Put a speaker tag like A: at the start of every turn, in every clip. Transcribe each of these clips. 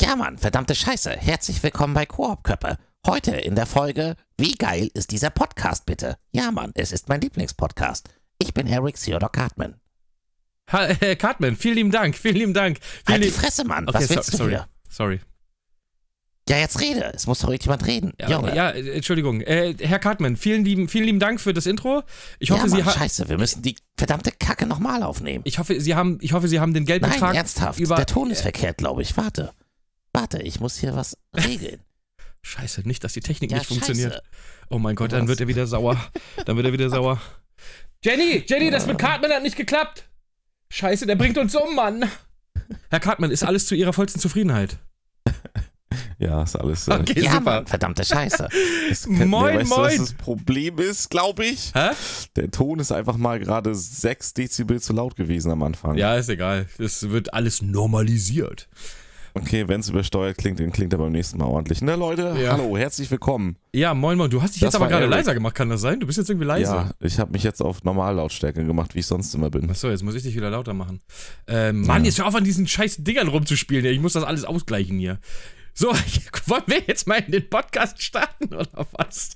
A: Ja, Mann, verdammte Scheiße. Herzlich willkommen bei Koop-Köppe. Heute in der Folge Wie geil ist dieser Podcast bitte? Ja, Mann, es ist mein Lieblingspodcast. Ich bin Eric Theodor Cartman.
B: Ha, Herr Cartman, vielen lieben Dank, vielen lieben Dank. Vielen
A: Halt die
B: lieb-
A: Fresse, Mann.
B: Okay,
A: Was
B: so,
A: willst du
B: sorry,
A: hier?
B: sorry.
A: Ja, jetzt rede. Es muss doch irgendjemand reden.
B: Ja,
A: Junge.
B: ja, äh, Entschuldigung. Äh, Herr Cartman, vielen lieben, vielen lieben Dank für das Intro. Ich hoffe,
A: ja,
B: Sie
A: Mann,
B: ha
A: Scheiße, wir müssen die verdammte Kacke nochmal aufnehmen.
B: ich hoffe, Sie haben, ich hoffe, Sie haben den
A: Nein,
B: Geldbetrag
A: ernsthaft.
B: über-
A: der Ton ist verkehrt, glaube ich. Warte. Warte, ich muss hier was regeln.
B: Scheiße, nicht, dass die Technik
A: ja,
B: nicht funktioniert.
A: Scheiße.
B: Oh mein Gott,
A: Was?
B: dann wird er wieder sauer. Dann wird er wieder sauer. Jenny, Jenny, das mit Cartman hat nicht geklappt. Scheiße, der bringt uns um, Mann. Herr Cartman, ist alles zu Ihrer vollsten Zufriedenheit?
C: Ja, ist alles. Äh,
B: Okay,
A: Ja,
B: super.
A: Mann, verdammte Scheiße.
C: das-
B: Moin,
C: nee, weißt Du,
B: moin.
C: was das Problem ist, glaube ich.
B: Hä?
C: Der Ton ist einfach mal gerade 6 Dezibel zu laut gewesen am Anfang.
B: Ja, ist egal. Es wird alles normalisiert.
C: Okay, wenn es übersteuert klingt, dann klingt er beim nächsten Mal ordentlich. Na Leute,
B: Ja.
C: hallo, herzlich willkommen.
B: Ja, moin, moin. Du hast dich
C: Das
B: jetzt aber
C: war
B: gerade
C: Eric.
B: leiser gemacht, kann das sein? Du bist jetzt irgendwie leiser.
C: Ja, ich habe mich jetzt auf Normallautstärke gemacht, wie ich sonst immer bin.
B: Achso, jetzt muss ich dich wieder lauter machen. Ähm, Mann, jetzt hör auf an diesen scheiß Dingern rumzuspielen. Ich muss das alles ausgleichen hier. So, wollen wir jetzt mal in den Podcast starten oder was?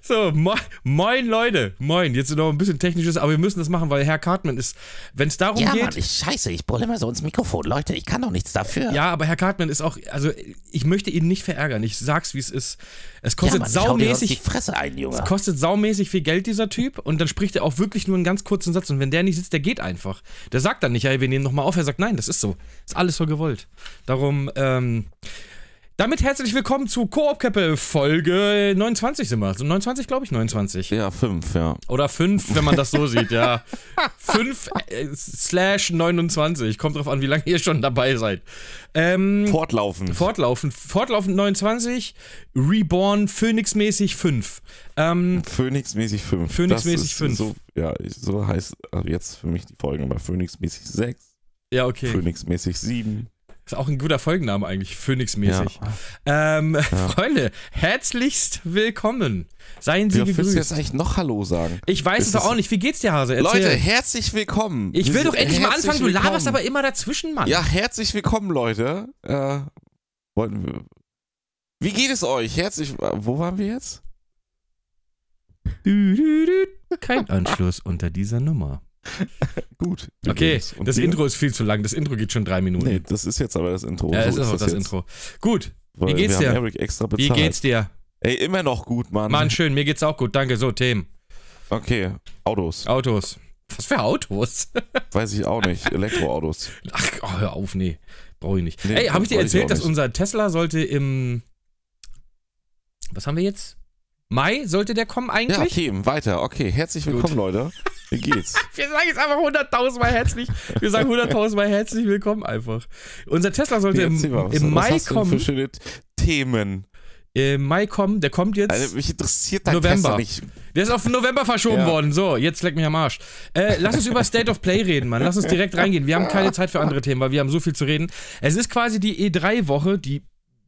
B: So, mo moin Leute, moin. Jetzt noch ein bisschen technisches, aber wir müssen das machen, weil Herr Cartman ist, wenn es darum
A: Ja,
B: geht.
A: Mann, ich scheiße, ich brülle immer so ins Mikrofon. Leute, ich kann doch nichts dafür.
B: ja, aber Herr Cartman ist auch, also ich möchte ihn nicht verärgern. Ich sag's, wie es ist. Es
A: Ja,
B: kostet
A: Mann, ich hau dir sonst die
B: saumäßig
A: Fresse ein, Junge.
B: Es kostet saumäßig viel Geld, dieser Typ. Und dann spricht er auch wirklich nur einen ganz kurzen Satz. Und wenn der nicht sitzt, der geht einfach. Der sagt dann nicht, ey, wir nehmen nochmal auf. Er sagt, nein, das ist so. Ist alles so gewollt. Darum, ähm, damit herzlich willkommen zu Koop-Keppel Folge 29 sind wir. So 29, glaube ich, 29.
C: Ja, 5, ja.
B: Oder 5, wenn man das so sieht, ja. 5 äh, slash 29. Kommt drauf an, wie lange ihr schon dabei seid. Ähm,
C: Fortlaufen.
B: fortlaufend, fortlaufend 29, Reborn, Phoenix-mäßig 5. Ähm,
C: Phoenix-mäßig 5.
B: Phoenix-mäßig fünf.
C: So, ja, ich- so heißt äh, jetzt für mich die Folgen aber Phoenix-mäßig 6,
B: Ja, okay.
C: Phoenix-mäßig 7.
B: Ist auch ein guter Folgenname eigentlich, Phoenix-mäßig.
C: Ja.
B: Ähm, Freunde, herzlichst willkommen. Seien Sie
C: Wir dürfen jetzt
B: gegrüßt.
C: eigentlich noch Hallo sagen.
B: Ich weiß
C: Ist
B: es doch
C: das-
B: auch nicht. Wie geht's dir, Hase? Erzähl.
C: Leute, herzlich willkommen.
B: ich
C: Wir
B: will
C: sind
B: doch endlich mal
C: herzlich
B: anfangen. Du laberst
C: willkommen.
B: aber immer dazwischen, Mann.
C: Ja, herzlich willkommen, Leute. Äh, wollten wir. Wie geht es euch? Herzlich. äh, Wo waren wir jetzt?
B: Du, du, du. Kein Anschluss unter dieser Nummer.
C: Gut.
B: Okay,
C: übrigens. Und
B: das
C: wir-
B: Intro ist viel zu lang. Das Intro geht schon drei Minuten.
C: Nee, das ist jetzt aber das Intro.
B: ja,
C: So
B: es ist auch das
C: jetzt.
B: Intro. Gut,
C: Weil
B: Wie geht's
C: wir
B: dir?
C: Haben Eric extra
B: wie
C: bezahlt.
B: geht's dir?
C: Ey, immer noch gut, Mann.
B: Mann, schön, mir geht's auch gut. Danke. So, Themen.
C: Okay, Autos.
B: Autos. Was für Autos?
C: Weiß ich auch nicht. Elektroautos.
B: Ach, oh, hör auf, nee. Brauche ich nicht.
C: Nee,
B: Ey, habe ich dir
C: brauch ich
B: erzählt,
C: auch
B: dass
C: nicht.
B: unser Tesla sollte im. Was haben wir jetzt? Mai sollte der kommen
C: Ja,
B: eigentlich?
C: Themen, weiter. Okay, herzlich
B: Gut.
C: willkommen, Lemal Leute. Wie geht's?
B: Wir sagen jetzt einfach 100.000 Mal herzlich. Wir sagen 100.000 Mal herzlich willkommen einfach. Unser Tesla sollte
C: Wie,
B: im,
C: erzähl mal, was,
B: im
C: was
B: Mai
C: hast du denn für
B: kommen.
C: schöne Themen?
B: Im Mai kommen. Der kommt jetzt.
C: Also, mich interessiert dein
B: November.
C: Tesla nicht.
B: Der ist auf November verschoben
C: Ja.
B: worden. So, jetzt leck mich am Arsch. Äh, lass uns über State of Play reden, Mann. Lass uns direkt reingehen. Wir haben keine Zeit für andere Themen, weil wir haben so viel zu reden. Es ist quasi die E3-Woche, die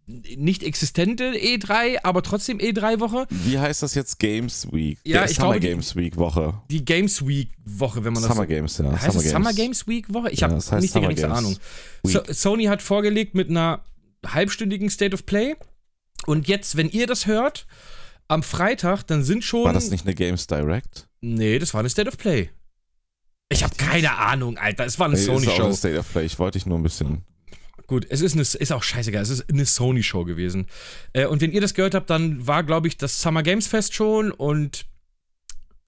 B: nicht existente E3, aber trotzdem E E3-Woche.
C: Wie heißt das jetzt? Games Week.
B: Ja,
C: Der
B: ich
C: Summer
B: glaube, die-
C: Games Week Woche.
B: Die Games Week-Woche, wenn man das
C: Summer Games, ja.
B: Heißt es Summer Games Week Woche? Ich
C: Ja,
B: habe
C: das heißt
B: nicht die
C: Summer
B: geringste
C: Games
B: Ahnung.
C: Week.
B: So, Sony hat vorgelegt mit einer halbstündigen State of Play. Und jetzt, wenn ihr das hört, am Freitag, dann sind schon.
C: War das nicht eine Games Direct?
B: Nee, das war eine State of Play. Ich habe keine Ahnung, Alter. Es war eine
C: Nee, ist auch eine
B: Sony-Show.
C: State of Play. Ich wollte dich nur ein bisschen.
B: Gut, es ist, eine, ist auch scheißegal. Es ist eine Sony-Show gewesen. Äh, und wenn ihr das gehört habt, dann war, glaube ich, das Summer Games Fest schon und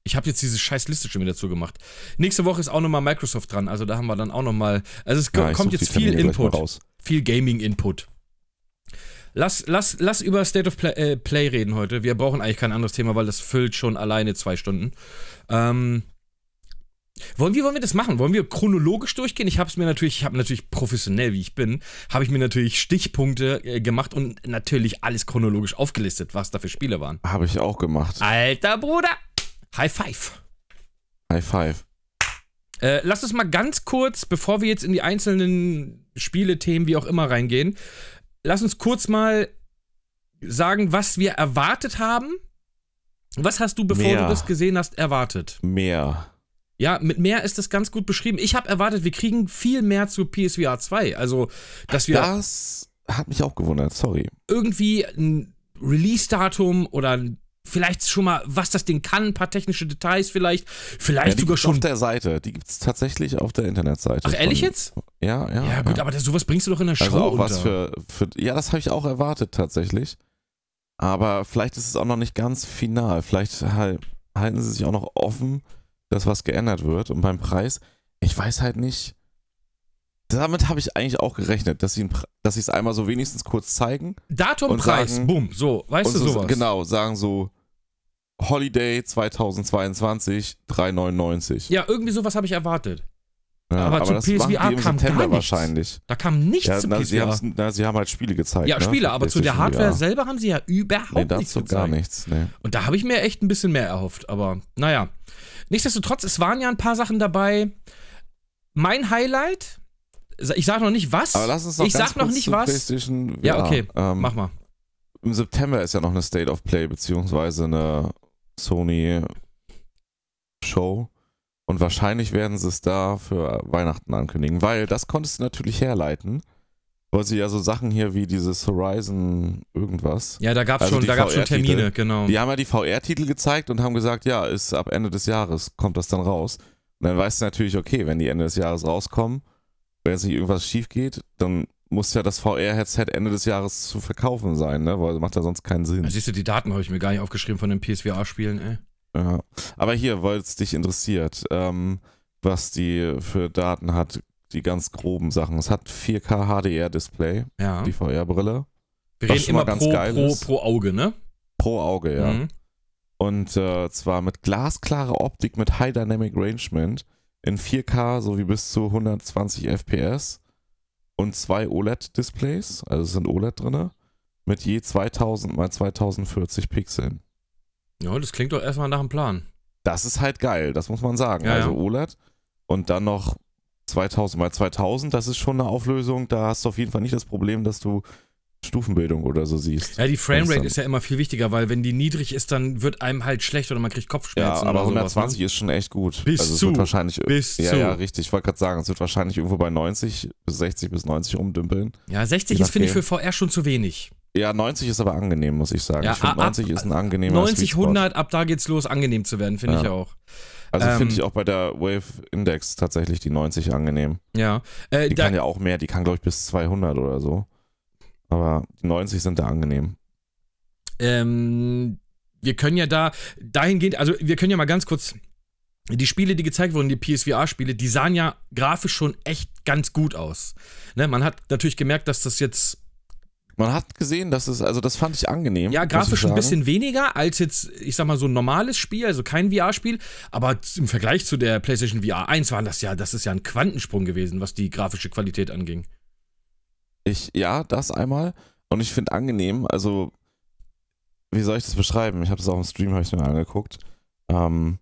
B: ich habe jetzt diese scheiß Liste schon wieder zugemacht. Nächste Woche ist auch nochmal Microsoft dran. Also da haben wir dann auch nochmal. Also es
C: Ja, ich
B: kommt
C: such die
B: jetzt viel
C: Termine gleich mal
B: Input.
C: Raus.
B: viel Gaming-Input. Lass, lass, lass über State of Play, äh, Play reden heute. Wir brauchen eigentlich kein anderes Thema, weil das füllt schon alleine zwei Stunden. Ähm, wollen, wie wollen wir das machen? Wollen wir chronologisch durchgehen? Ich habe es mir natürlich, ich habe natürlich professionell, wie ich bin, habe ich mir natürlich Stichpunkte äh, gemacht und natürlich alles chronologisch aufgelistet, was da für Spiele waren.
C: Habe ich auch gemacht.
B: Alter Bruder! High Five!
C: High Five.
B: Äh, lass uns mal ganz kurz, bevor wir jetzt in die einzelnen Spiele, Themen, wie auch immer reingehen, lass uns kurz mal sagen, was wir erwartet haben. Was hast du, bevor
C: Mehr.
B: du das gesehen hast, erwartet?
C: Mehr.
B: Ja, mit mehr ist das ganz gut beschrieben. Ich habe erwartet, wir kriegen viel mehr zu PSVR 2. Also, dass wir.
C: Das Hat mich auch gewundert, sorry.
B: irgendwie ein Release-Datum oder vielleicht schon mal, was das Ding kann, ein paar technische Details vielleicht, vielleicht
C: die
B: sogar
C: gibt's auf
B: schon.
C: der Seite. Die gibt es tatsächlich auf der Internetseite.
B: Ach, ehrlich
C: von-
B: jetzt?
C: Ja, ja.
B: Ja, gut, aber das, sowas bringst du doch in der Show
C: Also auch
B: unter.
C: was für, für. Ja, das habe ich auch erwartet tatsächlich. Aber vielleicht ist es auch noch nicht ganz final. Vielleicht hal- halten sie sich auch noch offen, dass was geändert wird. Und beim Preis, ich weiß halt nicht. Damit habe ich eigentlich auch gerechnet, dass sie es einmal so wenigstens kurz zeigen.
B: Datum,
C: und
B: Preis,
C: sagen-
B: bumm, so, weißt
C: und
B: du
C: so,
B: sowas?
C: Genau, sagen so Holiday 2022 3,99.
B: Ja, irgendwie sowas habe ich erwartet.
C: Ja,
B: aber zu
C: machen
B: PSVR
C: die
B: kam
C: im
B: gar
C: September
B: nichts.
C: wahrscheinlich.
B: Da kam nichts
C: Ja,
B: zu
C: na, sie,
B: PSVR.
C: haben's- na, sie haben halt Spiele gezeigt.
B: Ja,
C: ne?
B: Spiele, aber zu der
C: PlayStation
B: Hardware
C: VR.
B: selber haben sie ja überhaupt
C: Nee,
B: nichts
C: dazu
B: gezeigt.
C: gar nichts. ne. Nee.
B: Und da habe ich mir echt ein bisschen mehr erhofft, aber naja. Nichtsdestotrotz, es waren ja ein paar Sachen dabei. Mein Highlight, ich sage noch nicht was,
C: Aber lass uns noch
B: ich
C: ganz
B: sag noch
C: kurz
B: nicht
C: zu
B: was.
C: PlayStation
B: Ja,
C: VR.
B: okay,
C: Ähm,
B: mach mal.
C: Im September ist ja noch eine State of Play, beziehungsweise eine Sony-Show. Und wahrscheinlich werden sie es da für Weihnachten ankündigen, weil das konntest du natürlich herleiten. Weil sie ja so Sachen hier wie dieses Horizon irgendwas.
B: Ja, da gab es
C: Also
B: schon,
C: die
B: da gab's schon
C: VR-Titel.
B: Termine, genau.
C: Die haben ja die VR-Titel gezeigt und haben gesagt, ja, ist ab Ende des Jahres kommt das dann raus. Und dann weißt du natürlich, okay, wenn die Ende des Jahres rauskommen, wenn jetzt nicht irgendwas schief geht, dann muss ja das VR-Headset Ende des Jahres zu verkaufen sein, ne? Weil macht ja sonst keinen Sinn.
B: Ja, Also siehst du, die Daten habe ich mir gar nicht aufgeschrieben von den PSVR-Spielen, ey.
C: Ja. Aber hier, weil es dich interessiert, ähm, was die für Daten hat, die ganz groben Sachen. Es hat 4K HDR-Display,
B: Ja.
C: die VR-Brille.
B: Wir
C: was
B: reden
C: schon mal
B: immer
C: ganz
B: pro,
C: geil
B: pro,
C: ist.
B: pro Auge, ne?
C: Pro Auge, ja.
B: Mhm.
C: Und äh, zwar mit glasklarer Optik mit High Dynamic Rangement in 4K sowie bis zu 120 FPS und zwei OLED-Displays, also es sind OLED drinne, mit je 2000 mal 2040 Pixeln.
B: Ja, das klingt doch erstmal nach einem Plan.
C: Das ist halt geil, das muss man sagen.
B: Ja,
C: also
B: ja.
C: OLED und dann noch 2000 mal 2000, das ist schon eine Auflösung. Da hast du auf jeden Fall nicht das Problem, dass du Stufenbildung oder so siehst.
B: Ja, die Framerate
C: Instant.
B: ist ja immer viel wichtiger, weil wenn die niedrig ist, dann wird einem halt schlecht oder man kriegt
C: Ja,
B: Kopfschmerzen
C: aber
B: oder sowas. ne?
C: 120 ist schon echt gut.
B: Bis
C: also es
B: zu.
C: wird wahrscheinlich
B: ne? bis
C: Ja,
B: zu.
C: ja, richtig. Ich wollte gerade sagen, es wird wahrscheinlich irgendwo bei 90, bis 60 bis 90 rumdümpeln.
B: Ja, 60
C: Je
B: ist, finde ich, für
C: nachdem.
B: VR schon zu wenig.
C: Ja, 90 ist aber angenehm, muss ich sagen.
B: Ja, ah,
C: ich finde,
B: ab-
C: 90 ist ein angenehmer
B: 90,
C: Sweet Spot.
B: 100, ab da geht's los, angenehm zu werden, finde
C: Ja.
B: ich auch.
C: Also
B: ähm,
C: finde ich auch bei der Wave Index tatsächlich die 90 angenehm.
B: Ja. Äh,
C: Die
B: da,
C: kann ja auch mehr, die kann glaube ich bis 200 oder so. Aber die 90 sind da angenehm.
B: ähm, wir können ja da dahingehend, also wir können ja mal ganz kurz die Spiele, die gezeigt wurden, die PSVR-Spiele, die sahen ja grafisch schon echt ganz gut aus. Ne, man hat natürlich gemerkt, dass das jetzt
C: Man hat gesehen, dass es, also das fand ich angenehm.
B: ja
C: muss ich
B: grafisch ein
C: sagen.
B: bisschen weniger als jetzt, ich sag mal so ein normales Spiel, also kein VR-Spiel, aber im Vergleich zu der PlayStation VR 1 war das ja, das ist ja ein Quantensprung gewesen, was die grafische Qualität anging.
C: Ich, ja, das einmal. Und ich finde angenehm, also, wie soll ich das beschreiben? Ich habe es auch im Stream, habe ich mir angeguckt. Ähm,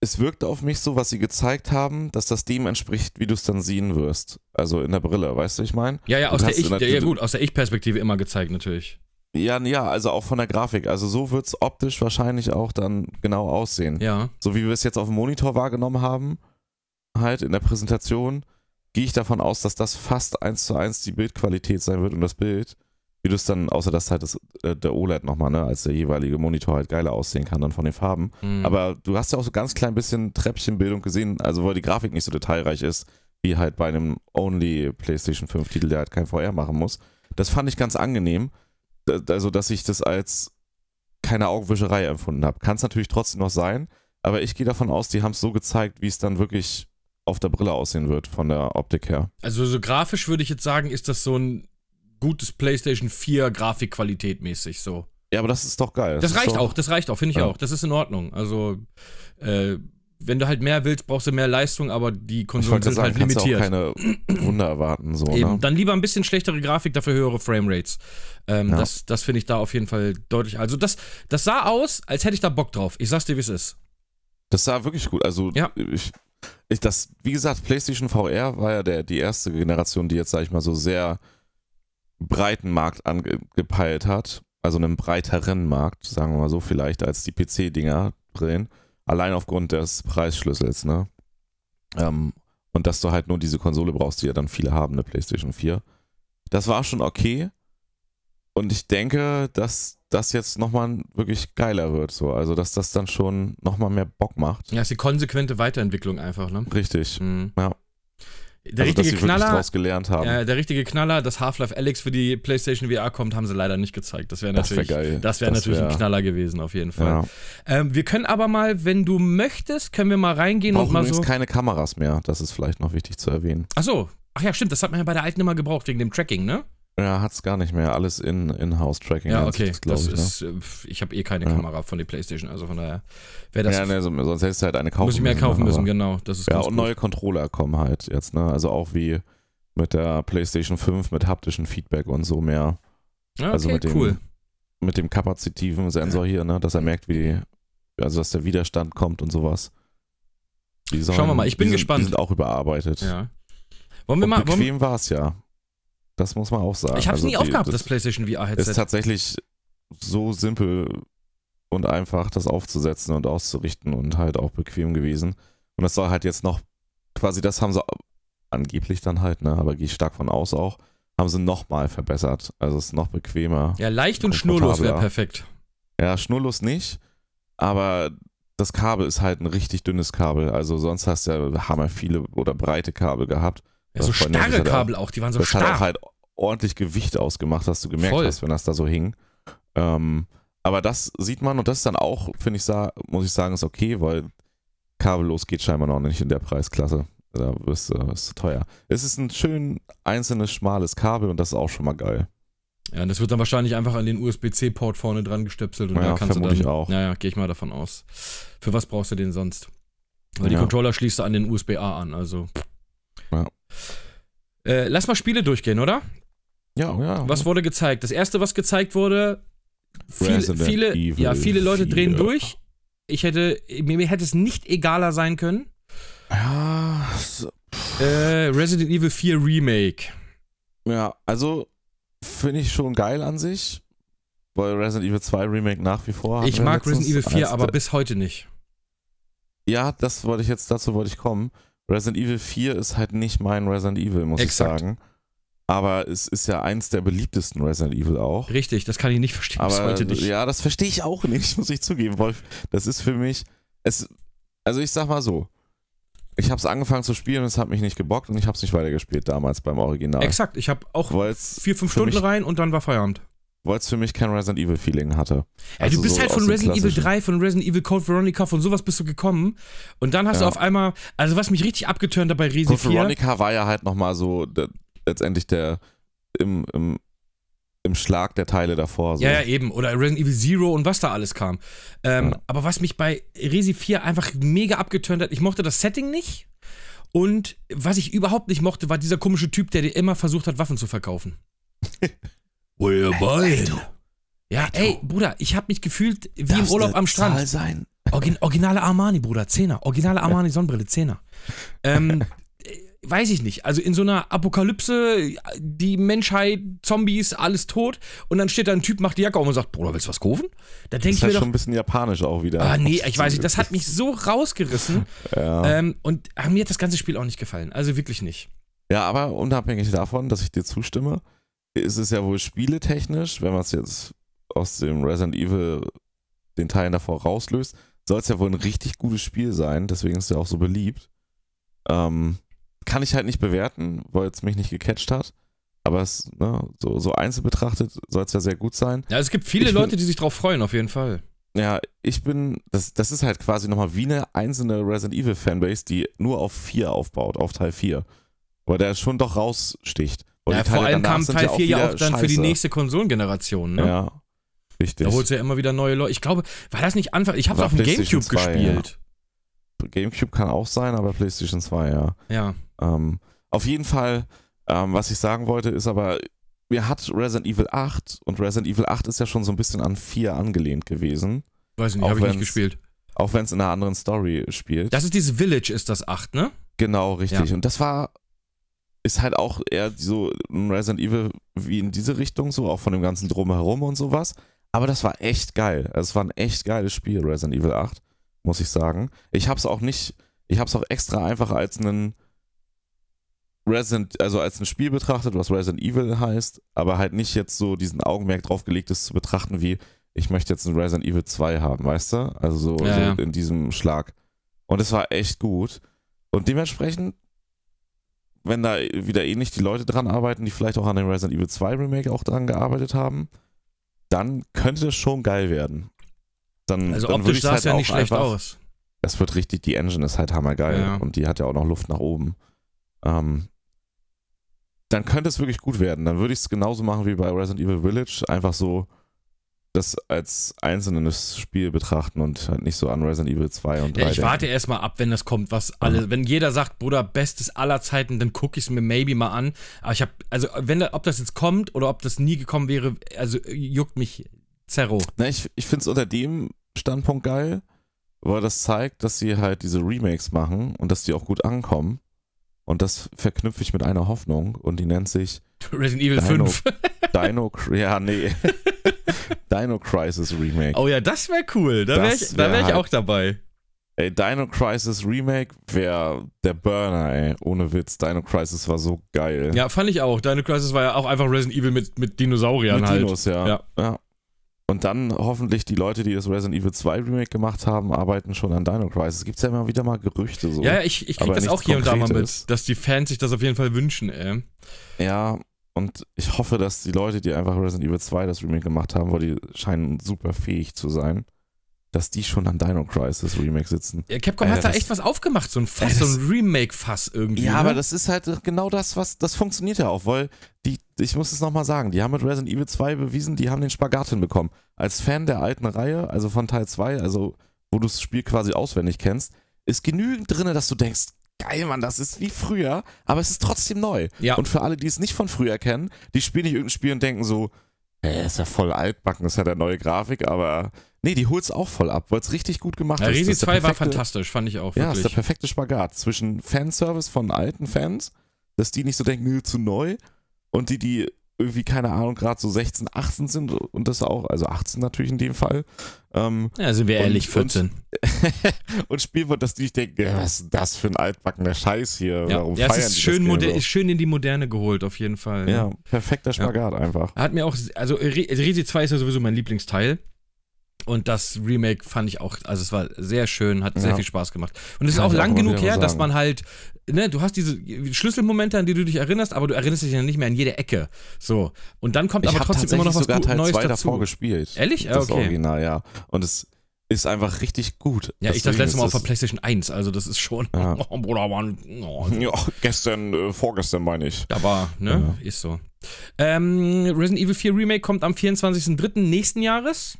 C: es wirkte auf mich so, was sie gezeigt haben, dass das dem entspricht, wie du es dann sehen wirst. Also in der Brille, weißt du, ich meine?
B: Ja, ja,
C: Du
B: aus der
C: hast
B: ich,
C: in der-
B: ja
C: du-
B: gut, aus der Ich-Perspektive immer gezeigt natürlich.
C: Ja, ja, also auch von der Grafik. Also so wird es optisch wahrscheinlich auch dann genau aussehen.
B: Ja.
C: So wie wir es jetzt auf dem Monitor wahrgenommen haben, halt in der Präsentation, gehe ich davon aus, dass das fast eins zu eins die Bildqualität sein wird und das Bild, wie du es dann, außer dass halt das, äh, der OLED nochmal, ne, als der jeweilige Monitor halt geiler aussehen kann dann von den Farben.
B: Mhm.
C: Aber du hast ja auch so ganz klein bisschen Treppchenbildung gesehen, also weil die Grafik nicht so detailreich ist, wie halt bei einem Only PlayStation 5 Titel, der halt kein VR machen muss. Das fand ich ganz angenehm. Da- Also, dass ich das als keine Augenwischerei empfunden habe. Kann es natürlich trotzdem noch sein, aber ich gehe davon aus, die haben es so gezeigt, wie es dann wirklich auf der Brille aussehen wird, von der Optik her.
B: Also so grafisch würde ich jetzt sagen, ist das so ein gutes PlayStation 4 Grafikqualität mäßig so.
C: Ja, aber das ist doch geil.
B: Das,
C: ist
B: reicht
C: doch,
B: auch, das reicht auch, finde ich
C: Ja.
B: auch. Das ist in Ordnung. Also äh, wenn du halt mehr willst, brauchst du mehr Leistung, aber die
C: Ich
B: Konsolen
C: wollte
B: sind
C: gerade sagen,
B: halt
C: kannst du auch
B: limitiert.
C: keine Wunder erwarten, so,
B: Eben,
C: ne?
B: dann lieber ein bisschen schlechtere Grafik, dafür höhere Framerates. Ähm,
C: Ja.
B: Das, das finde ich da auf jeden Fall deutlich. Also das, das sah aus, als hätte ich da Bock drauf. Ich sag's dir, wie es ist.
C: Das sah wirklich gut. Also
B: Ja.
C: ich, ich das, wie gesagt, PlayStation VR war ja der, die erste Generation, die jetzt, sag ich mal, so sehr breiten Markt angepeilt hat. Also einen breiteren Markt, sagen wir mal so, vielleicht als die PC-Dinger brillen. Allein aufgrund des Preisschlüssels, ne? Ähm, und dass du halt nur diese Konsole brauchst, die ja dann viele haben, eine PlayStation 4. Das war schon okay. Und ich denke, dass das jetzt nochmal wirklich geiler wird. So. Also, dass das dann schon nochmal mehr Bock macht.
B: Ja, ist die konsequente Weiterentwicklung einfach, ne?
C: Richtig.
B: Mhm.
C: Ja.
B: Der
C: also, dass
B: richtige
C: sie wirklich
B: Knaller,
C: daraus gelernt haben.
B: Ja, der richtige Knaller, dass Half-Life Alex für die PlayStation VR kommt, haben sie leider nicht gezeigt. Das wäre
C: das wäre
B: natürlich,
C: geil.
B: das wär natürlich ein Knaller gewesen, auf jeden Fall.
C: Ja.
B: Ähm, wir können aber mal, wenn du möchtest, können wir mal reingehen
C: Brauchen
B: und mal
C: übrigens
B: so.
C: keine Kameras mehr. Das ist vielleicht noch wichtig zu erwähnen.
B: Ach so. Ach ja, stimmt, das hat man ja bei der alten immer gebraucht, wegen dem Tracking, ne?
C: Ja, hat's gar nicht mehr. Alles in In-House-Tracking.
B: Ja,
C: nennt sich
B: okay.
C: Das, glaub
B: Das
C: ich, ne?
B: ist, äh, pf, ich habe eh keine
C: Ja.
B: Kamera von der Playstation, also von daher wäre das.
C: ja, ne, so- sonst hättest du halt eine kaufen
B: muss ich mehr kaufen
C: aber-
B: müssen, genau. Das ist
C: Ja,
B: ganz
C: und
B: gut.
C: neue Controller kommen halt jetzt, ne? Also auch wie mit der PlayStation 5 mit haptischem Feedback und so mehr.
B: Ja, okay,
C: also mit dem,
B: cool.
C: mit dem kapazitiven Sensor hier, ne? Dass er merkt, wie, also dass der Widerstand kommt und sowas. Die sollen-
B: Schauen wir mal, ich bin
C: die sind,
B: gespannt.
C: Die sind auch überarbeitet.
B: Ja. Wollen wir
C: Und
B: mal. Wollen,
C: bequem war es ja. Das muss man auch sagen.
B: ich habe es
C: Also
B: nie
C: die-
B: aufgehabt, das,
C: das
B: PlayStation
C: Ist
B: VR-Headset.
C: tatsächlich so simpel und einfach, das aufzusetzen und auszurichten und halt auch bequem gewesen. Und das soll halt jetzt noch, quasi das haben sie angeblich dann halt, ne? Aber gehe ich stark von aus auch, haben sie nochmal verbessert. Also es ist noch bequemer.
B: Ja, leicht und schnurlos wäre
C: komfortabler.
B: perfekt.
C: Ja, schnurlos nicht, aber das Kabel ist halt ein richtig dünnes Kabel. Also sonst hast du ja hammer viele oder breite Kabel gehabt.
B: Ja, so
C: Das war- das
B: starre
C: hat auch-
B: Kabel auch, die waren so
C: das hat
B: starr.
C: auch halt ordentlich Gewicht ausgemacht, hast du gemerkt
B: Voll.
C: hast, wenn das da so hing. Ähm, aber das sieht man und das ist dann auch, finde ich, sa muss ich sagen, ist okay, weil kabellos geht scheinbar noch nicht in der Preisklasse. Da wirst du, ist zu teuer. Es ist ein schön einzelnes, schmales Kabel und das ist auch schon mal geil.
B: Ja, das wird dann wahrscheinlich einfach an den USB-C-Port vorne dran gestöpselt und
C: Ja,
B: da kannst du
C: vermute
B: dann.
C: ich auch.
B: Naja, gehe ich mal davon aus. Für was brauchst du den sonst? Weil die
C: Ja.
B: Controller schließt du an den USB-A an, also.
C: Ja.
B: Äh, lass mal Spiele durchgehen, oder?
C: Ja, ja.
B: Mhm. Was wurde gezeigt? Das erste, was gezeigt wurde, viel,
C: Resident
B: viele,
C: Evil
B: ja, viele Leute
C: 4.
B: drehen durch. Ich hätte, mir, mir hätte es nicht egaler sein können.
C: Ja, so.
B: Äh, Resident Evil 4 Remake.
C: Ja, also finde ich schon geil an sich. Weil Resident Evil 2 Remake nach wie vor. hatten
B: ich
C: wir
B: mag
C: letztens
B: Resident Evil 4,
C: als-
B: aber bis heute nicht.
C: Ja, das wollte ich jetzt, dazu wollte ich kommen. Resident Evil 4 ist halt nicht mein Resident Evil, muss
B: Exakt.
C: ich sagen. Aber es ist ja eins der beliebtesten Resident Evil auch.
B: Richtig, das kann ich nicht verstehen bis
C: Aber
B: heute nicht.
C: ja, das verstehe ich auch nicht, muss ich zugeben, Wolf. Das ist für mich, es, also ich sag mal so, ich habe es angefangen zu spielen, es hat mich nicht gebockt und ich habe es nicht weitergespielt damals beim Original.
B: Exakt, ich habe auch
C: Weil es
B: vier, fünf
C: für
B: Stunden
C: mich-
B: rein und dann war Feierabend.
C: für mich kein Resident Evil Feeling hatte.
B: Ey, du
C: Also
B: bist
C: so
B: halt
C: aus
B: von
C: dem
B: Resident Evil
C: klassischen-
B: 3, von Resident Evil Code Veronica, von sowas bist du gekommen. Und dann hast du
C: Ja.
B: auf einmal, also was mich richtig abgeturnt hat bei Resi
C: Code
B: 4.
C: Veronica war ja halt nochmal so der, letztendlich der im, im, im Schlag der Teile davor. So.
B: Ja, ja, eben. Oder Resident Evil Zero und was da alles kam. Ähm,
C: Ja.
B: Aber was mich bei Resi 4 einfach mega abgeturnt hat, ich mochte das Setting nicht. Und was ich überhaupt nicht mochte, war dieser komische Typ, der dir immer versucht hat, Waffen zu verkaufen. Where you Ja, ey, Bruder, ich habe mich gefühlt wie im Urlaub am Strand.
C: sein.
B: Orgin, originale Armani, Bruder, Zehner. Originale Armani Sonnenbrille, Zehner. Ähm, äh, weiß ich nicht. Also in so einer Apokalypse, die Menschheit, Zombies, alles tot. Und dann steht da ein Typ, macht die Jacke auf und sagt, Bruder, willst du was kaufen? Da
C: Das
B: denke ich
C: ist
B: mir
C: halt
B: doch,
C: schon ein bisschen japanisch auch wieder.
B: ah nee, ich weiß nicht, das hat mich so rausgerissen.
C: Ja.
B: ähm, und ah, mir hat das ganze Spiel auch nicht gefallen. Also wirklich nicht.
C: ja, aber unabhängig davon, dass ich dir zustimme, ist es ja wohl spieletechnisch, wenn man es jetzt aus dem Resident Evil den Teilen davor rauslöst, soll es ja wohl ein richtig gutes Spiel sein, deswegen ist es ja auch so beliebt. Ähm, kann ich halt nicht bewerten, weil es mich nicht gecatcht hat. Aber es, ne, so, so einzeln betrachtet soll es ja sehr gut sein.
B: Ja, es gibt viele
C: Ich bin-
B: Leute, die sich drauf freuen, auf jeden Fall.
C: Ja, ich bin, das, das ist halt quasi nochmal wie eine einzelne Resident Evil Fanbase, die nur auf 4 aufbaut, auf Teil 4. Weil der schon doch raussticht. Weil
B: Ja,
C: die Teile
B: vor allem
C: danach
B: kam
C: sind
B: Teil 4 ja
C: wieder
B: auch dann für die
C: scheiße.
B: nächste Konsolengeneration, ne?
C: Ja, richtig.
B: Da holst du ja immer wieder neue Leute. Ich glaube, war das nicht Anfang? Ich habe es
C: War
B: auf dem
C: PlayStation
B: Gamecube
C: 2, ja.
B: gespielt.
C: Gamecube kann auch sein, aber PlayStation 2, ja.
B: ja.
C: Ähm, auf jeden Fall, ähm, was ich sagen wollte, ist aber, mir hat Resident Evil 8 und Resident Evil 8 ist ja schon so ein bisschen an 4 angelehnt gewesen.
B: Weiß ich nicht,
C: Auch
B: habe ich nicht
C: wenn's-
B: gespielt.
C: Auch wenn es in einer anderen Story spielt.
B: Das ist dieses Village, ist das 8, ne?
C: Genau, richtig. Und das war, ist halt auch eher so ein Resident Evil wie in diese Richtung, so auch von dem ganzen Drumherum und sowas. Aber das war echt geil. Also es war ein echt geiles Spiel, Resident Evil 8, muss ich sagen. Ich hab's auch nicht, ich hab's auch extra einfach als einen Resident, also als ein Spiel betrachtet, was Resident Evil heißt, aber halt nicht jetzt so diesen Augenmerk drauf gelegt ist, zu betrachten wie, ich möchte jetzt ein Resident Evil 2 haben, weißt du? Also so,
B: Ja,
C: so
B: ja.
C: in diesem Schlag. Und es war echt gut. Und dementsprechend, wenn da wieder ähnlich die Leute dran arbeiten, die vielleicht auch an dem Resident Evil 2 Remake auch dran gearbeitet haben, dann könnte es schon geil werden. Dann,
B: Also
C: dann würde
B: optisch
C: ich's
B: sah es
C: halt
B: ja
C: auch
B: nicht schlecht
C: einfach-
B: aus.
C: es wird richtig, die Engine ist halt hammergeil
B: Ja.
C: und die hat ja auch noch Luft nach oben. Ähm, dann könnte es wirklich gut werden. Dann würde ich es genauso machen wie bei Resident Evil Village, einfach so das als einzelnes Spiel betrachten und halt nicht so an Resident Evil 2 und 3.
B: Ja, ich
C: denken.
B: warte erstmal ab, wenn das kommt, was alle, wenn jeder sagt, Bruder, bestes aller Zeiten, dann gucke ich es mir maybe mal an. Aber ich habe, also wenn, da- ob das jetzt kommt oder ob das nie gekommen wäre, also juckt mich zerro.
C: Na, ich, ich finde es unter dem Standpunkt geil, weil das zeigt, dass sie halt diese Remakes machen und dass die auch gut ankommen. Und das verknüpfe ich mit einer Hoffnung und die nennt sich
B: Resident Evil
C: Dino.
B: 5.
C: Dino, ja, nee. Dino Crisis Remake.
B: Oh ja, das wäre cool. Da wäre ich,
C: Das
B: da
C: wär
B: wär ich
C: halt-
B: auch dabei.
C: Ey, Dino Crisis Remake wäre der Burner, ey. Ohne Witz. Dino Crisis war so geil.
B: Ja, fand ich auch. Deine Crisis war ja auch einfach Resident Evil mit, mit Dinosauriern
C: Mit
B: halt.
C: Dinos, ja.
B: Ja.
C: ja. Und dann hoffentlich die Leute, die das Resident Evil 2 Remake gemacht haben, arbeiten schon an Dino Crisis. Gibt's ja immer wieder mal Gerüchte so.
B: Ja, ja, ich, ich krieg
C: Aber
B: das auch
C: nichts
B: hier und da mal
C: Konkretes.
B: mit, dass die Fans sich das auf jeden Fall wünschen, ey.
C: Ja, und ich hoffe, dass die Leute, die einfach Resident Evil 2 das Remake gemacht haben, weil die scheinen super fähig zu sein, dass die schon an Dino Crisis Remake sitzen.
B: Ja, Capcom
C: Alter,
B: hat da
C: das-
B: echt was aufgemacht, so ein Fass,
C: Ey, das-
B: so ein Remake-Fass irgendwie.
C: Ja,
B: ne?
C: aber das ist halt genau das, was das funktioniert ja auch, weil die, ich muss es nochmal sagen, die haben mit Resident Evil 2 bewiesen, die haben den Spagat hinbekommen. Als Fan der alten Reihe, also von Teil 2, also wo du das Spiel quasi auswendig kennst, ist genügend drin, dass du denkst, geil, Mann, das ist wie früher, aber es ist trotzdem neu.
B: Ja.
C: Und für alle, die es nicht von früher kennen, die spielen nicht irgendein Spiel und denken so, äh, ist ja voll altbacken, ist ja der neue Grafik, aber nee, die holt's auch voll ab, weil es richtig gut gemacht
B: ja,
C: ist.
B: Resi
C: Das ist der
B: 2 war
C: perfekte-
B: fantastisch, fand ich auch,
C: ja, ist der
B: wirklich.
C: perfekte Spagat zwischen Fanservice von alten Fans, dass die nicht so denken, nö, zu neu, und die, die irgendwie, keine Ahnung, gerade so 16, 18 sind und das auch, also 18 natürlich in dem Fall, ähm,
B: Ja, sind wir
C: Und-
B: ehrlich,
C: und-
B: 14.
C: und Spiel wird, dass die nicht denken, ja, was ist denn das für ein altbackener Scheiß hier,
B: ja,
C: warum
B: ja
C: feiern
B: es ist
C: die
B: schön,
C: das
B: moder-
C: gerne
B: ist schön in die Moderne geholt, auf jeden Fall.
C: so? Ja, perfekter Spagat einfach.
B: Hat mir auch, also Re- Resi 2 ist ja sowieso mein Lieblingsteil. Und das Remake fand ich auch, also es war sehr schön, hat sehr
C: Ja.
B: viel Spaß gemacht. Und es ist
C: Kann
B: auch
C: ich auch
B: lang
C: immer
B: genug
C: wieder
B: her,
C: sagen.
B: dass man halt, ne, du hast diese Schlüsselmomente, an die du dich erinnerst, aber du erinnerst dich ja nicht mehr an jede Ecke. So. Und dann kommt
C: Ich
B: aber
C: habe
B: trotzdem
C: tatsächlich
B: immer noch was
C: sogar
B: gut,
C: Teil
B: Neues
C: 2 davor
B: dazu.
C: gespielt.
B: Ehrlich? Ja,
C: Das
B: okay.
C: Original, ja. Und es ist einfach richtig gut.
B: Ja, ich das
C: Deswegen
B: letzte Mal
C: ist
B: auf der
C: es-
B: PlayStation 1, also das ist schon,
C: Ja.
B: oh, Bruder, Mann, oh,
C: Ja, gestern, äh, vorgestern meine ich.
B: Da war, ne? Ist so. Ähm, Resident Evil 4 Remake kommt am 24.03. nächsten Jahres.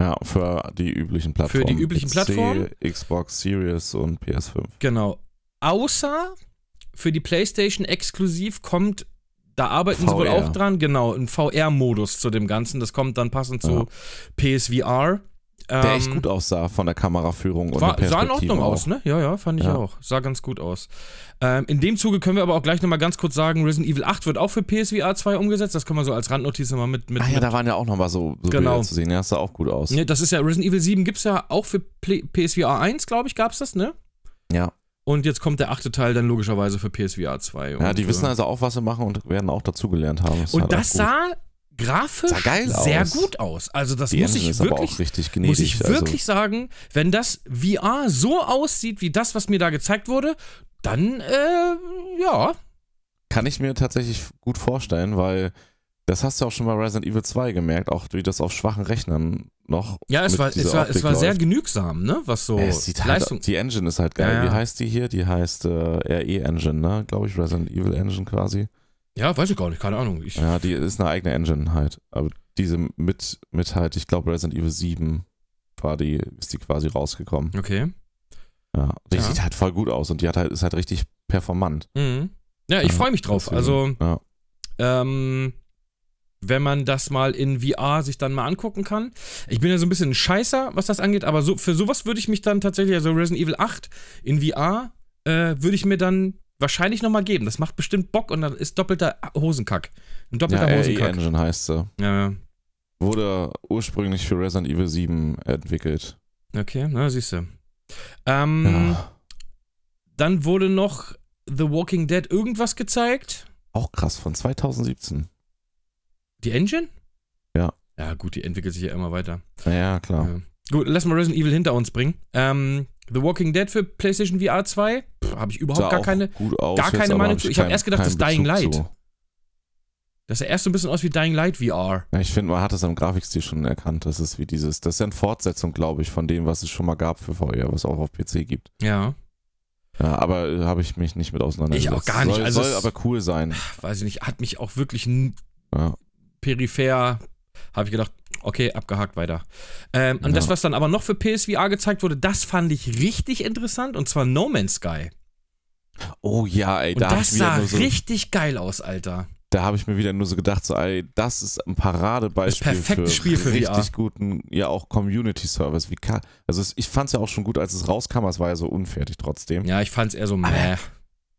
C: Ja, für die üblichen Plattformen.
B: Für die üblichen
C: PC,
B: Plattformen.
C: Xbox Series und PS5.
B: Genau. Außer für die PlayStation exklusiv kommt, da arbeiten sie wohl
C: VR.
B: auch dran, genau, ein VR-Modus zu dem Ganzen. Das kommt dann passend zu PSVR.
C: Der
B: Ähm,
C: echt gut aussah von der Kameraführung und
B: War,
C: der
B: sah in
C: Perspektive
B: Ordnung
C: auch.
B: aus, ne? Ja, ja, fand ich
C: Ja.
B: auch. Sah ganz gut aus. Ähm, in dem Zuge können wir aber auch gleich nochmal ganz kurz sagen, Resident Evil 8 wird auch für PSVR 2 umgesetzt. Das können wir so als Randnotiz nochmal mit, mit,
C: Ah ja,
B: mit
C: da waren ja auch nochmal so, so
B: Genau.
C: Bilder zu sehen. Ja, das sah auch gut aus.
B: Ne, das ist ja, Resident Evil 7 gibt es ja auch für Play PSVR 1, glaube ich, gab es das, ne?
C: Ja.
B: Und jetzt kommt der achte Teil dann logischerweise für PSVR 2.
C: Ja,
B: und,
C: die wissen
B: äh,
C: also auch, was sie machen und werden auch dazugelernt haben. ist
B: Und
C: halt auch
B: das
C: gut.
B: sah grafisch
C: Sah geil
B: sehr
C: aus.
B: gut aus. Also das
C: die
B: muss
C: Engine
B: ich
C: ist aber auch
B: wirklich,
C: richtig
B: muss
C: gnädig. also
B: ich wirklich sagen, wenn das VR so aussieht wie das, was mir da gezeigt wurde, dann, äh, ja.
C: Kann ich mir tatsächlich gut vorstellen, weil das hast du auch schon bei Resident Evil 2 gemerkt, auch wie das auf schwachen Rechnern noch.
B: Ja, es
C: mit
B: war, es
C: dieser
B: war, es
C: Optik
B: war sehr
C: läuft.
B: genügsam, ne? Was so
C: Ey, es sieht
B: Leistung.
C: Halt, die Engine ist halt geil.
B: Ja, ja.
C: Wie heißt die hier? Die heißt äh, RE Engine, ne? Glaube ich, Resident Evil Engine quasi.
B: ja, weiß ich gar nicht, keine Ahnung. Ich,
C: Ja, die ist eine eigene Engine halt. Aber diese mit, mit halt, ich glaube, Resident Evil 7 war die, ist die quasi rausgekommen.
B: Okay.
C: Ja. Die
B: Ja.
C: sieht halt voll gut aus und die hat halt, ist halt richtig performant.
B: Mhm. Ja, ich
C: Ja,
B: freue mich drauf.
C: Deswegen,
B: Also,
C: Ja.
B: ähm, wenn man das mal in VR sich dann mal angucken kann. Ich bin ja so ein bisschen ein Scheißer, was das angeht, aber so, für sowas würde ich mich dann tatsächlich, also Resident Evil 8 in VR, äh, würde ich mir dann wahrscheinlich nochmal geben. Das macht bestimmt Bock und dann ist doppelter Hosenkack. Ein
C: ja
B: doppelter
C: RE
B: Hosenkack.
C: Engine heißt sie.
B: Ja, ja.
C: Wurde ursprünglich für Resident Evil 7 entwickelt. Hm.
B: okay, na, siehst du. Ähm,
C: Ja.
B: Dann wurde noch The Walking Dead irgendwas gezeigt?
C: Auch krass, von 2017.
B: Die Engine?
C: Ja.
B: Ja, gut, die entwickelt sich ja immer weiter.
C: Ja, klar.
B: Ja. Gut, lass mal Resident Evil hinter uns bringen. Ähm, The Walking Dead für PlayStation VR 2? Habe ich
C: Sah
B: überhaupt gar
C: auch
B: keine.
C: gut aus,
B: gar
C: jetzt,
B: keine
C: aber
B: Meinung
C: hab
B: zu. Ich hab
C: keinen-
B: erst gedacht, das
C: keinen
B: ist Dying
C: Bezug
B: Light.
C: zu.
B: Das sah erst so ein bisschen aus wie Dying Light VR.
C: Ja, ich finde, man hat das am Grafikstil schon erkannt. Das ist wie dieses. Das ist ja eine Fortsetzung, glaube ich, von dem, was es schon mal gab für VR, was auch auf PC gibt.
B: Ja.
C: Ja, aber äh, habe ich mich nicht mit auseinandergesetzt.
B: Ich auch gar nicht,
C: Soll,
B: also
C: soll
B: es-
C: aber cool sein.
B: Weiß ich nicht, hat mich auch wirklich n-
C: Ja.
B: peripher. Habe ich gedacht, okay, abgehakt weiter. Ähm, Und
C: Ja.
B: das, was dann aber noch für PSVR gezeigt wurde, das fand ich richtig interessant. Und zwar No Man's Sky.
C: Oh ja, ey,
B: Und
C: da habe
B: das
C: ich, wieder
B: sah
C: nur so,
B: richtig geil aus, Alter.
C: da hab ich mir wieder nur so gedacht, so, ey, das ist ein Paradebeispiel
B: Das perfekte
C: für,
B: Spiel für
C: richtig
B: VR.
C: guten, ja auch Community-Service. Wie ka- also es, ich fand es ja auch schon gut, als es rauskam, aber es war ja so unfertig trotzdem.
B: Ja, ich fand's eher so
C: Aber-
B: meh.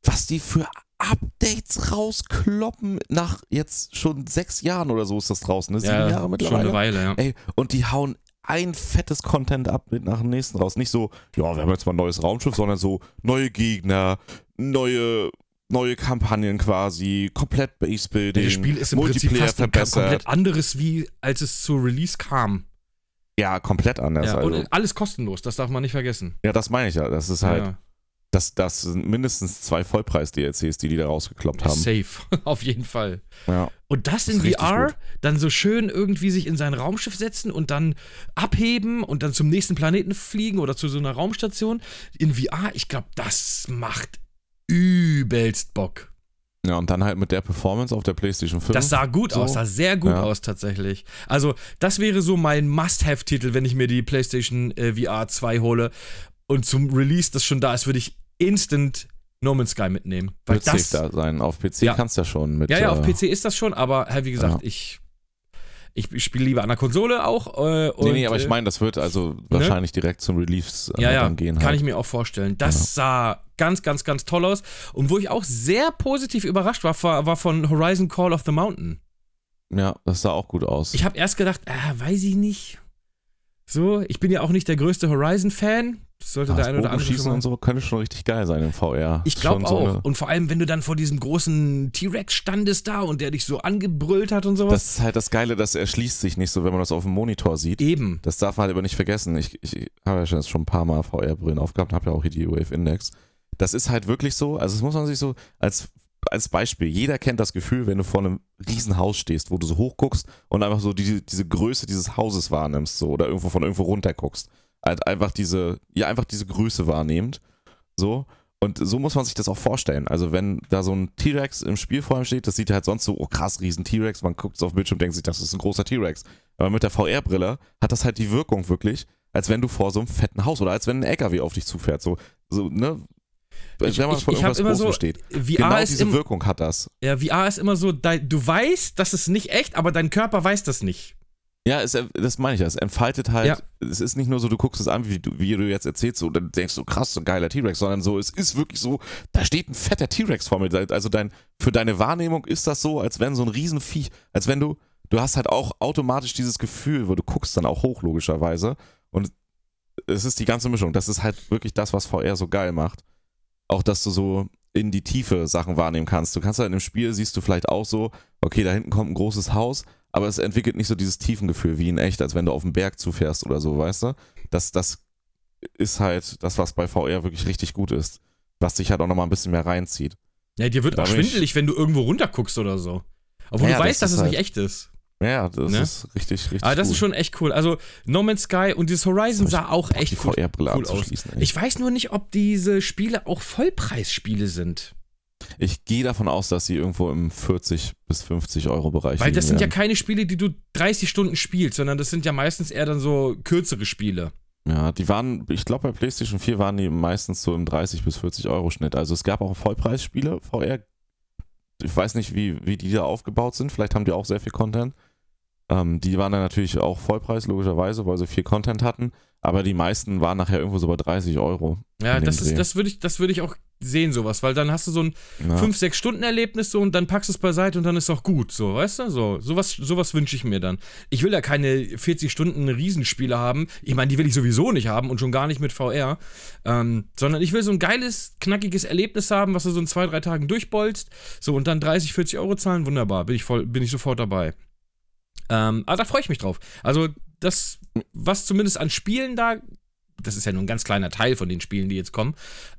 C: Was die für Updates rauskloppen nach jetzt schon sechs Jahren oder so ist das draußen, ne? Sieben
B: Ja,
C: Jahre
B: schon eine
C: mittlerweile.
B: Weile, ja.
C: Ey, und die hauen ein fettes Content-Update nach dem nächsten raus. Nicht so, ja, wir haben jetzt mal ein neues Raumschiff, sondern so neue Gegner, neue, neue Kampagnen quasi, komplett Base-Building.
B: Das Spiel ist im Prinzip
C: Multiplayer
B: fast ein ka-
C: verbessert.
B: komplett anderes, wie als es zu Release kam.
C: ja, komplett anders.
B: Ja,
C: also.
B: Und alles kostenlos, das darf man nicht vergessen.
C: ja, das meine ich ja. Das ist halt,
B: Ja,
C: das, das sind mindestens zwei Vollpreis-DLCs, die die da rausgekloppt haben.
B: Safe, auf jeden Fall.
C: Ja.
B: Und das
C: Ist
B: in
C: richtig
B: VR,
C: gut.
B: dann so schön irgendwie sich in sein Raumschiff setzen und dann abheben und dann zum nächsten Planeten fliegen oder zu so einer Raumstation. In VR, ich glaube, das macht übelst Bock.
C: ja, und dann halt mit der Performance auf der PlayStation 5.
B: Das sah gut
C: so.
B: aus, sah sehr gut
C: Ja.
B: aus tatsächlich. Also, das wäre so mein Must-Have-Titel, wenn ich mir die PlayStation äh, VR 2 hole und zum Release, das schon da ist, würde ich instant No Man's Sky mitnehmen. Weil
C: witzig
B: das,
C: da sein. Auf PC
B: Ja.
C: kannst du ja schon mit.
B: ja, ja,
C: äh,
B: auf PC ist das schon, aber äh, wie gesagt, ich, ich spiele lieber an der Konsole auch. Äh, und,
C: Nee, nee, aber ich
B: äh,
C: meine, das wird also wahrscheinlich direkt zum Release äh,
B: ja, ja,
C: dann gehen.
B: kann
C: halt.
B: ich mir auch vorstellen. Das sah ganz, ganz, ganz toll aus. Und wo ich auch sehr positiv überrascht war, war, war von Horizon Call of the Mountain.
C: Ja, das sah auch gut aus.
B: Ich habe erst gedacht, ah, weiß ich nicht. So, ich bin ja auch nicht der größte Horizon-Fan. Das sollte
C: Ah,
B: der
C: das
B: eine oder andere
C: Bogenschießen
B: schon
C: und
B: mal.
C: so könnte schon richtig geil sein im VR.
B: Ich
C: Schon
B: glaube
C: so ne?
B: auch.
C: eine-
B: und vor allem, wenn du dann vor diesem großen T-Rex standest da und der dich so angebrüllt hat und sowas.
C: das ist halt das Geile, das erschließt sich nicht so, wenn man das auf dem Monitor sieht.
B: Eben.
C: Das darf man halt aber nicht vergessen. Ich, ich habe ja schon- jetzt schon ein paar Mal VR-Brillen aufgehabt und habe ja auch hier die Wave Index. Das ist halt wirklich so, also das muss man sich so als, als Beispiel, jeder kennt das Gefühl, wenn du vor einem Riesenhaus stehst, wo du so hoch guckst und einfach so diese, diese Größe dieses Hauses wahrnimmst so, oder irgendwo von irgendwo runter guckst. Halt einfach diese, ja, einfach diese Größe wahrnehmt. So. Und so muss man sich das auch vorstellen. Also, wenn da so ein T-Rex im Spiel vor einem steht, das sieht halt sonst so, oh krass, riesen T-Rex. Man guckt es auf dem Bildschirm, denkt sich, das ist ein großer T-Rex. Aber mit der VR-Brille hat das halt die Wirkung wirklich, als wenn du vor so einem fetten Haus oder als wenn ein LKW auf dich zufährt. So, so ne?
B: Ich-
C: wenn man
B: ich-
C: vor
B: ich hab
C: irgendwas
B: immer
C: Großem
B: so-
C: steht.
B: VR,
C: Genau
B: ist
C: diese
B: im,
C: Wirkung hat das.
B: ja, VR ist immer so, dein, du weißt, das ist nicht echt, aber dein Körper weiß das nicht.
C: Ja, es, das meine ich ja. Es entfaltet halt,
B: Ja.
C: es ist nicht nur so, du guckst es an, wie du, wie du jetzt erzählst, so, dann denkst du, krass, so ein geiler T-Rex, sondern so, es ist wirklich so, da steht ein fetter T-Rex vor mir. Also dein, für deine Wahrnehmung ist das so, als wenn so ein Riesenvieh, als wenn du, du hast halt auch automatisch dieses Gefühl, wo du guckst dann auch hoch, logischerweise. Und es ist die ganze Mischung. Das ist halt wirklich das, was VR so geil macht. Auch, dass du so in die Tiefe Sachen wahrnehmen kannst. Du kannst halt im Spiel, siehst du vielleicht auch so, okay, da hinten kommt ein großes Haus, aber es entwickelt nicht so dieses Tiefengefühl wie in echt, als wenn du auf den Berg zufährst oder so, weißt du? Das, das ist halt das, was bei VR wirklich richtig gut ist. Was dich halt auch nochmal ein bisschen mehr reinzieht.
B: Ja, dir wird
C: Da
B: auch
C: bin ich-
B: schwindelig, wenn du irgendwo runterguckst oder so. Obwohl
C: Ja,
B: du
C: das
B: weißt, dass
C: ist
B: es nicht
C: halt-
B: echt ist.
C: Ja, das
B: Ne?
C: ist richtig, richtig
B: Aber das
C: gut.
B: ist schon echt cool. Also No Man's Sky und dieses Horizon
C: Das hab
B: sah auch
C: Boah, die
B: echt cool.
C: VR-Brille
B: cool aus.
C: anzuschließen. ey.
B: Ich weiß nur nicht, ob diese Spiele auch Vollpreisspiele sind.
C: Ich gehe davon aus, dass sie irgendwo im 40 bis 50 Euro Bereich
B: Weil das
C: liegen
B: sind ja
C: werden.
B: keine Spiele, die du 30 Stunden spielst, sondern das sind ja meistens eher dann so kürzere Spiele.
C: Ja, die waren, ich glaube bei PlayStation 4 waren die meistens so im 30 bis 40 Euro Schnitt. Also es gab auch Vollpreisspiele, VR. Ich weiß nicht, wie, wie die da aufgebaut sind. Vielleicht haben die auch sehr viel Content. Ähm, die waren dann natürlich auch Vollpreis, logischerweise, weil sie viel Content hatten. Aber die meisten waren nachher irgendwo so bei 30 Euro.
B: Ja,
C: in
B: das,
C: dem
B: ist-
C: Dreh.
B: das würde ich, das würd ich auch sehen, sowas, weil dann hast du so ein
C: Ja.
B: 5-6 Stunden Erlebnis so und dann packst du es beiseite und dann ist auch gut, so, weißt du? So, sowas, sowas wünsche ich mir dann. Ich will ja keine 40 Stunden Riesenspiele haben. Ich meine, die will ich sowieso nicht haben und schon gar nicht mit VR. Ähm, sondern ich will so ein geiles, knackiges Erlebnis haben, was du so in zwei, drei Tagen durchbolzt. So, und dann 30, 40 Euro zahlen, wunderbar. Bin ich voll, bin ich sofort dabei. Ähm, aber da freue ich mich drauf. Also, das, was zumindest an Spielen da, das ist ja nur ein ganz kleiner Teil von den Spielen, die jetzt kommen,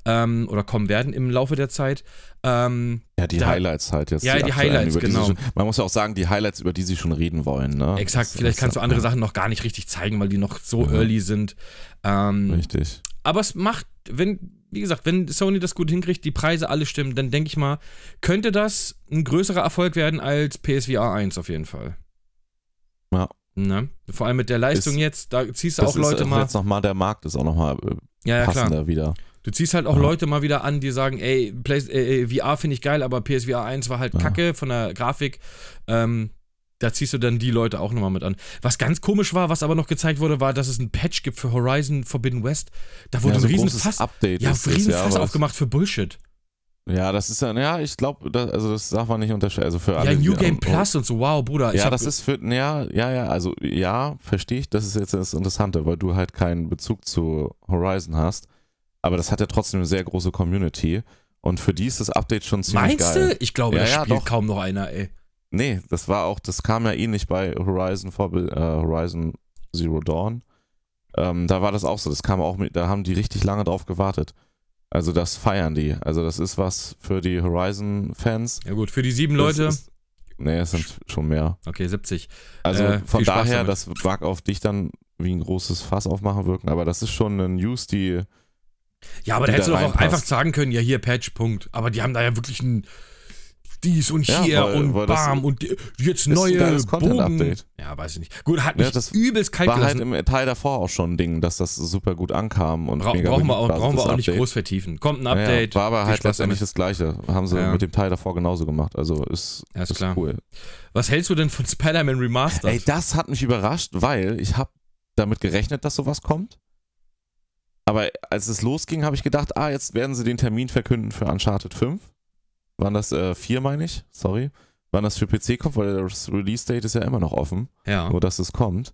B: ähm, oder kommen werden im Laufe der Zeit. Ähm,
C: Ja, die
B: Da-
C: Highlights halt jetzt.
B: Ja, die
C: aktuellen,
B: Highlights,
C: über die sie
B: genau.
C: Schon, man muss ja auch sagen, die Highlights, über die sie schon reden wollen. Ne?
B: Exakt,
C: Das-
B: vielleicht
C: das-
B: kannst du andere
C: ja,
B: Sachen noch gar nicht richtig zeigen, weil die noch so
C: Ja.
B: early sind. Ähm,
C: Richtig.
B: aber es macht, wenn, wie gesagt, wenn Sony das gut hinkriegt, die Preise alle stimmen, dann denke ich mal, könnte das ein größerer Erfolg werden als PSVR 1 auf jeden Fall.
C: Ja.
B: Ne? Vor allem mit der Leistung
C: Ist-
B: jetzt, da ziehst du
C: Das
B: auch Leute
C: ist
B: mal.
C: jetzt nochmal, der Markt ist auch nochmal
B: Ja, ja, klar.
C: passender wieder.
B: Du ziehst halt auch
C: Ja.
B: Leute mal wieder an, die sagen, ey, Play äh, VR finde ich geil, aber PSVR 1 war halt
C: Ja.
B: kacke von der Grafik. Ähm, da ziehst du dann die Leute auch nochmal mit an. Was ganz komisch war, was aber noch gezeigt wurde, war, dass es einen Patch gibt für Horizon Forbidden West. Da wurde
C: ja, so
B: ein
C: großes
B: Riesenfass,
C: Update
B: ja,
C: ist
B: ein
C: das,
B: Riesenfass
C: aber das-
B: aufgemacht für Bullshit.
C: Ja, das ist dann, ja, ich glaube, das, also das darf man nicht unterscheiden. Also für alle,
B: ja, New
C: die-
B: Game
C: oh,
B: Plus und so, wow, Bruder. ich
C: Ja,
B: hab-
C: das ist für, ja, ja, ja, also ja, verstehe ich, das ist jetzt das Interessante, weil du halt keinen Bezug zu Horizon hast, aber das hat ja trotzdem eine sehr große Community und für die ist das Update schon ziemlich
B: Meinst
C: geil.
B: du? Ich glaube,
C: Ja,
B: das
C: ja,
B: spielt
C: doch.
B: kaum noch einer, ey.
C: Nee, das war auch, das kam ja ähnlich bei Horizon, vor, äh, Horizon Zero Dawn. Ähm, da war das auch so, das kam auch mit, da haben die richtig lange drauf gewartet. Also das feiern die. Also das ist was für die Horizon-Fans.
B: Ja gut, für die sieben
C: Das
B: Leute,
C: Ist, nee, es sind schon mehr.
B: okay, 70.
C: Also
B: Äh,
C: von
B: viel Spaß
C: daher,
B: damit.
C: das mag auf dich dann wie ein großes Fass aufmachen wirken, aber das ist schon eine News, die.
B: Ja, aber
C: die
B: da hättest du
C: da
B: doch auch
C: reinpasst.
B: einfach sagen können, ja, hier Patch, Punkt. Aber die haben da ja wirklich ein dies und
C: Ja,
B: hier
C: weil-
B: und
C: weil das
B: bam und die- jetzt
C: ein
B: neue
C: geiles
B: Bogen.
C: Content-Update.
B: Ja, weiß ich nicht. Gut, hat
C: Ja,
B: mich
C: das
B: übelst kalt
C: War halt
B: gelassen.
C: im Teil davor auch schon ein Ding, dass das super gut ankam und
B: Bra
C: mega
B: brauchen wir
C: beliebt
B: auch,
C: war,
B: brauchen wir
C: das
B: auch nicht
C: Update.
B: groß vertiefen. Kommt ein Update.
C: Ja, war aber
B: viel
C: halt
B: Spaß
C: letztendlich
B: damit.
C: das Gleiche. Haben sie
B: Ja.
C: mit dem Teil davor genauso gemacht. Also ist,
B: Ja, ist
C: ist
B: klar.
C: cool.
B: Was hältst du denn von Spider-Man Remastered?
C: Ey, das hat mich überrascht, weil ich habe damit gerechnet, dass sowas kommt. Aber als es losging, habe ich gedacht, ah, jetzt werden sie den Termin verkünden für Uncharted 5. Wann das, äh, 4 meine ich, sorry. Wann das für PC kommt, weil das Release-Date ist ja immer noch offen,
B: ja.
C: nur dass es kommt.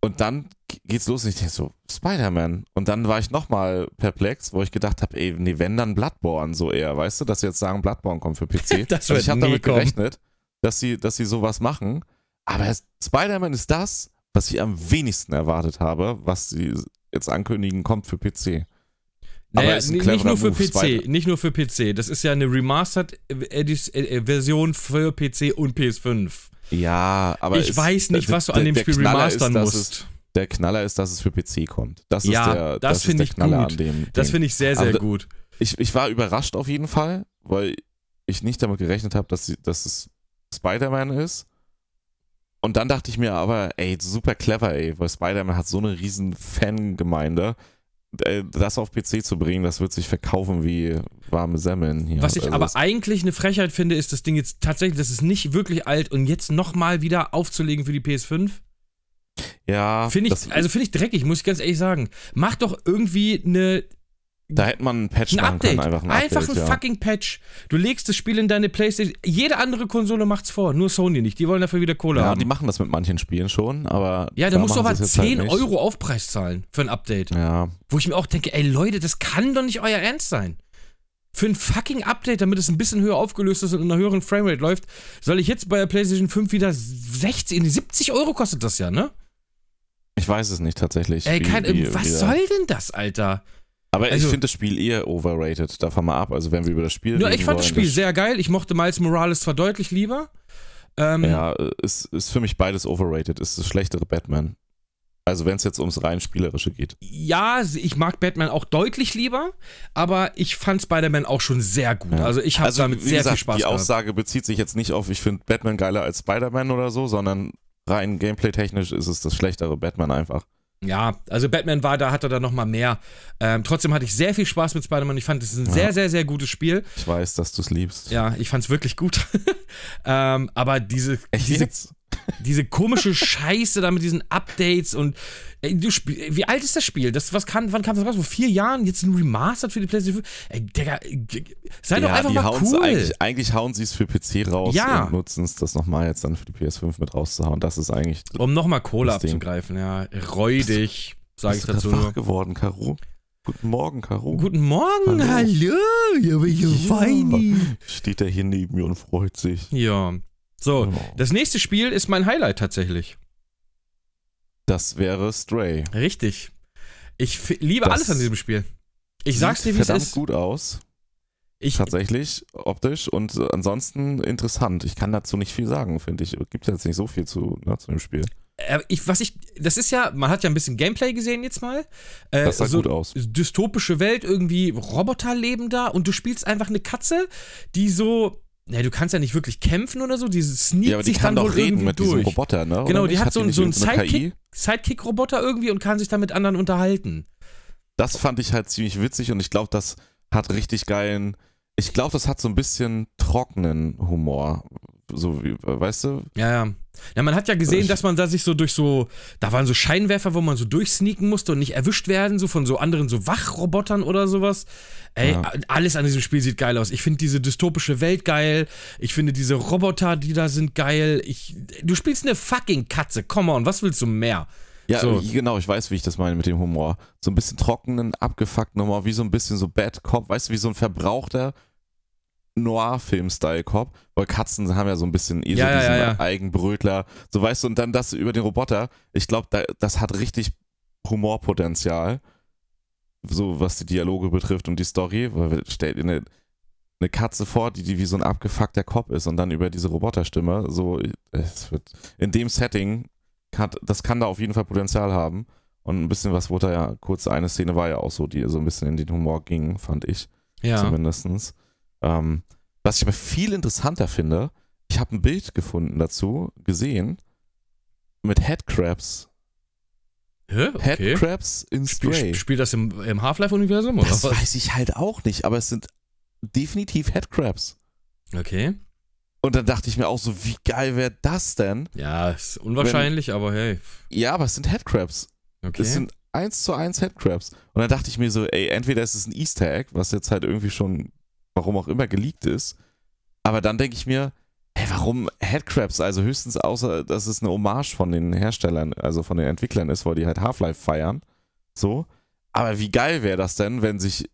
C: Und dann g- geht's los und ich denke so, Spider-Man. Und dann war ich nochmal perplex, wo ich gedacht habe, ey, nee, wenn dann Bloodborne so eher, weißt du, dass sie jetzt sagen, Bloodborne kommt für PC.
B: Das
C: also
B: wird
C: ich habe
B: nie
C: damit
B: kommen.
C: gerechnet, dass sie, dass sie sowas machen. Aber es- Spider-Man ist das, was ich am wenigsten erwartet habe, was sie jetzt ankündigen, kommt für PC. aber
B: Naja,
C: ist ein
B: ni- nicht
C: cleverer
B: nur für
C: Move,
B: PC,
C: Spider-
B: nicht nur für PC. Das ist ja eine Remastered-Version äh, für PC und PS5.
C: Ja, aber
B: ich
C: es-
B: weiß nicht,
C: der-
B: was du
C: der-
B: an dem
C: der
B: Spiel
C: Knaller
B: remastern
C: ist, dass es-
B: musst.
C: Der Knaller ist, dass es für PC kommt. Das
B: Ja,
C: ist der,
B: das
C: ist
B: finde
C: der
B: ich
C: Knaller
B: gut.
C: an dem.
B: Das
C: Ding.
B: finde ich sehr, sehr
C: Aber da-
B: gut.
C: Ich, ich war überrascht auf jeden Fall, weil ich nicht damit gerechnet habe, dass, sie- dass es Spider-Man ist. Und dann dachte ich mir aber, ey, super clever, ey, weil Spider-Man hat so eine riesen Fangemeinde. Äh, Das auf PC zu bringen, das wird sich verkaufen wie warme Semmeln hier.
B: Was ich
C: Also
B: aber
C: das-
B: eigentlich eine Frechheit finde, ist das Ding jetzt tatsächlich, das ist nicht wirklich alt und jetzt nochmal wieder aufzulegen für die PS5.
C: ja,
B: Finde
C: das,
B: ich, also finde ich dreckig, muss ich ganz ehrlich sagen. Mach doch irgendwie eine,
C: da hätte man einen Patch
B: ein
C: machen
B: Update.
C: können, einfach ein Update. ja.
B: fucking Patch. Du legst das Spiel in deine Playstation. Jede andere Konsole macht's vor, nur Sony nicht. Die wollen dafür wieder Kohle
C: ja,
B: haben.
C: die machen das mit manchen Spielen schon, aber.
B: ja, da musst du
C: machen
B: aber
C: sie es jetzt
B: 10
C: halt nicht.
B: Euro Aufpreis zahlen für ein Update.
C: Ja,
B: Wo ich mir auch denke, ey Leute, das kann doch nicht euer Ernst sein. Für ein fucking Update, damit es ein bisschen höher aufgelöst ist und in einer höheren Framerate läuft, soll ich jetzt bei der PlayStation 5 wieder 16, 70 Euro kostet das ja, ne?
C: ich weiß es nicht tatsächlich.
B: Ey,
C: wie-
B: kein,
C: wie-
B: was
C: wie da-
B: soll denn das, Alter?
C: Aber
B: Also-
C: ich finde das Spiel eher overrated, davon mal ab. Also wenn wir über das Spiel
B: Nur
C: reden
B: ich fand das
C: wollen,
B: Spiel sehr geil. Ich mochte Miles Morales zwar deutlich lieber. Ähm,
C: Ja, ist, ist für mich beides overrated. Ist das schlechtere Batman. Also wenn es jetzt ums rein Spielerische geht.
B: ja, ich mag Batman auch deutlich lieber, aber ich fand Spider-Man auch schon sehr gut.
C: Ja.
B: Also ich habe
C: also
B: damit
C: wie
B: sehr
C: gesagt,
B: viel Spaß
C: die
B: gehabt.
C: Aussage bezieht sich jetzt nicht auf, ich finde Batman geiler als Spider-Man oder so, sondern rein gameplay-technisch ist es das schlechtere Batman einfach.
B: Ja, also Batman war da, hatte da nochmal mehr. Ähm, trotzdem hatte ich sehr viel Spaß mit Spider-Man. Ich fand, es ist ein
C: Ja.
B: sehr, sehr, sehr gutes Spiel.
C: Ich weiß, dass du es liebst.
B: Ja, ich fand's wirklich gut. ähm, aber diese,
C: Echt
B: diese
C: jetzt?
B: Diese komische Scheiße da mit diesen Updates und ey, du spiel, wie alt ist das Spiel? Das, was kann, wann kam das raus? Vor vier Jahren? Jetzt ein Remastered für die PlayStation 5? Ey, Digga, g- g- sei doch einfach
C: die
B: mal
C: hauen's
B: cool.
C: eigentlich, eigentlich hauen sie es für PC raus
B: Ja.
C: und nutzen es das nochmal jetzt dann für die PS5 mit rauszuhauen. Das ist eigentlich.
B: Um nochmal Kohle
C: Das Ding.
B: abzugreifen, ja. Räudig, sage ich
C: Bist du
B: dazu
C: grad wach
B: halt nur.
C: geworden, Karo. Guten Morgen, Karo.
B: Guten Morgen, hallo,
C: Hallo.
B: hallo Giovanni.
C: Steht er hier neben mir und freut sich. Genau.
B: Ja. So, Oh, das nächste Spiel ist mein Highlight tatsächlich.
C: Das wäre Stray.
B: Richtig. Ich f- liebe
C: Das
B: alles an diesem Spiel. Ich sag's dir,
C: Sieht
B: wie es
C: verdammt
B: ist.
C: gut aus,
B: Ich,
C: tatsächlich, optisch und äh, ansonsten interessant. Ich kann dazu nicht viel sagen, finde ich. Gibt jetzt nicht so viel zu, ne, zu dem Spiel.
B: äh, ich, was ich, das ist ja, man hat ja ein bisschen Gameplay gesehen jetzt mal. Äh,
C: Das sah
B: so
C: gut aus.
B: dystopische Welt, irgendwie Roboter leben da und du spielst einfach eine Katze, die so, na, du kannst ja nicht wirklich kämpfen oder so, die sneakt
C: Ja, aber die
B: sich dann
C: kann doch
B: wohl
C: reden
B: irgendwie
C: mit
B: durch.
C: diesem Roboter, ne?
B: Genau,
C: Oder
B: die
C: nicht?
B: hat so einen-
C: nicht
B: so einen
C: irgendeine KI?
B: Sidekick. Sidekick-Roboter irgendwie und kann sich dann mit anderen unterhalten.
C: Das fand ich halt ziemlich witzig und ich glaube, das hat richtig geilen. Ich glaube, das hat so ein bisschen trockenen Humor. So wie, äh, weißt du?
B: Ja, ja. Ja, man hat ja gesehen,
C: Ich-
B: dass man da sich so durch so, da waren so Scheinwerfer, wo man so durchsneaken musste und nicht erwischt werden, so von so anderen so Wachrobotern oder sowas. Ey,
C: Ja.
B: a- alles an diesem Spiel sieht geil aus. Ich finde diese dystopische Welt geil. Ich finde diese Roboter, die da sind, geil. Ich, du spielst eine fucking Katze. Come on, was willst du mehr?
C: Ja,
B: So.
C: ich- genau, ich weiß, wie ich das meine mit dem Humor. So ein bisschen trockenen, abgefuckten Humor, wie so ein bisschen so Bad Cop, weißt du, wie so ein verbrauchter Noir-Film-Style-Cop, weil Katzen haben ja so ein bisschen eh
B: Ja,
C: so
B: ja,
C: diesen
B: ja, ja.
C: Eigenbrötler, so weißt du, und dann das über den Roboter, ich glaube, da, das hat richtig Humorpotenzial, so was die Dialoge betrifft und die Story, weil stellt ihr eine, eine Katze vor, die, die wie so ein abgefuckter Cop ist und dann über diese Roboterstimme, so, es wird, in dem Setting, hat, das kann da auf jeden Fall Potenzial haben. Und ein bisschen was wurde da ja, kurz eine Szene war ja auch so, die so ein bisschen in den Humor ging, fand ich
B: Ja.
C: zumindestens. Ähm, was ich aber viel interessanter finde, ich habe ein Bild gefunden dazu, gesehen, mit Headcrabs.
B: Hä? Okay.
C: Headcrabs in
B: Spiel,
C: Stray.
B: sp- spielt das im, im Half-Life-Universum oder
C: Das
B: was?
C: weiß ich halt auch nicht, aber es sind definitiv Headcrabs.
B: Okay.
C: Und dann dachte ich mir auch so, wie geil wäre das denn?
B: Ja, ist unwahrscheinlich, aber hey.
C: Ja, aber es sind Headcrabs.
B: Okay.
C: Es sind eins zu eins Headcrabs. Und dann dachte ich mir so, ey, entweder ist es ein Easter Egg, was jetzt halt irgendwie schon, warum auch immer, geleakt ist. Aber dann denke ich mir, hey, warum Headcrabs? Also höchstens außer, dass es eine Hommage von den Herstellern, also von den Entwicklern ist, weil die halt Half-Life feiern. So. Aber wie geil wäre das denn, wenn sich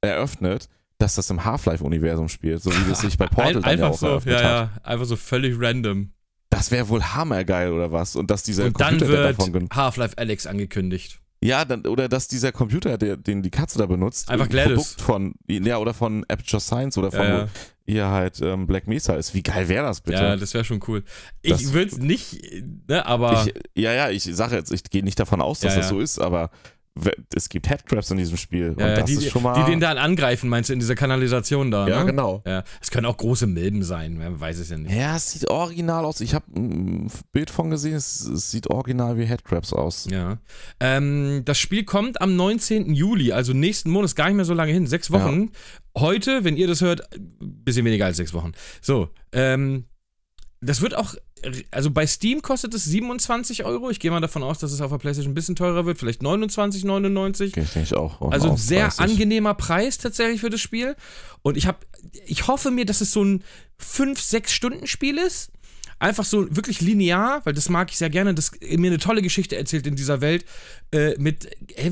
C: eröffnet, dass das im Half-Life-Universum spielt, so wie das sich bei Portal dann
B: Ein,
C: ja
B: einfach
C: auch
B: so,
C: eröffnet
B: ja,
C: hat.
B: ja, einfach so völlig random.
C: Das wäre wohl hammergeil oder was. Und dass dieser
B: Und dann
C: Computer, der
B: wird
C: davon gen-
B: Half-Life Alex angekündigt.
C: Ja, dann, oder dass dieser Computer, der, den die Katze da benutzt,
B: Einfach
C: ein
B: Gladys.
C: Produkt von, ja, oder von Aperture Science oder von
B: Ja, ja.
C: ihr halt ähm, Black Mesa ist. Wie geil wäre das
B: ja,
C: bitte?
B: das wäre schon cool. Ich
C: Das-
B: würde nicht, ne, aber
C: ich, ja, ja, ich sage jetzt, ich gehe nicht davon aus, dass
B: Ja,
C: das
B: ja.
C: so ist, aber we- es gibt Headcrabs in diesem Spiel
B: ja,
C: und
B: ja,
C: das
B: äh, die,
C: ist schon mal.
B: die den dann angreifen, meinst du, in dieser Kanalisation da,
C: ja,
B: ne?
C: genau.
B: Ja, es können auch große Milben sein, man weiß es ja nicht.
C: Ja, es sieht original aus. Ich habe ein Bild von gesehen, es, es sieht original wie Headcrabs aus.
B: Ja. Ähm, das Spiel kommt am 19. Juli, also nächsten Monat, ist gar nicht mehr so lange hin, sechs Wochen. Heute, wenn ihr das hört, ein bisschen weniger als sechs Wochen. So, ähm, das wird auch, also bei Steam kostet es 27 Euro. Ich gehe mal davon aus, dass es auf der PlayStation ein bisschen teurer wird, vielleicht 29,99.
C: Geh ich denke auch.
B: Also ein
C: auf
B: sehr
C: 30.
B: angenehmer Preis tatsächlich für das Spiel. Und ich habe, ich hoffe mir, dass es so ein 5-6-Stunden-Spiel ist. Einfach so wirklich linear, weil das mag ich sehr gerne. Das mir eine tolle Geschichte erzählt in dieser Welt. Äh, mit äh,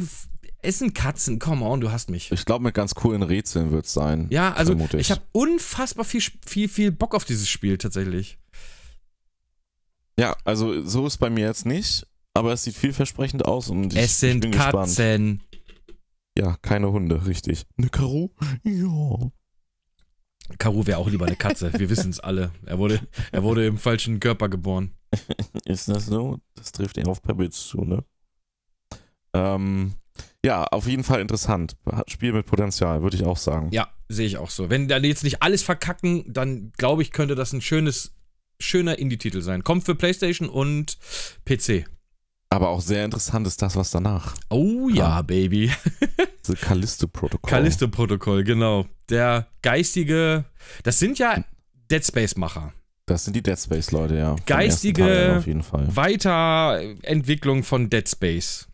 B: Essen, Katzen, come on, du hast mich.
C: Ich glaube, mit ganz coolen Rätseln wird es sein.
B: Ja, also
C: vermute
B: ich habe unfassbar viel, Sp- viel, viel Bock auf dieses Spiel tatsächlich.
C: Ja, also so ist bei mir jetzt nicht, aber es sieht vielversprechend aus und ich,
B: es sind
C: ich bin gespannt.
B: Katzen.
C: Ja, keine Hunde, richtig. Eine Karo? Ja.
B: Karu wäre auch lieber eine Katze, wir wissen es alle. Er wurde, er wurde im falschen Körper geboren.
C: Ist das so? Das trifft eher auf Pebbles zu, ne? Ähm, ja, auf jeden Fall interessant. Hat- Spiel mit Potenzial, würde ich auch sagen.
B: Ja, sehe ich auch so. Wenn da jetzt nicht alles verkacken, dann glaube ich, könnte das ein schönes, schöner Indie-Titel sein. Kommt für PlayStation und PC.
C: Aber auch sehr interessant ist das, was danach.
B: Oh ja, Baby.
C: The Callisto-Protokoll.
B: Callisto-Protokoll, genau. Der geistige. Das sind ja Dead Space-Macher.
C: Das sind die Dead Space Leute, ja. Vom
B: Geistige-
C: ersten Teil Auf jeden Fall.
B: Weiterentwicklung von Dead Space.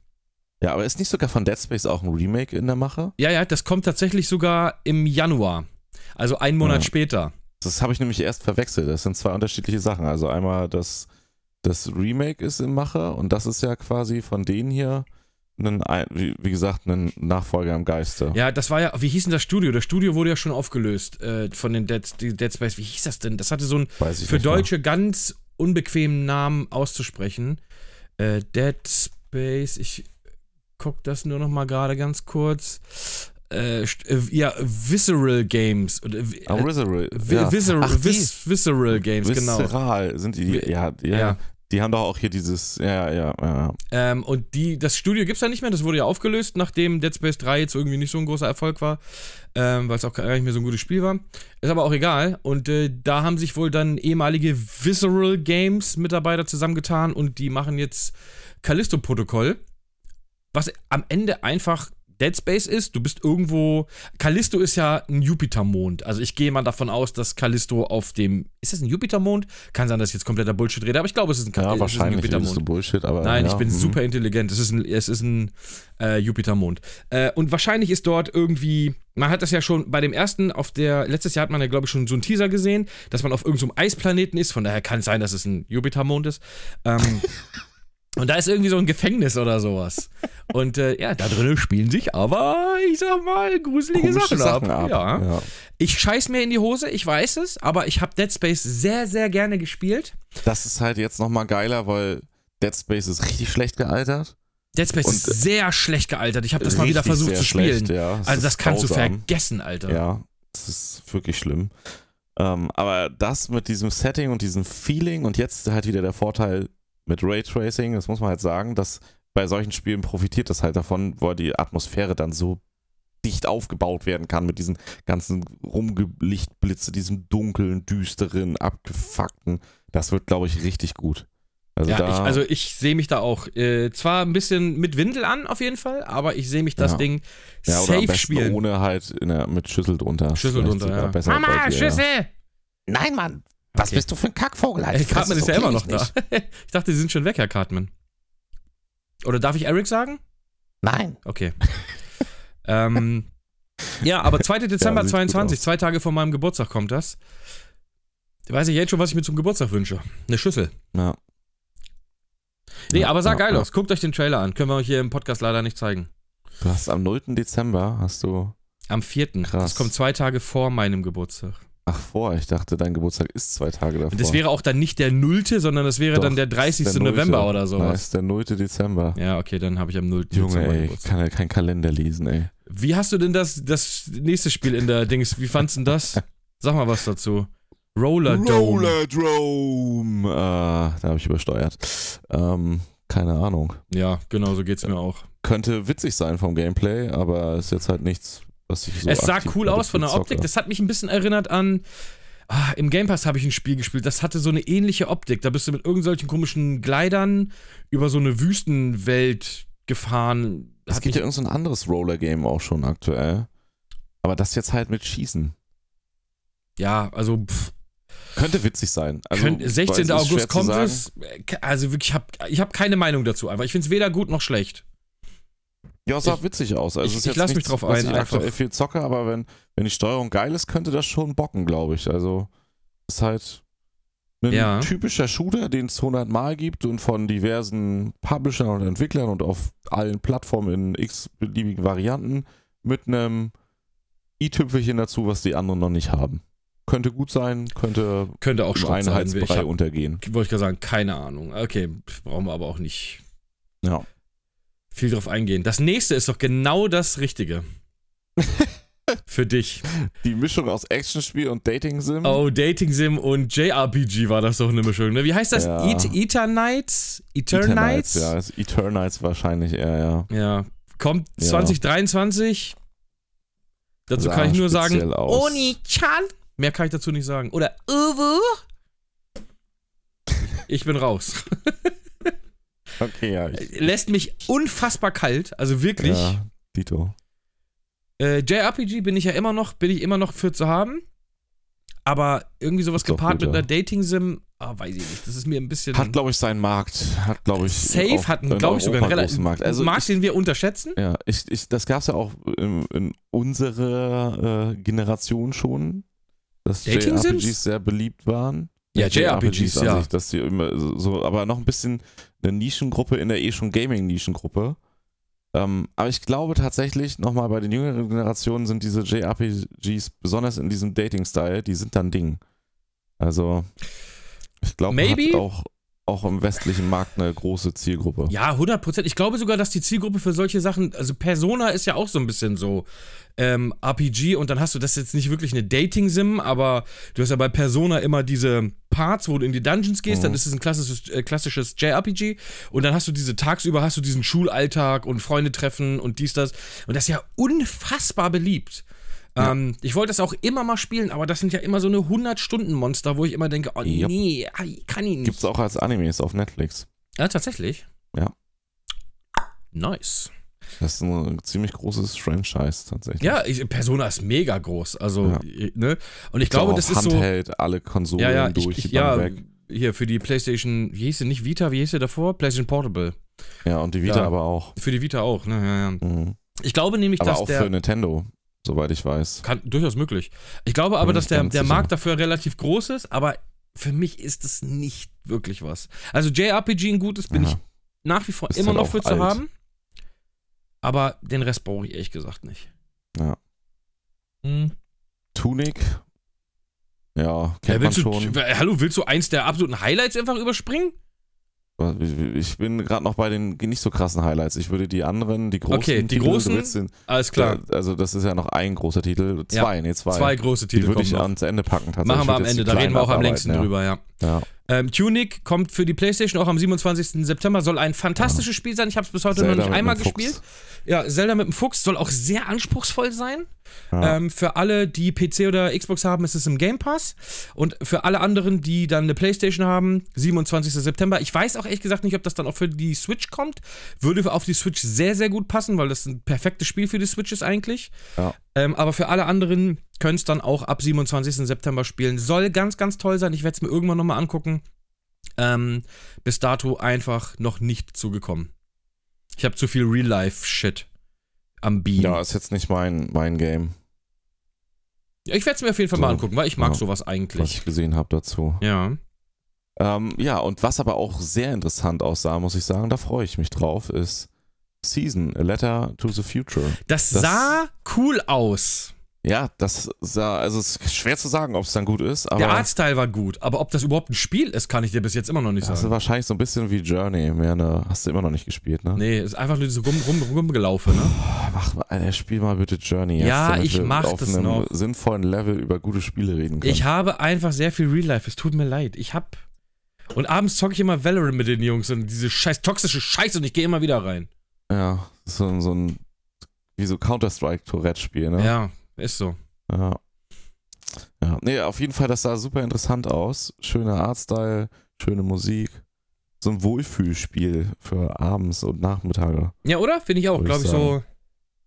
C: Ja, aber ist nicht sogar von Dead Space auch ein Remake in der Mache?
B: Ja, ja, das kommt tatsächlich sogar im Januar. Also einen Monat
C: Ja.
B: später.
C: Das habe ich nämlich erst verwechselt. Das sind zwei unterschiedliche Sachen. Also einmal das, das Remake ist in Mache und das ist ja quasi von denen hier ein, ein- wie wie gesagt, ein Nachfolger im Geiste.
B: Ja, das war ja, wie hieß denn das Studio? Das Studio wurde ja schon aufgelöst äh, von den Dead, die Dead Space. Wie hieß das denn? Das hatte so einen
C: Weiß ich
B: für
C: nicht mehr.
B: Deutsche ganz unbequemen Namen auszusprechen. Äh, Dead Space, ich guck das nur noch mal gerade ganz kurz. Äh, st- äh, ja, Visceral Games. Oder, äh,
C: Ah, Visceral.
B: vi-
C: ja.
B: Visceral,
C: Ach, die.
B: vis Visceral Games, genau.
C: Visceral sind die.
B: Vi-
C: Ja, ja,
B: ja.
C: ja. Die haben doch auch hier dieses. Ja, ja, ja.
B: Ähm, und die, das Studio gibt's ja nicht mehr, das wurde ja aufgelöst, nachdem Dead Space 3 jetzt irgendwie nicht so ein großer Erfolg war, ähm, weil es auch gar nicht mehr so ein gutes Spiel war. Ist aber auch egal. Und äh, da haben sich wohl dann ehemalige Visceral Games Mitarbeiter zusammengetan und die machen jetzt Callisto-Protokoll, was am Ende einfach Dead Space ist. Du bist irgendwo. Callisto ist ja ein Jupitermond. Also ich gehe mal davon aus, dass Callisto auf dem. Ist das ein Jupitermond? Kann sein, dass ich jetzt kompletter Bullshit rede, aber ich glaube, es ist ein, Ka-
C: Ja,
B: es
C: wahrscheinlich
B: ist ein
C: redest du Bullshit, aber.
B: Nein,
C: ja,
B: ich bin
C: hm.
B: super intelligent. Es ist ein, es ist ein äh, Jupitermond. Äh, und wahrscheinlich ist dort irgendwie, man hat das ja schon bei dem ersten, auf der, letztes Jahr hat man ja, glaube ich, schon so einen Teaser gesehen, dass man auf irgendeinem Eisplaneten ist. Von daher kann es sein, dass es ein Jupitermond ist. Ähm, und da ist irgendwie so ein Gefängnis oder sowas. Und äh, ja, da drinnen spielen sich aber, ich sag mal, gruselige
C: Komische
B: Sachen,
C: Sachen
B: ab.
C: ab.
B: Ja.
C: ja.
B: Ich scheiß mir in die Hose, ich weiß es, aber ich habe Dead Space sehr, sehr gerne gespielt.
C: Das ist halt jetzt nochmal geiler, weil Dead Space ist richtig schlecht gealtert.
B: Dead Space
C: Und, äh,
B: ist sehr schlecht gealtert. Ich habe das mal wieder
C: Richtig
B: versucht
C: sehr
B: zu spielen.
C: schlecht, ja. Es
B: also das
C: ist
B: kannst du
C: grausam.
B: vergessen, Alter.
C: Ja, das ist wirklich schlimm. Ähm, aber das mit diesem Setting und diesem Feeling und jetzt halt wieder der Vorteil mit Raytracing, das muss man halt sagen, dass bei solchen Spielen profitiert das halt davon, weil die Atmosphäre dann so dicht aufgebaut werden kann mit diesen ganzen Rumlichtblitze, diesem dunklen, düsteren, abgefuckten. Das wird, glaube ich, richtig gut. Also
B: Ja,
C: da,
B: ich, also ich sehe mich da auch äh, zwar ein bisschen mit Windel an auf jeden Fall, aber ich sehe mich das
C: Ja.
B: Ding
C: ja, oder am
B: safe
C: besten
B: spielen.
C: ohne halt in der, mit Schüssel drunter.
B: Schüssel
C: Vielleicht
B: drunter,
C: sogar
B: ja.
C: besser bei dir, ja.
A: Nein, Mann. Was
B: Okay.
A: bist du für ein Kackvogel? Halt die
B: Ey,
A: Fresse,
B: Cartman ist
A: so
B: ja immer
A: klinge
B: noch
A: ich
B: da.
A: nicht.
B: ich dachte, sie sind schon weg, Herr Cartman. Oder darf ich Eric sagen?
A: Nein.
B: Okay. ähm, ja, aber 2. Dezember
C: sieht gut
B: 22,
C: aus.
B: zwei Tage vor meinem Geburtstag kommt das. Weiß ich jetzt schon, was ich mir zum Geburtstag wünsche. Eine Schüssel.
C: Ja.
B: Nee,
C: Ja,
B: aber sah
C: ja,
B: geil
C: ja.
B: aus. Guckt euch den Trailer an. Können wir euch hier im Podcast leider nicht zeigen.
C: Du hast am 0. Dezember, hast du.
B: Am 4.
C: Krass.
B: Das kommt zwei Tage vor meinem Geburtstag.
C: Ach, vor, ich dachte, dein Geburtstag ist zwei Tage davor.
B: Und das wäre auch dann nicht der 0., sondern das wäre
C: Doch,
B: dann der 30.
C: ist der
B: November
C: Nullte.
B: oder
C: Nein,
B: sowas.
C: ist der 0. Dezember.
B: Ja, okay, dann habe ich am 0.
C: Junge,
B: Dezember
C: ey, ich
B: Geburtstag.
C: kann ja keinen Kalender lesen, ey.
B: Wie hast du denn das, das nächste Spiel in der Dings? Wie fandst du denn das? Sag mal was dazu. Roller Dome.
C: Rollerdrome! Äh, da habe ich übersteuert. Ähm, keine Ahnung.
B: Ja, genau, so geht's mir auch.
C: Könnte witzig sein vom Gameplay, aber ist jetzt halt nichts, was ich so.
B: es sah
C: aktiv
B: cool
C: mit
B: aus von der
C: zocke.
B: Optik. Das hat mich ein bisschen erinnert an. Ah, Im Game Pass habe ich ein Spiel gespielt, das hatte so eine ähnliche Optik. Da bist du mit irgendwelchen komischen Gleitern über so eine Wüstenwelt gefahren.
C: Es
B: Hat
C: gibt
B: mich-
C: ja irgend so ein anderes Roller-Game auch schon aktuell. Aber das jetzt halt mit Schießen.
B: ja, also pff,
C: Könnte witzig sein. Also,
B: könnt-
C: weiß,
B: 16.
C: ist schwer
B: August
C: zu
B: kommt
C: sagen.
B: es. Äh, Also wirklich, ich habe ich hab keine Meinung dazu. Einfach, ich finde es weder gut noch schlecht.
C: Ja, sah witzig aus. Also
B: ich-
C: es ist
B: ich
C: jetzt
B: lass mich
C: nichts,
B: drauf
C: was
B: ein,
C: Ich aktuell
B: einfach.
C: viel zocke, aber wenn, wenn die Steuerung geil ist, könnte das schon bocken, glaube ich. Also ist halt ein
B: Ja.
C: typischer Shooter, den es 100 Mal gibt und von diversen Publishern und Entwicklern und auf allen Plattformen in x beliebigen Varianten mit einem i-Tüpfelchen dazu, was die anderen noch nicht haben. Könnte gut sein, könnte
B: Könnte auch
C: im
B: Schrott sein. Ich
C: Einheitsbrei
B: hab-
C: untergehen.
B: wollte ich gerade sagen, keine Ahnung. Okay, pff, brauchen wir aber auch nicht
C: Ja.
B: viel drauf eingehen. Das nächste ist doch genau das Richtige. Für dich.
C: Die Mischung aus Actionspiel und Dating-Sim.
B: Oh, Dating Sim und JRPG war das doch eine Mischung, ne? Wie heißt das?
C: Ja.
B: Eternites? Eternites? Eternites?
C: Ja, ist Eternites wahrscheinlich eher, ja.
B: Ja. Kommt
C: Ja.
B: 2023. Dazu
C: Sah
B: Also kann ich nur sagen,
C: speziell aus.
B: Oni-chan. Mehr kann ich dazu nicht sagen. Oder Uwu. Ich bin raus.
C: Okay, ja. Ich,
B: Äh, Lässt mich unfassbar kalt, also wirklich.
C: ja, Dito.
B: Äh, JRPG bin ich ja immer noch, bin ich immer noch für zu haben. Aber irgendwie sowas
C: Ist doch
B: gepaart
C: gut,
B: mit
C: ja.
B: einer Dating-Sim, ah, weiß ich nicht. Das ist mir ein bisschen.
C: Hat, glaube ich, seinen Markt. Hat, glaube ich.
B: Äh, Safe
C: auch
B: hat,
C: in
B: glaube ich, sogar einen
C: Europa
B: relativ
C: großen Markt. Also
B: Markt,
C: ich,
B: den wir unterschätzen.
C: ja, ich, ich, das gab es ja auch in, in unserer äh, Generation schon, dass
B: Dating-Sims?
C: JRPGs sehr beliebt waren.
B: Ja,
C: Nicht
B: JRPGs,
C: an
B: ja.
C: Sich, dass die immer so- so, aber noch ein bisschen eine Nischengruppe in der eh schon Gaming-Nischengruppe. Ähm, aber ich glaube tatsächlich, nochmal bei den jüngeren Generationen sind diese JRPGs, besonders in diesem Dating-Style, die sind dann Ding. Also, ich glaube, hat
B: Maybe?
C: auch, auch im westlichen Markt eine große Zielgruppe.
B: Ja, 100 Prozent. Ich glaube sogar, dass die Zielgruppe für solche Sachen, also Persona ist ja auch so ein bisschen so ähm, RPG und dann hast du das ist jetzt nicht wirklich eine Dating-Sim, aber du hast ja bei Persona immer diese Parts, wo du in die Dungeons gehst, dann ist es ein klassisches, äh, klassisches JRPG und dann hast du diese tagsüber hast du diesen Schulalltag und Freunde treffen und dies, das und das ist ja unfassbar beliebt. Ähm, ich wollte das auch immer mal spielen, aber das sind ja immer so eine 100-Stunden-Monster, wo ich immer denke, oh
C: Yep.
B: nee, ai, kann ich nicht.
C: Gibt es auch als Animes auf Netflix.
B: Ja, tatsächlich.
C: Ja.
B: Nice.
C: Das ist ein ziemlich großes Franchise tatsächlich.
B: Ja, ich, Persona ist mega groß. Also, ne? Und ich, glaube, das ist so.
C: Handheld, alle Konsolen
B: Ja, ja,
C: durch,
B: ich, ich,
C: die Band
B: ja
C: weg.
B: hier für die PlayStation, wie hieß sie nicht Vita, wie hieß sie davor? PlayStation Portable.
C: Ja, und die Vita
B: Ja.
C: aber auch.
B: Für die Vita auch, ne? Ja, ja.
C: Mhm.
B: Ich glaube nämlich,
C: Aber
B: dass
C: auch
B: der.
C: für Nintendo, soweit ich weiß.
B: Kann, durchaus möglich. Ich glaube
C: Bin
B: aber,
C: mir
B: dass
C: nicht
B: der,
C: ganz
B: der
C: sicher.
B: Markt dafür relativ groß ist, aber für mich ist es nicht wirklich was. Also JRPG ein gutes bin
C: Ja.
B: ich nach wie vor
C: Ist
B: immer
C: halt
B: noch
C: auch
B: für zu
C: alt.
B: haben, aber den Rest brauche ich ehrlich gesagt nicht.
C: Ja.
B: Hm.
C: Tunic. Ja,
B: Ja,
C: kennt man
B: willst du,
C: schon.
B: w- hallo, willst du eins der absoluten Highlights einfach überspringen?
C: Ich bin gerade noch bei den nicht so krassen Highlights. Ich würde die anderen, die großen,
B: Okay, die
C: Titel, du
B: großen,
C: willst den,
B: Alles klar.
C: Also das ist ja noch ein großer Titel. Zwei, nee, zwei.
B: Zwei große Titel
C: die würde
B: kommen
C: ich
B: noch.
C: ans Ende packen tatsächlich.
B: Machen wir
C: Ich würd
B: am
C: jetzt
B: Ende,
C: die
B: da reden wir auch am
C: kleinen
B: längsten
C: abarbeiten,
B: drüber, ja.
C: Ja.
B: Ähm, Tunic kommt für die PlayStation auch am 27. September, soll ein fantastisches Spiel sein. Ich habe es bis heute
C: Zelda
B: noch
C: mit
B: nicht einmal
C: einem Fuchs.
B: gespielt. Ja, Zelda mit dem Fuchs soll auch sehr anspruchsvoll sein.
C: Ja.
B: Ähm, für alle, die PC oder Xbox haben, ist es im Game Pass. Und für alle anderen, die dann eine PlayStation haben, 27. September. Ich weiß auch ehrlich gesagt nicht, ob das dann auch für die Switch kommt. Würde auf die Switch sehr, sehr gut passen, weil das ein perfektes Spiel für die Switch ist eigentlich.
C: Ja.
B: Ähm, aber für alle anderen könnt es dann auch ab 27. September spielen. Soll ganz, ganz toll sein. Ich werde es mir irgendwann nochmal angucken. Ähm, bis dato einfach noch nicht zugekommen. Ich habe zu viel Real-Life-Shit am Beam.
C: ja, ist jetzt nicht mein, mein Game,
B: Ja, ich werde es mir auf jeden Fall
C: So.
B: mal angucken, weil ich mag
C: Ja.
B: sowas
C: was
B: eigentlich.
C: ich gesehen habe dazu.
B: Ja.
C: Ähm, ja, und was aber auch sehr interessant aussah, muss ich sagen, da freue ich mich drauf, ist Season, A Letter to the Future.
B: Das,
C: Das-
B: sah cool aus.
C: Ja, das sah, also es ist schwer zu sagen, ob es dann gut ist, aber
B: Der Artstyle war gut, aber ob das überhaupt ein Spiel ist, kann ich dir bis jetzt immer noch nicht
C: das ist
B: sagen.
C: wahrscheinlich so ein bisschen wie Journey, mehr eine, hast du immer noch nicht gespielt, ne?
B: Nee, ist einfach nur so rum, rum, rumgelaufen, ne?
C: Mach mal, Alter, spiel mal bitte Journey jetzt,
B: Ja,
C: damit
B: ich
C: wir
B: mach
C: auf
B: das
C: einem
B: noch.
C: sinnvollen Level über gute Spiele reden können.
B: Ich habe einfach sehr viel Real Life, es tut mir leid. Ich hab. Und abends zocke ich immer Valorant mit den Jungs und diese scheiß toxische Scheiße und ich gehe immer wieder rein.
C: ja, so, so ein, wie so Counter-Strike-Tourette-Spiel, ne?
B: Ja, ist so.
C: Ja. ja. Nee, auf jeden Fall, das sah super interessant aus. Schöner Artstyle, schöne Musik. So ein Wohlfühlspiel für abends und Nachmittage.
B: Ja, oder? Finde ich auch,
C: Würde ich
B: glaube ich, so.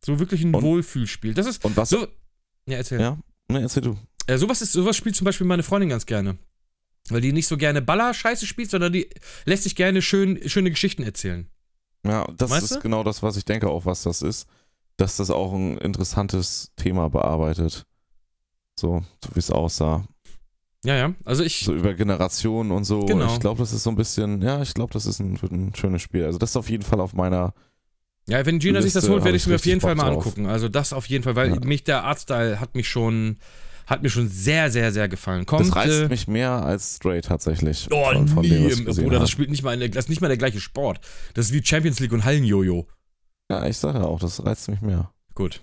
B: So wirklich ein
C: Und-
B: Wohlfühlspiel. Das ist.
C: Und was?
B: So, ja, erzähl.
C: Ja. Nee, erzähl du.
B: Äh, sowas, ist, sowas spielt zum Beispiel meine Freundin ganz gerne. Weil die nicht so gerne Baller-Scheiße spielt, sondern die lässt sich gerne schön, schöne Geschichten erzählen.
C: Ja, das
B: Weißt
C: ist
B: du?
C: genau das, was ich denke, auch was das ist. Dass das auch ein interessantes Thema bearbeitet. So, so wie es aussah.
B: Ja, ja. Also ich.
C: So über Generationen und so.
B: Genau.
C: Ich glaube, das ist so ein bisschen, ja, ich glaube, das ist ein, wird ein schönes Spiel. Also, das ist auf jeden Fall auf meiner.
B: ja, wenn Gina sich das
C: Liste
B: holt, werde
C: äh, hab
B: ich es
C: ich
B: mir auf jeden
C: richtig
B: Fall
C: Bock
B: mal
C: drauf.
B: angucken. Also das auf jeden Fall, weil
C: Ja.
B: mich der Artstyle hat mich schon. Hat mir schon sehr, sehr, sehr gefallen. Kommt.
C: Das reizt
B: äh,
C: mich mehr als Straight tatsächlich.
B: Oh,
C: von- von dem,
B: nie,
C: was ich gesehen
B: Bruder,
C: hab.
B: das spielt nicht mal, in der, das ist nicht mal der gleiche Sport. Das ist wie Champions League und Hallenjojo.
C: Ja, ich sage ja auch, das reizt mich mehr.
B: Gut.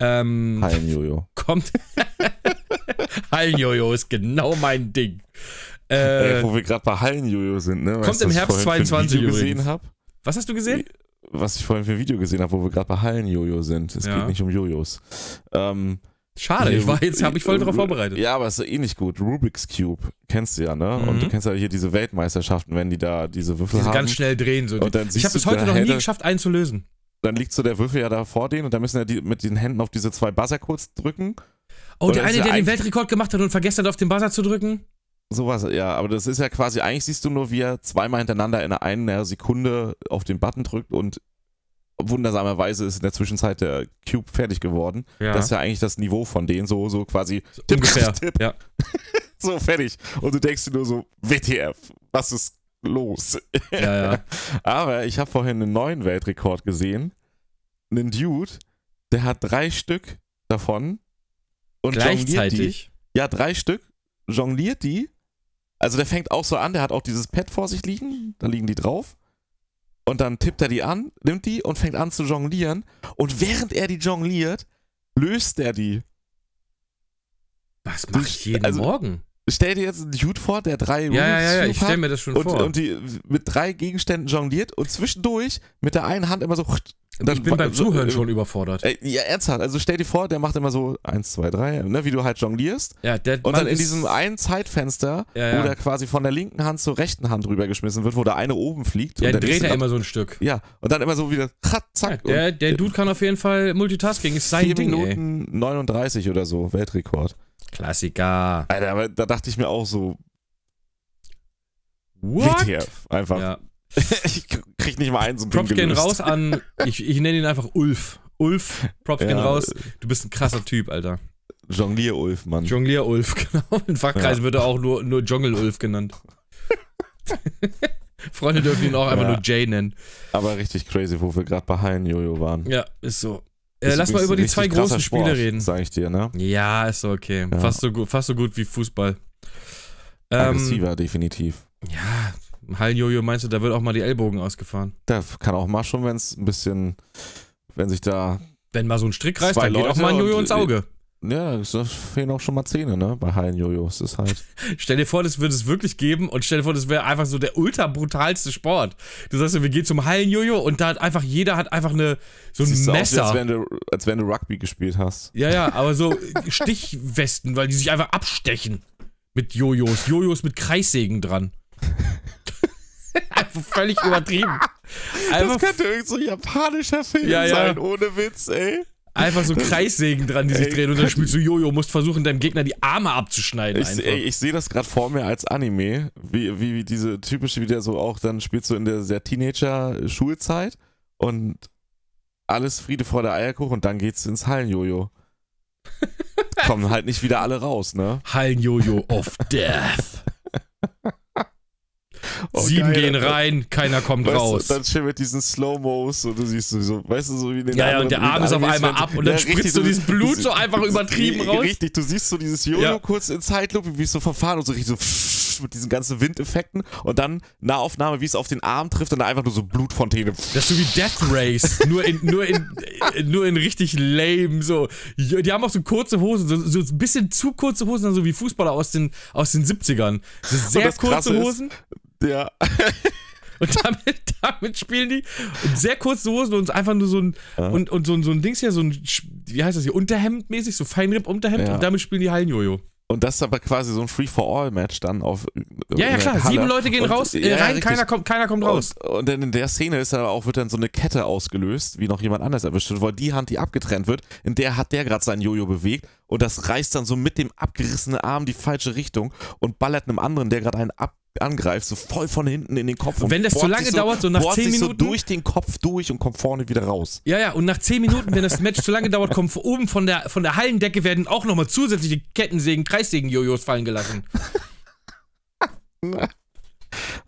B: Ähm,
C: Hi, Jojo.
B: kommt. Hallenjojo ist genau mein Ding.
C: Ey,
B: Äh,
C: wo wir gerade bei Hallenjojo sind, ne?
B: kommt
C: du, was
B: im
C: ich
B: Herbst
C: vorhin für ein
B: 22
C: Video gesehen
B: übrigens.
C: habe,
B: was hast du gesehen?
C: was ich vorhin für ein Video gesehen habe, wo wir gerade bei Hallenjojo sind. Es
B: Ja.
C: geht nicht um Jojos. Ähm,
B: Schade, ich war jetzt, habe ich voll
C: Ru-
B: darauf vorbereitet.
C: Ja, aber es ist ähnlich gut. Rubik's Cube kennst du ja, ne?
B: Mhm.
C: Und du kennst ja hier diese Weltmeisterschaften, wenn die da diese Würfel
B: Diese
C: haben.
B: ganz schnell drehen so.
C: Und dann
B: ich
C: siehst
B: habe
C: du,
B: bis heute
C: da
B: noch nie
C: hätte-
B: geschafft, einen zu lösen.
C: Dann liegt so der Würfel ja da vor denen und dann müssen ja die mit den Händen auf diese zwei Buzzer kurz drücken.
B: Oh,
C: Oder ist
B: der eine,
C: er
B: der den
C: eigentlich-
B: Weltrekord gemacht hat und vergessen hat, auf den Buzzer zu drücken?
C: Sowas, ja, aber das ist ja quasi, eigentlich siehst du nur, wie er zweimal hintereinander in einer Sekunde auf den Button drückt und wundersamerweise ist in der Zwischenzeit der Cube fertig geworden.
B: Ja.
C: Das ist ja eigentlich das Niveau von denen, so, so quasi Tipp,
B: ungefähr.
C: tipp.
B: Ja.
C: so fertig. Und du denkst dir nur so, WTF, was ist los?
B: Ja, ja.
C: Aber ich habe vorhin einen neuen Weltrekord gesehen. Einen Dude, der hat drei Stück davon und jongliert die.
B: Gleichzeitig.
C: Ja, drei Stück, jongliert die. Also der fängt auch so an, der hat auch dieses Pad vor sich liegen, da liegen die drauf. Und dann tippt er die an, nimmt die und fängt an zu jonglieren. Und während er die jongliert, löst er die.
B: Was mache ich jeden
C: Also-
B: Morgen?
C: Stell dir jetzt einen Dude vor, der drei
B: Ja, ja, ja, ja.
C: Cube
B: ich
C: hat.
B: stelle mir das schon
C: und,
B: vor.
C: und die mit drei Gegenständen jongliert und zwischendurch mit der einen Hand immer so.
B: ich bin beim
C: so-
B: Zuhören schon überfordert.
C: Äh, ja, ernsthaft. Also stell dir vor, der macht immer so eins, zwei, drei, ne, wie du halt jonglierst.
B: Ja, der
C: Und
B: Mann
C: dann in
B: ist-
C: diesem einen Zeitfenster,
B: Ja, ja.
C: wo der quasi von der linken Hand zur rechten Hand rübergeschmissen wird, wo der eine oben fliegt.
B: Ja,
C: und
B: der
C: der
B: dreht
C: nächste
B: er
C: dann-
B: immer so ein Stück.
C: Ja, und dann immer so wieder, zack,
B: Ja,
C: zack.
B: der, der
C: und
B: Dude kann auf jeden Fall Multitasking, ist sein
C: 4
B: Ding, ey.
C: Minuten 39 oder so, Weltrekord.
B: Klassiker.
C: Alter, aber da dachte ich mir auch so,
B: What?
C: WTF, einfach.
B: Ja.
C: ich krieg nicht mal einen so
B: Props gehen raus an, ich, ich nenne ihn einfach Ulf. Ulf, Props gehen
C: Ja.
B: raus. Du bist ein krasser Typ, Alter.
C: Jonglier-Ulf, Mann.
B: Jonglier-Ulf, genau. In Fachkreisen wird er auch nur, nur Jongle-Ulf genannt. Freunde dürfen ihn auch einfach
C: Ja.
B: nur Jay nennen.
C: Aber richtig crazy, wo wir gerade bei Hallen-Jojo waren.
B: Ja, ist so. Äh,
C: Ist
B: lass mal
C: übrigens
B: über
C: ein
B: die
C: richtig
B: zwei
C: krasser
B: großen Spiele
C: Sport,
B: reden.
C: Sag ich dir, ne?
B: Ja, ist so okay.
C: Ja.
B: Fast, so gut, fast so gut wie Fußball. Ähm,
C: Aggressiver, definitiv.
B: ja, im Hallenjojo meinst du, da wird auch mal die Ellbogen ausgefahren.
C: Da kann auch mal schon, wenn es ein bisschen, wenn sich da,
B: Wenn mal so ein Strick reißt,
C: Zwei
B: dann geht auch
C: Leute
B: mal ein
C: und-
B: Jojo ins Auge.
C: ja, es fehlen auch schon mal Zähne, ne? Bei Hallen-Jojo ist es halt.
B: Stell dir vor, das würde es wirklich geben und stell dir vor, das wäre einfach so der ultra brutalste Sport. Du sagst, wir gehen zum Hallenjojo und da hat einfach jeder hat einfach eine so ein
C: Siehst du
B: Messer.
C: Aus, wie als, wenn du, als wenn du Rugby gespielt hast.
B: ja, ja, aber so Stichwesten, weil die sich einfach abstechen mit Jojos. Jojos mit Kreissägen dran. einfach völlig übertrieben. Einfach,
C: irgend so ein japanischer Film
B: Ja, ja.
C: ohne Witz, ey.
B: einfach so Kreissägen dran, die sich
C: Ey,
B: drehen und dann spielst du Jojo, musst versuchen, deinem Gegner die Arme abzuschneiden.
C: Ich,
B: einfach.
C: ey, ich sehe das gerade vor mir als Anime, wie, wie, wie diese typische, wie der so auch, dann spielst du in der sehr Teenager-Schulzeit und alles Friede, Freude, Eierkuchen und dann geht's ins Hallenjojo. Kommen halt nicht wieder alle raus, ne?
B: Hallenjojo of Death. Sieben
C: Oh, geil.
B: gehen rein, keiner kommt
C: Weißt
B: raus.
C: Du, dann schön mit diesen Slow-Mos und du siehst so, weißt du, so wie in den
B: Ja, ja,
C: anderen-
B: und der
C: in den
B: Arm ist auf
C: Animes,
B: einmal
C: wenn-
B: ab und dann spritzt du
C: so-
B: dieses Blut so einfach
C: du-
B: übertrieben raus.
C: Richtig, du siehst so dieses Jojo
B: Ja.
C: kurz in Zeitlupe, wie es so verfahren und so richtig so pff, mit diesen ganzen Windeffekten und dann Nahaufnahme, wie es auf den Arm trifft und dann einfach nur so Blutfontäne.
B: Das ist so wie Death Race, nur in, nur in, äh, nur in richtig lame, so. Jo- Die haben auch so kurze Hosen, so, so ein bisschen zu kurze Hosen, dann so wie Fußballer aus den, aus den 70ern. So sehr
C: das
B: kurze
C: Krasse ist-
B: Hosen
C: Ja,
B: und damit, damit spielen die Und sehr kurze Hosen und einfach nur so ein, und, und so ein, so ein Dings hier, so ein, Sch- wie heißt das hier, Unterhemd-mäßig, so Feinripp-Unterhemd
C: Ja.
B: und damit spielen die Hallenjojo.
C: und das ist aber quasi so ein Free-for-All-Match dann auf. äh,
B: Ja, ja, klar. Sieben Leute gehen raus, äh, rein, keiner kommt, keiner kommt raus.
C: Und, und dann in der Szene ist dann auch, wird dann so eine Kette ausgelöst, wie noch jemand anders erwischt wird, weil die Hand, die abgetrennt wird, in der hat der gerade sein Jojo bewegt und das reißt dann so mit dem abgerissenen Arm die falsche Richtung und ballert einem anderen, der gerade einen ab angreift, so voll von hinten in den Kopf.
B: wenn das zu
C: bohrt
B: lange
C: sich
B: dauert, so nach
C: bohrt
B: 10
C: sich
B: Minuten-
C: so durch den Kopf durch und kommt vorne wieder raus.
B: Ja, ja, und nach zehn Minuten, wenn das Match zu lange dauert, kommen von oben von der, von der Hallendecke werden auch nochmal zusätzliche Kettensägen, Kreissägen-Jojos fallen gelassen.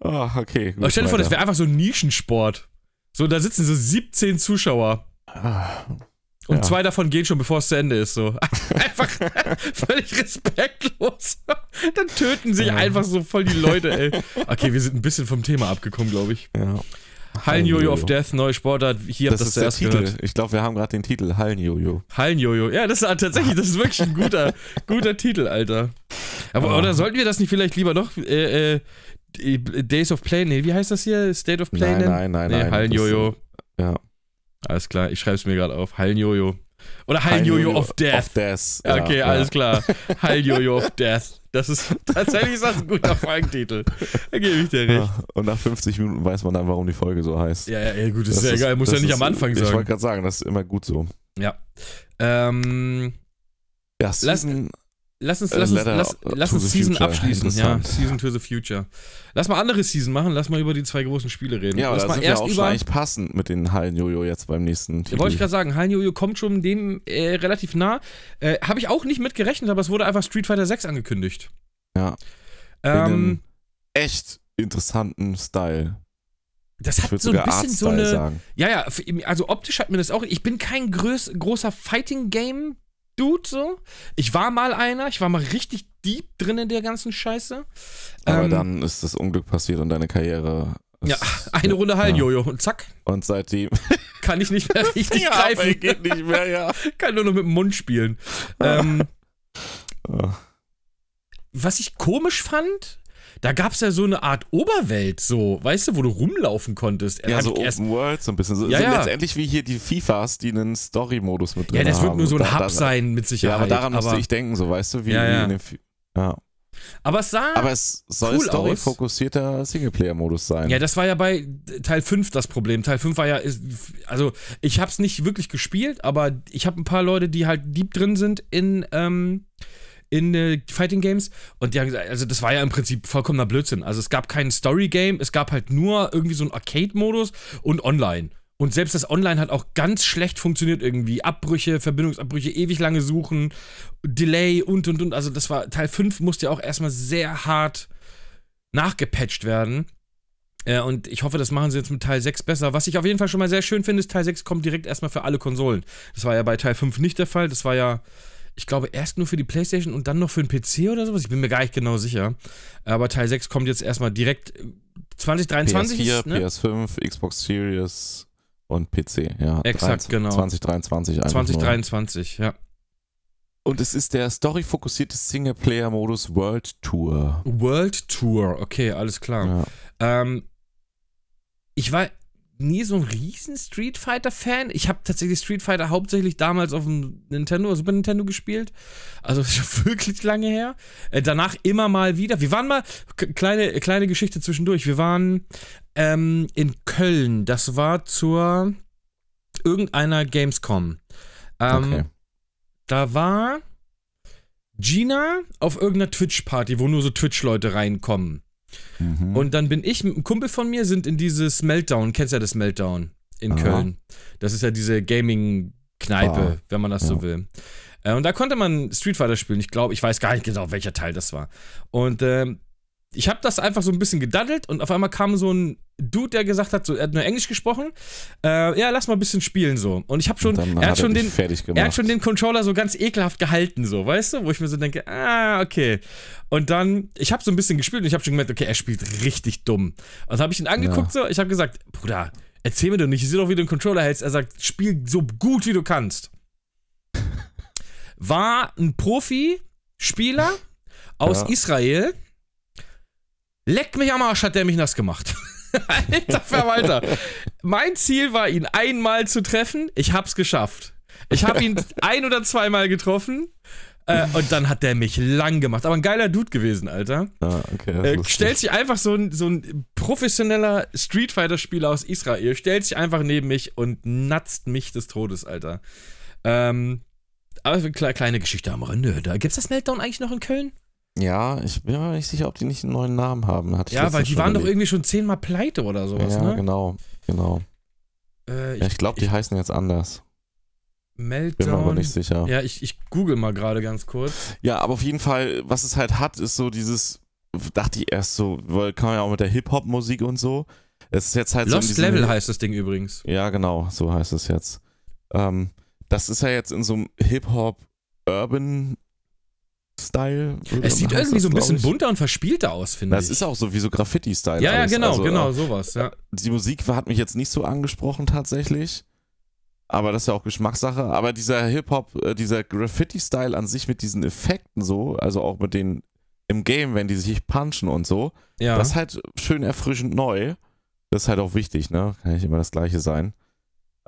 C: Ah, okay.
B: Aber
C: Gut,
B: stell dir vor, das
C: weiter.
B: wäre einfach so ein Nischensport. So, da sitzen so 17 Zuschauer.
C: Ah,
B: Und
C: Ja.
B: zwei davon gehen schon, bevor es zu Ende ist. So. Einfach völlig respektlos. Dann töten sich einfach so voll die Leute, ey. Okay, wir sind ein bisschen vom Thema abgekommen, glaube ich.
C: ja.
B: Hallenjojo
C: Hallenjojo.
B: of Death, neue Sportart. Hier
C: Das,
B: habt ihr das
C: ist der
B: zuerst
C: Titel.
B: gehört.
C: Ich glaube, wir haben gerade den Titel Hallenjojo.
B: Hallenjojo. Ja, das ist ah, tatsächlich, das ist wirklich ein guter, guter Titel, Alter. Aber
C: Ah.
B: oder sollten wir das nicht vielleicht lieber noch äh, äh, die Days of Play, nee, wie heißt das hier? State of Play?
C: Nein,
B: nennen?
C: nein, nein,
B: nee,
C: nein.
B: Hallenjojo.
C: Das- ja.
B: Alles klar, ich schreibe es mir gerade auf. Hallenjojo. Oder Hallenjojo of Death.
C: Of Death.
B: Ja, okay,
C: ja.
B: alles klar. Hallenjojo of Death. Das ist tatsächlich ist das ein guter Folgentitel. Da gebe ich dir recht.
C: Ja, Und nach 50 Minuten weiß man dann, warum die Folge so heißt.
B: Ja, ja, ja gut, das, ist ja egal. Muss ja
C: das
B: nicht
C: ist-
B: am Anfang
C: Ich
B: sagen.
C: wollte gerade sagen, das ist immer gut so.
B: Ähm,
C: Ja,
B: Lass-
C: Season,
B: Lass uns,
C: Äh,
B: lass uns,
C: Letter
B: lass,
C: to
B: lass uns
C: the
B: Season
C: Future.
B: abschließen. Ja,
C: Interessant.
B: Season to the Future. Lass mal andere Season machen, lass mal über die zwei großen Spiele reden.
C: ja, aber
B: lass
C: da
B: mal
C: sind wir auch schon eigentlich passend mit den Hallen-Jojo jetzt beim nächsten
B: Ja,
C: Titel.
B: wollte ich gerade sagen, Hallenjojo kommt schon dem äh, relativ nah. Äh, Habe ich auch nicht mit gerechnet, aber es wurde einfach Street Fighter 6 angekündigt.
C: Ja.
B: Ähm,
C: einem echt interessanten Style.
B: das
C: Ich
B: hat
C: würde
B: so ein
C: sogar
B: bisschen
C: Artstyle
B: so eine.
C: sagen.
B: Ja, ja, f- also optisch hat mir das auch. Ich bin kein größ, großer Fighting-Game-Dude, so. Ich war mal einer, ich war mal richtig deep drin in der ganzen Scheiße.
C: Aber
B: Ähm,
C: dann ist das Unglück passiert und deine Karriere. ist-
B: Ja, eine Runde Hallenjojo und zack,
C: Und seitdem.
B: kann ich nicht mehr richtig
C: Ja, aber
B: greifen.
C: geht Ah. nicht mehr, ja.
B: Kann nur noch mit dem Mund spielen. ähm, was ich komisch fand, da gab es ja so eine Art Oberwelt, so, weißt du, wo du rumlaufen konntest.
C: Ja,
B: Hab
C: so
B: ich erst-
C: Open World so ein bisschen. So,
B: Ja,
C: so
B: ja.
C: letztendlich wie hier die FIFAs, die einen Story-Modus mit drin
B: ja
C: haben.
B: das wird nur so ein
C: Da- da-
B: Hub sein, mit
C: Ja,
B: Sicherheit.
C: aber daran musste ich denken, so weißt du, wie,
B: Ja, ja.
C: wie in den Fi- ja.
B: aber es sah.
C: Aber es soll
B: Cool
C: story-fokussierter Singleplayer-Modus sein.
B: ja, das war ja bei Teil 5 das Problem. Teil 5 war ja, ist- also ich habe es nicht wirklich gespielt, aber ich habe ein paar Leute, die halt deep drin sind in, ähm, in äh, Fighting Games und die haben gesagt, also das war ja im Prinzip vollkommener Blödsinn. Also es gab kein Story Game, es gab halt nur irgendwie so einen Arcade-Modus und Online. Und selbst das Online hat auch ganz schlecht funktioniert irgendwie. Abbrüche, Verbindungsabbrüche, ewig lange suchen, Delay und und und. Also das war, Teil 5 musste ja auch erstmal sehr hart nachgepatcht werden. Äh, und ich hoffe, das machen sie jetzt mit Teil 6 besser. Was ich auf jeden Fall schon mal sehr schön finde, ist, Teil 6 kommt direkt erstmal für alle Konsolen. Das war ja bei Teil 5 nicht der Fall. Das war ja, ich glaube, erst nur für die PlayStation und dann noch für den PC oder sowas. Ich bin mir gar nicht genau sicher. Aber Teil 6 kommt jetzt erstmal direkt äh, 2023.
C: PS4,
B: ist, ne?
C: PS5, Xbox Series und PC. Ja, 23
B: Exakt, genau.
C: 2023 einfach nur.
B: 2023, ja.
C: Und es ist der story-fokussierte Singleplayer-Modus World Tour.
B: World Tour, okay, alles klar.
C: Ja.
B: Ähm, ich war nie so ein riesen Street Fighter Fan. Ich habe tatsächlich Street Fighter hauptsächlich damals auf dem Nintendo, Super Nintendo gespielt. Also das ist schon wirklich lange her. Äh, danach immer mal wieder. Wir waren mal k- kleine kleine Geschichte zwischendurch. Wir waren ähm, in Köln. Das war zur irgendeiner Gamescom. Ähm,
C: Okay.
B: da war Gina auf irgendeiner Twitch-Party, wo nur so Twitch-Leute reinkommen.
C: Mhm.
B: Und dann bin ich mit einem Kumpel von mir, sind in dieses Meltdown, kennst ja das Meltdown in
C: Aha.
B: Köln. Das ist ja diese Gaming-Kneipe,
C: Bar.
B: wenn man das so
C: Ja.
B: will. Äh, und da konnte man Street Fighter spielen. Ich glaube, ich weiß gar nicht genau, welcher Teil das war. Und ähm, ich habe das einfach so ein bisschen gedaddelt und auf einmal kam so ein Dude, der gesagt hat, so, er hat nur Englisch gesprochen. Äh, ja, lass mal ein bisschen spielen so. Und ich habe
C: Und
B: schon,
C: dann
B: er hat
C: hat
B: schon
C: dich
B: den,
C: fertig gemacht.
B: er hat schon den Controller so ganz ekelhaft gehalten, so, weißt du? Wo ich mir so denke, ah, okay. Und dann, ich habe so ein bisschen gespielt und ich habe schon gemerkt, okay, er spielt richtig dumm. Und habe ich ihn angeguckt, so, ich habe gesagt, Bruder, erzähl mir doch nicht, ich sehe doch, wie du den Controller hältst. Er sagt, spiel so gut, wie du kannst. War ein Profi-Spieler aus
C: Ja.
B: Israel. Leck mich am Arsch, hat der mich nass gemacht. Alter Verwalter. Mein Ziel war, ihn einmal zu treffen. Ich hab's geschafft. Ich habe ihn ein oder zweimal getroffen. Äh, und dann hat der mich lang gemacht. Aber ein geiler Dude gewesen, Alter.
C: ja, okay, das ist
B: Äh,
C: lustig.
B: stellt sich einfach so ein, so ein professioneller Street Fighter-Spieler aus Israel, stellt sich einfach neben mich und natzt mich des Todes, Alter. Ähm, aber eine kle- kleine Geschichte am Rande. Da gibt's das Meltdown eigentlich noch in Köln?
C: ja, ich bin mir nicht sicher, ob die nicht einen neuen Namen haben. Hatte ich
B: Ja,
C: letztens
B: weil die
C: schon
B: waren doch
C: überlegt.
B: irgendwie schon zehnmal pleite oder sowas,
C: Ja,
B: ne?
C: genau, genau.
B: Äh,
C: Ja, ich glaube, die heißen jetzt anders. Bin mir
B: Meltdown.
C: aber nicht sicher.
B: Ja, ich, ich google mal gerade ganz kurz.
C: Ja, aber auf jeden Fall, was es halt hat, ist so dieses, dachte ich erst so, weil kann man ja auch mit der Hip-Hop-Musik und so. Es ist jetzt halt so. in
B: Lost
C: diesem-
B: Level heißt das Ding übrigens.
C: Ja, genau, so heißt es jetzt. Ähm, das ist ja jetzt in so einem Hip-Hop-Urban-Style. würde-
B: Es sieht
C: heißt
B: irgendwie
C: das,
B: so ein
C: glaub
B: bisschen
C: ich.
B: bunter und verspielter aus, finde ich.
C: Das ist auch so wie so Graffiti-Style.
B: ja, ja,
C: alles.
B: genau,
C: Also,
B: genau, sowas. Ja.
C: die Musik hat mich jetzt nicht so angesprochen tatsächlich. Aber das ist ja auch Geschmackssache. Aber dieser Hip-Hop, äh, dieser Graffiti-Style an sich mit diesen Effekten so, also auch mit den im Game, wenn die sich punchen und so,
B: Ja.
C: das ist halt schön erfrischend neu. Das ist halt auch wichtig, ne? Kann nicht immer das Gleiche sein.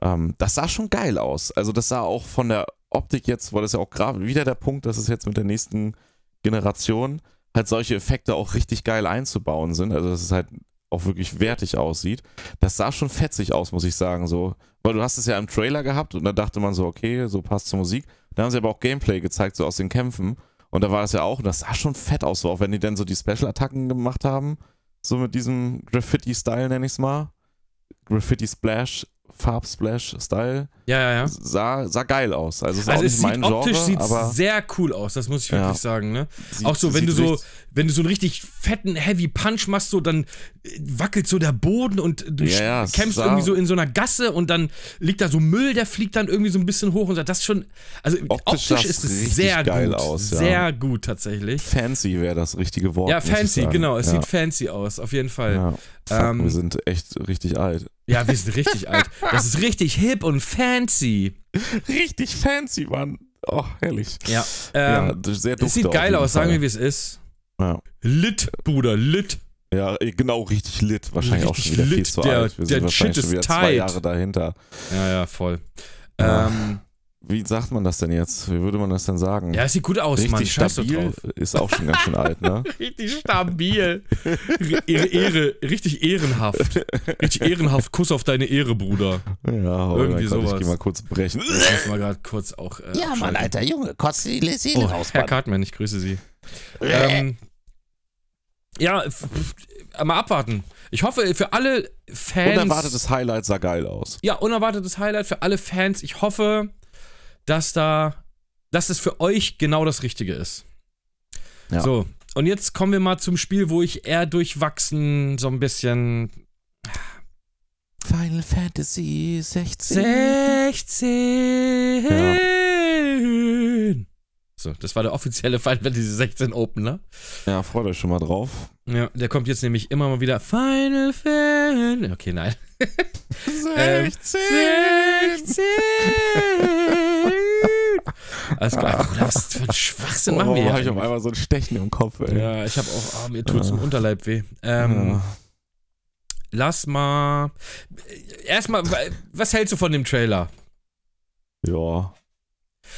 C: Ähm, das sah schon geil aus. Also, das sah auch von der Optik jetzt, war das ja auch gerade wieder der Punkt, dass es jetzt mit der nächsten Generation halt solche Effekte auch richtig geil einzubauen sind. Also, dass es halt auch wirklich wertig aussieht. Das sah schon fetzig aus, muss ich sagen, so. Weil du hast es ja im Trailer gehabt und da dachte man so, okay, so passt zur Musik. Da haben sie aber auch Gameplay gezeigt, so aus den Kämpfen. Und da war das ja auch, und das sah schon fett aus, so auch wenn die dann so die Special-Attacken gemacht haben. So mit diesem Graffiti-Style, nenne ich es mal. Graffiti-Splash, Farb-Splash-Style.
B: Ja, ja, ja.
C: Sah, sah geil aus. Also, ist auch
B: Also
C: nicht
B: es
C: mein
B: sieht optisch
C: Genre, aber
B: sieht's sehr cool aus, das muss ich
C: Ja.
B: wirklich sagen, ne?
C: sieht-
B: auch so, wenn
C: sieht
B: du so,
C: richtig-
B: wenn du so einen richtig fetten Heavy Punch machst, so dann äh, wackelt so der Boden und du
C: Ja, ja,
B: sch-
C: es
B: kämpfst
C: sah-
B: irgendwie so in so einer Gasse und dann liegt da so Müll, der fliegt dann irgendwie so ein bisschen hoch und sagt, das ist schon, also optisch,
C: Optisch sah's
B: ist
C: richtig
B: es sehr
C: geil
B: gut,
C: aus, ja.
B: sehr gut tatsächlich.
C: Fancy wäre das richtige Wort.
B: Ja,
C: muss ich
B: fancy,
C: sagen.
B: genau, es
C: ja.
B: sieht fancy aus, auf jeden Fall.
C: Ja. Fuck,
B: Ähm,
C: wir sind echt richtig alt.
B: Ja, wir sind richtig alt. Das ist richtig hip und fancy.
C: Richtig fancy, Mann. Oh, herrlich.
B: Ja.
C: Ja,
B: Ähm,
C: das- sehr
B: es sieht geil aus, sagen wir, wie es ist.
C: Ja.
B: Lit, Bruder, lit.
C: Ja, eh, genau, richtig lit. Wahrscheinlich auch schon
B: Richtig
C: wieder viel
B: lit,
C: zu
B: der-
C: alt. Wir
B: der
C: sind wahrscheinlich
B: Shit
C: schon wieder
B: ist
C: zwei
B: tight.
C: Jahre dahinter.
B: Ja, ja, voll.
C: Ja.
B: Ähm,
C: Wie sagt man das denn jetzt? Wie würde man das denn sagen?
B: ja, es sieht gut aus,
C: richtig
B: Mann. Scheiß doch
C: stabil
B: drauf.
C: ist auch schon ganz schön alt, ne?
B: Richtig stabil. Ehre, Ehre, richtig ehrenhaft. Richtig ehrenhaft. Kuss auf deine Ehre, Bruder.
C: Ja, oh
B: Irgendwie
C: mein Gott,
B: sowas.
C: ich geh mal kurz brechen.
B: Ich muss mal gerade kurz auch. Äh,
A: Ja, Mann,
B: abschalten.
A: alter Junge, kotzt dir die Seele
B: Oh,
A: raus, Äh.
B: Herr
A: Mann.
B: Cartman, ich grüße Sie. ähm, ja, f- f- mal abwarten. Ich hoffe, für alle Fans.
C: Ähm, Unerwartetes Highlight sah geil aus.
B: ja, unerwartetes Highlight für alle Fans. Ich hoffe, dass da, dass es für euch genau das Richtige ist.
C: Ja.
B: So, und jetzt kommen wir mal zum Spiel, wo ich eher durchwachsen so ein bisschen
A: Final Fantasy 16.
B: 16. So, das war der offizielle Final Fantasy 16 Opener.
C: Ja, freut euch schon mal drauf.
B: ne? Ja, der kommt jetzt nämlich immer mal wieder. Final Fan. Okay, nein. Ähm, 16. Alles klar. Bruder, was für ein Schwachsinn machen wir
C: oh, hab
B: hier
C: ich auf
B: eigentlich?
C: einmal so ein Stechen im Kopf, ey.
B: Ja, ich habe auch, ah, mir tut's im Unterleib weh. Ähm,
C: Ja.
B: Lass mal. Erstmal, wa- was hältst du von dem Trailer?
C: ja.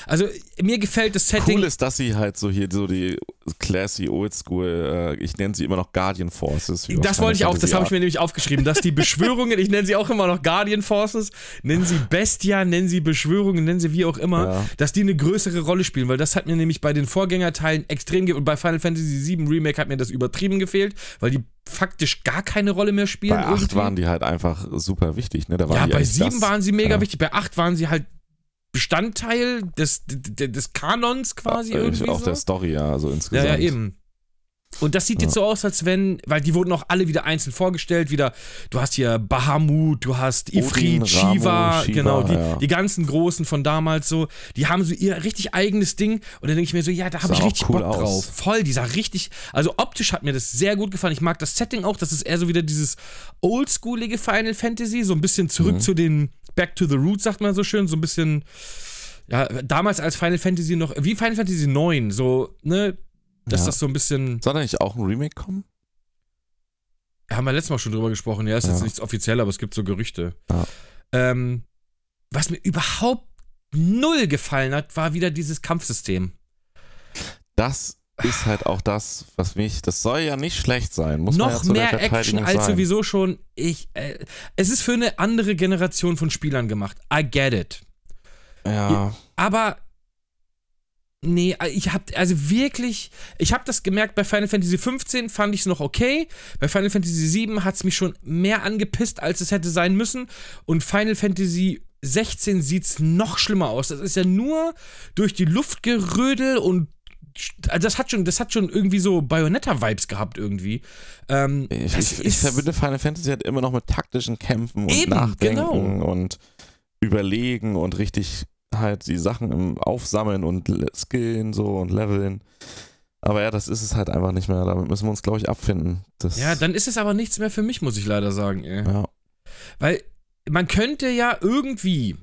B: Also, mir gefällt das Setting.
C: Cool ist, dass sie halt so hier so die classy Oldschool, äh, ich nenne sie immer noch Guardian Forces. wie
B: Das wollte ich auch, das habe ich
C: Fantasy
B: mir nämlich aufgeschrieben, dass die Beschwörungen, ich nenne sie auch immer noch Guardian Forces, nennen sie Bestia, nennen sie Beschwörungen, nennen sie wie auch immer,
C: Ja.
B: dass die eine größere Rolle spielen, weil das hat mir nämlich bei den Vorgängerteilen extrem ge und bei Final Fantasy VII Remake hat mir das übertrieben gefehlt, weil die faktisch gar keine Rolle mehr spielen.
C: Bei 8
B: irgendwie.
C: waren die halt einfach super wichtig, ne? Da waren
B: ja,
C: die
B: bei
C: eigentlich
B: 7
C: das-
B: waren sie mega
C: ja.
B: wichtig, bei 8 waren sie halt Bestandteil des, des, des Kanons quasi
C: äh,
B: irgendwie.
C: Auch
B: so.
C: der Story, ja, also
B: Ja,
C: insgesamt.
B: ja, eben. Und das sieht jetzt so aus, als wenn, weil die wurden auch alle wieder einzeln vorgestellt, wieder, du hast hier Bahamut, du hast Ifrit,
C: Odin,
B: Shiva,
C: Ramu, Shiva,
B: genau, die,
C: ja.
B: die ganzen Großen von damals so, die haben so ihr richtig eigenes Ding und dann denke ich mir so, ja, da habe
C: Sah
B: ich
C: auch
B: richtig
C: cool
B: Bock
C: aus.
B: drauf. Voll, die sah richtig, also optisch hat mir das sehr gut gefallen. Ich mag das Setting auch, das ist eher so wieder dieses oldschoolige Final Fantasy, so ein bisschen zurück
C: Mhm.
B: zu den Back to the Roots, sagt man so schön, so ein bisschen ja, damals als Final Fantasy noch, wie Final Fantasy 9, so, ne, dass
C: Ja.
B: das so ein bisschen,
C: Soll da nicht auch ein Remake kommen?
B: haben wir letztes Mal schon drüber gesprochen, ja, ist jetzt
C: Ja.
B: nichts offiziell, aber es gibt so Gerüchte.
C: Ja.
B: Ähm, was mir überhaupt null gefallen hat, war wieder dieses Kampfsystem.
C: Das ist halt auch das, was mich. Das soll ja nicht schlecht sein. Muss man ja
B: noch
C: zu der
B: mehr Action
C: Verteidigung
B: als
C: sagen.
B: sowieso schon. Ich, äh, es ist für eine andere Generation von Spielern gemacht. I get it.
C: Ja.
B: Aber nee, ich hab also wirklich, ich hab das gemerkt bei Final Fantasy 15 fand ich es noch okay, bei Final Fantasy 7 hat's mich schon mehr angepisst, als es hätte sein müssen und Final Fantasy 16 sieht's noch schlimmer aus. Das ist ja nur durch die Luft gerödel und also das hat schon, das hat schon irgendwie so Bayonetta-Vibes gehabt irgendwie. Ähm,
C: Ich,
B: das
C: ich, ich
B: ist-
C: verbinde Final Fantasy halt immer noch mit taktischen Kämpfen und
B: Eben,
C: Nachdenken
B: genau.
C: und Überlegen und richtig halt die Sachen im Aufsammeln und le- Skillen so und Leveln. Aber ja, das ist es halt einfach nicht mehr. Damit müssen wir uns, glaube ich, abfinden. Das,
B: ja, dann ist es aber nichts mehr für mich, muss ich leider sagen. Ey.
C: Ja.
B: Weil man könnte ja irgendwie,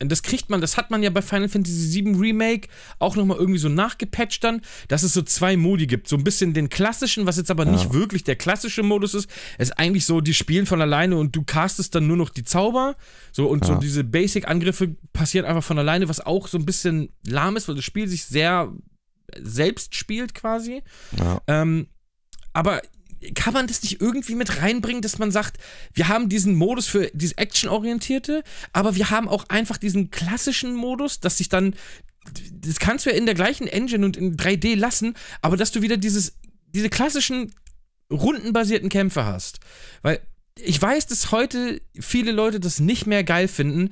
B: und das kriegt man, das hat man ja bei Final Fantasy VII Remake auch nochmal irgendwie so nachgepatcht dann, dass es so zwei Modi gibt. So ein bisschen den klassischen, was jetzt aber
C: Ja.
B: nicht wirklich der klassische Modus ist. Es ist eigentlich so, die spielen von alleine und du castest dann nur noch die Zauber. So und so
C: Ja.
B: diese Basic-Angriffe passieren einfach von alleine, was auch so ein bisschen lahm ist, weil das Spiel sich sehr selbst spielt quasi.
C: Ja.
B: Ähm, aber kann man das nicht irgendwie mit reinbringen, dass man sagt, wir haben diesen Modus für dieses Action-orientierte, aber wir haben auch einfach diesen klassischen Modus, dass sich dann, das kannst du ja in der gleichen Engine und in 3D lassen, aber dass du wieder dieses, diese klassischen rundenbasierten Kämpfe hast. Weil ich weiß, dass heute viele Leute das nicht mehr geil finden,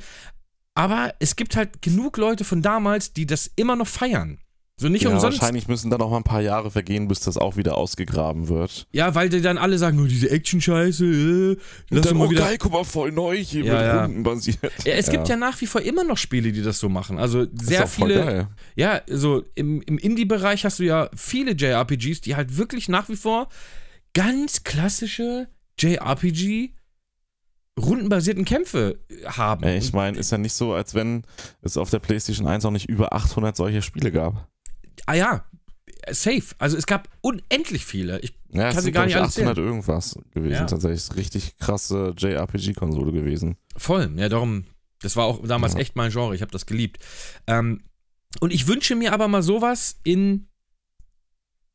B: aber es gibt halt genug Leute von damals, die das immer noch feiern. So nicht
C: ja,
B: umsonst.
C: wahrscheinlich müssen dann auch mal ein paar Jahre vergehen, bis das auch wieder ausgegraben wird.
B: Ja, weil die dann alle sagen, oh, diese Action-Scheiße, äh, lass uns mal wieder.
C: oh guck mal, voll neu hier
B: Ja, ja.
C: rundenbasiert.
B: Ja, es gibt
C: Ja.
B: ja nach wie vor immer noch Spiele, die das so machen. Also
C: Ist
B: sehr
C: doch voll
B: viele.
C: geil.
B: Ja, so im, im Indie-Bereich hast du ja viele JRPGs, die halt wirklich nach wie vor ganz klassische JRPG rundenbasierten Kämpfe haben.
C: Ey, Ich meine, ist ja nicht so, als wenn es auf der PlayStation 1 auch nicht über 800 solche Spiele gab.
B: ah ja, safe. Also es gab unendlich viele. Ich,
C: Ja,
B: Kann
C: es
B: sie
C: sind
B: gar
C: glaub ich,
B: nicht alle
C: 800 irgendwas gewesen.
B: Ja.
C: Tatsächlich ist richtig krasse JRPG-Konsole gewesen.
B: Voll, ja, darum, das war auch damals
C: Ja.
B: echt mein Genre, ich habe das geliebt. Ähm, und ich wünsche mir aber mal sowas in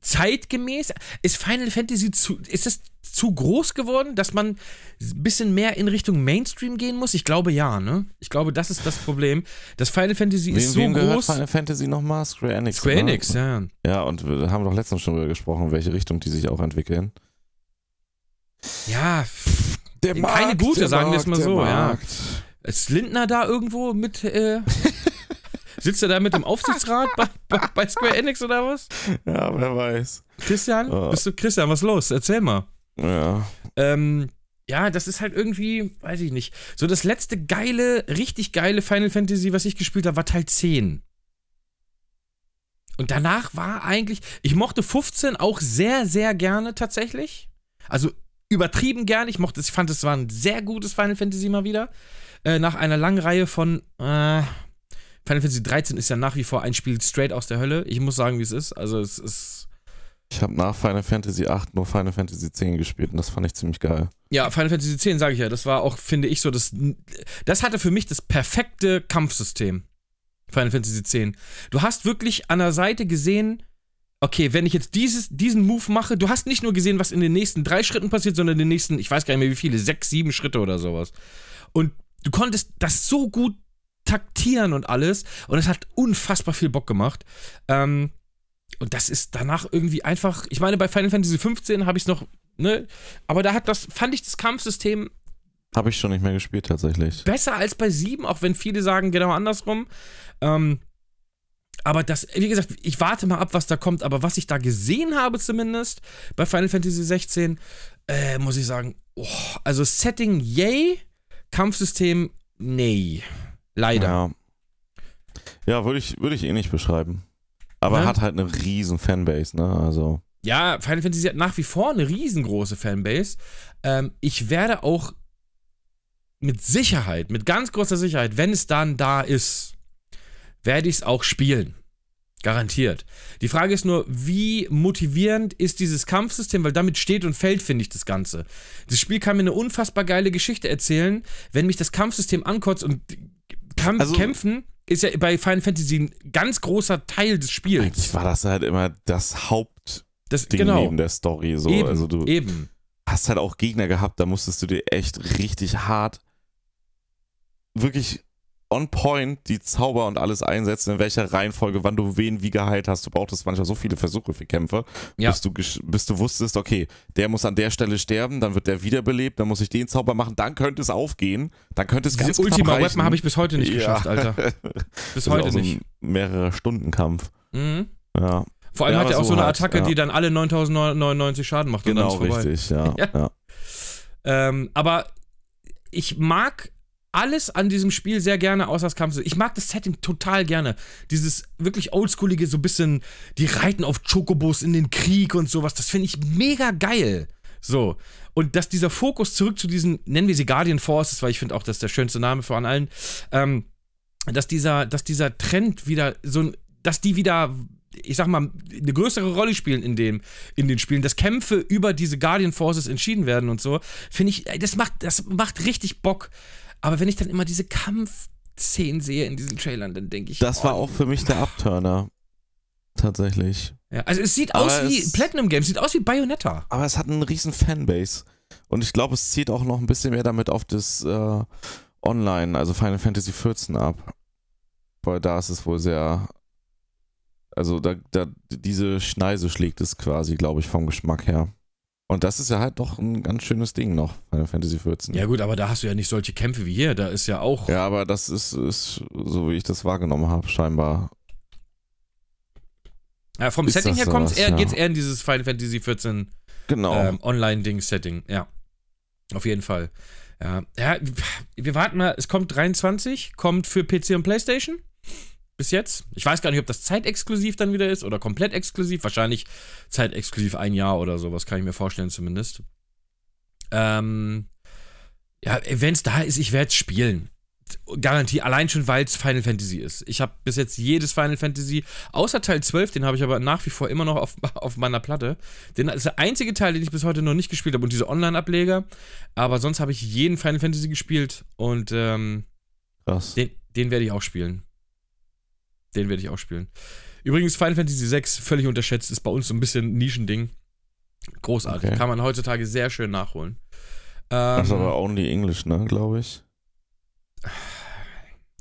B: zeitgemäß. Ist Final Fantasy zu, ist es zu groß geworden, dass man ein bisschen mehr in Richtung Mainstream gehen muss? Ich glaube ja, ne? Ich glaube, das ist das Problem. Das Final Fantasy ist so
C: wem gehört
B: groß.
C: Final Fantasy nochmal? Square Enix.
B: Square
C: ne?
B: Enix, ja.
C: Ja, und wir haben doch letztens schon darüber gesprochen, welche Richtung die sich auch entwickeln.
B: Ja, pff,
C: Der
B: Keine Markt, gute, der sagen wir es Markt, mal der so, ja.
C: ja.
B: ist Lindner da irgendwo mit, äh, sitzt er da mit im Aufsichtsrat bei, bei, bei Square Enix oder was?
C: Ja, wer weiß.
B: Christian,
C: Ah.
B: bist du Christian, was los? Erzähl mal.
C: Ja.
B: Ähm, ja, das ist halt irgendwie, weiß ich nicht. So das letzte geile, richtig geile Final Fantasy, was ich gespielt habe, war Teil 10. Und danach war eigentlich, ich mochte 15 auch sehr, sehr gerne tatsächlich. Also übertrieben gerne. Ich mochte es, ich fand es war ein sehr gutes Final Fantasy mal wieder. Äh, nach einer langen Reihe von, äh, Final Fantasy 13 ist ja nach wie vor ein Spiel straight aus der Hölle. Ich muss sagen, wie es ist. Also es ist,
C: Ich habe nach Final Fantasy 8 nur Final Fantasy 10 gespielt und das fand ich ziemlich geil.
B: Ja, Final Fantasy X, sage ich ja, das war auch, finde ich, so das. Das hatte für mich das perfekte Kampfsystem. Final Fantasy X. Du hast wirklich an der Seite gesehen, okay, wenn ich jetzt dieses, diesen Move mache, du hast nicht nur gesehen, was in den nächsten drei Schritten passiert, sondern in den nächsten, ich weiß gar nicht mehr wie viele, sechs, sieben Schritte oder sowas. Und du konntest das so gut taktieren und alles. Und es hat unfassbar viel Bock gemacht. Ähm, und das ist danach irgendwie einfach. Ich meine, bei Final Fantasy 15 habe ich es noch, ne? Aber da hat das, fand ich das Kampfsystem
C: Habe ich schon nicht mehr gespielt tatsächlich.
B: besser als bei 7, auch wenn viele sagen genau andersrum. Ähm, aber das, wie gesagt, ich warte mal ab, was da kommt, aber was ich da gesehen habe zumindest bei Final Fantasy 16, äh, muss ich sagen, oh, also Setting yay, Kampfsystem nee. Leider.
C: Ja, ja würde ich, würd ich eh nicht beschreiben. Aber
B: Ne?
C: hat halt eine riesen Fanbase, ne? Also.
B: ja, Final Fantasy hat nach wie vor eine riesengroße Fanbase. Ähm, ich werde auch mit Sicherheit, mit ganz großer Sicherheit, wenn es dann da ist, werde ich es auch spielen. Garantiert. Die Frage ist nur, wie motivierend ist dieses Kampfsystem, weil damit steht und fällt, finde ich, das Ganze. Das Spiel kann mir eine unfassbar geile Geschichte erzählen, wenn mich das Kampfsystem ankotzt und Kampf,
C: Also-
B: kämpfen ist ja bei Final Fantasy ein ganz großer Teil des Spiels.
C: Eigentlich war das halt immer das Hauptding
B: Das,
C: neben der Story. So.
B: Genau. eben,
C: also du
B: eben.
C: hast halt auch Gegner gehabt, da musstest du dir echt richtig hart, wirklich on point die Zauber und alles einsetzen, in welcher Reihenfolge, wann du wen wie geheilt hast. Du brauchtest manchmal so viele Versuche für Kämpfe,
B: Ja.
C: bis, du gesch- bis du wusstest, okay, der muss an der Stelle sterben, dann wird der wiederbelebt, dann muss ich den Zauber machen, dann könnte es aufgehen, dann könnte es ganz
B: Diese Ultima
C: knapp Also
B: Weapon habe ich bis heute nicht
C: Ja.
B: geschafft, Alter. Bis heute nicht.
C: mehrere Stunden Kampf.
B: Mhm.
C: Ja,
B: Vor allem
C: Ja,
B: hat
C: aber
B: er auch so
C: so
B: eine
C: halt,
B: Attacke,
C: ja.
B: die dann alle 9099 Schaden macht
C: genau
B: und dann ist vorbei.
C: richtig, ja. ja.
B: Ja. Ähm, aber ich mag alles an diesem Spiel sehr gerne, außer das Kampf. Ich mag das Setting total gerne. Dieses wirklich oldschoolige, so ein bisschen, die reiten auf Chocobos in den Krieg und sowas, das finde ich mega geil. So. Und dass dieser Fokus zurück zu diesen, nennen wir sie Guardian Forces, weil ich finde auch, das ist der schönste Name von allen, ähm, dass dieser, dass dieser Trend wieder so ein, dass die wieder, ich sag mal, eine größere Rolle spielen in dem, in den Spielen, dass Kämpfe über diese Guardian Forces entschieden werden und so, finde ich, ey, das macht, das macht richtig Bock. Aber wenn ich dann immer diese Kampfszenen sehe in diesen Trailern, dann denke ich,
C: Das
B: oh,
C: war auch für mich der Abturner. tatsächlich.
B: Ja, also es sieht
C: Aber
B: aus wie
C: es-
B: Platinum Games, sieht aus wie Bayonetta.
C: Aber es hat einen riesen Fanbase. Und ich glaube, es zieht auch noch ein bisschen mehr damit auf das äh, Online, also Final Fantasy XIV ab. Weil da ist es wohl sehr. Also da, da diese Schneise schlägt es quasi, glaube ich, vom Geschmack her. Und das ist ja halt doch ein ganz schönes Ding noch, Final Fantasy XIV.
B: Ja gut, aber da hast du ja nicht solche Kämpfe wie hier, da ist ja auch
C: Ja, aber das ist, ist, so wie ich das wahrgenommen habe, scheinbar.
B: Ja, vom
C: Ist
B: Setting
C: das
B: her kommt's
C: sowas,
B: eher,
C: ja.
B: geht's eher in dieses Final Fantasy 14
C: Genau.
B: ähm, Online-Ding-Setting. Ja. Auf jeden Fall. Ja. ja, wir warten mal, es kommt 23, kommt für PC und Playstation. Bis jetzt. Ich weiß gar nicht, ob das zeitexklusiv dann wieder ist oder komplett exklusiv. Wahrscheinlich zeitexklusiv ein Jahr oder sowas, kann ich mir vorstellen zumindest. Ähm, ja, wenn es da ist, ich werde es spielen. Garantie, allein schon, weil es Final Fantasy ist. Ich habe bis jetzt jedes Final Fantasy, außer Teil 12, den habe ich aber nach wie vor immer noch auf, auf meiner Platte. Den das ist der einzige Teil, den ich bis heute noch nicht gespielt habe und diese Online-Ableger. Aber sonst habe ich jeden Final Fantasy gespielt und ähm,
C: Krass.
B: den, den werde ich auch spielen. Den werde ich auch spielen. Übrigens, Final Fantasy VI, völlig unterschätzt, ist bei uns so ein bisschen ein Nischending. Großartig.
C: Okay.
B: Kann man heutzutage sehr schön nachholen. Ähm,
C: Das ist aber only English, ne, glaube ich.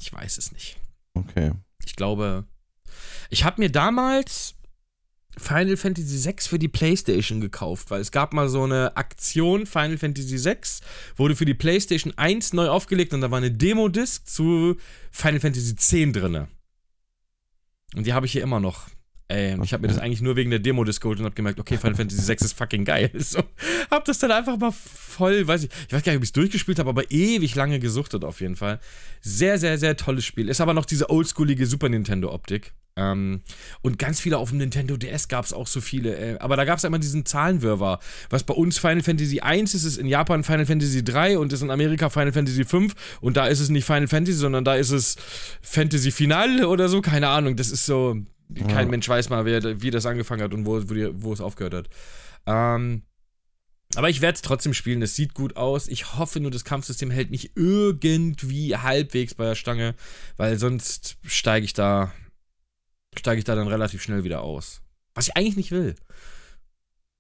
B: ich weiß es nicht.
C: Okay.
B: Ich glaube, ich habe mir damals Final Fantasy VI für die PlayStation gekauft, weil es gab mal so eine Aktion Final Fantasy VI, wurde für die PlayStation 1 neu aufgelegt und da war eine Demo-Disc zu Final Fantasy X drinne. Und die habe ich hier immer noch. Ähm, Ich habe mir das eigentlich nur wegen der Demo-Disc geholt und habe gemerkt, okay, Final Fantasy VI ist fucking geil. So, hab das dann einfach mal voll, weiß ich, ich weiß gar nicht, ob ich es durchgespielt habe, aber ewig lange gesuchtet auf jeden Fall. Sehr, sehr, sehr tolles Spiel. Ist aber noch diese oldschoolige Super Nintendo-Optik. Ähm, und ganz viele auf dem Nintendo DS gab es auch so viele. Äh, aber da gab es immer diesen Zahlenwirrwarr. Was bei uns Final Fantasy 1 ist, ist in Japan Final Fantasy 3 und ist in Amerika Final Fantasy 5. Und da ist es nicht Final Fantasy, sondern da ist es Fantasy Finale oder so. Keine Ahnung. Das ist so. Kein
C: Ja.
B: Mensch weiß mal, wer, wie das angefangen hat und wo, wo, die, wo es aufgehört hat. Ähm, aber ich werde es trotzdem spielen. Es sieht gut aus. Ich hoffe nur, das Kampfsystem hält mich irgendwie halbwegs bei der Stange, weil sonst steige ich da, steige ich da dann relativ schnell wieder aus. Was ich eigentlich nicht will.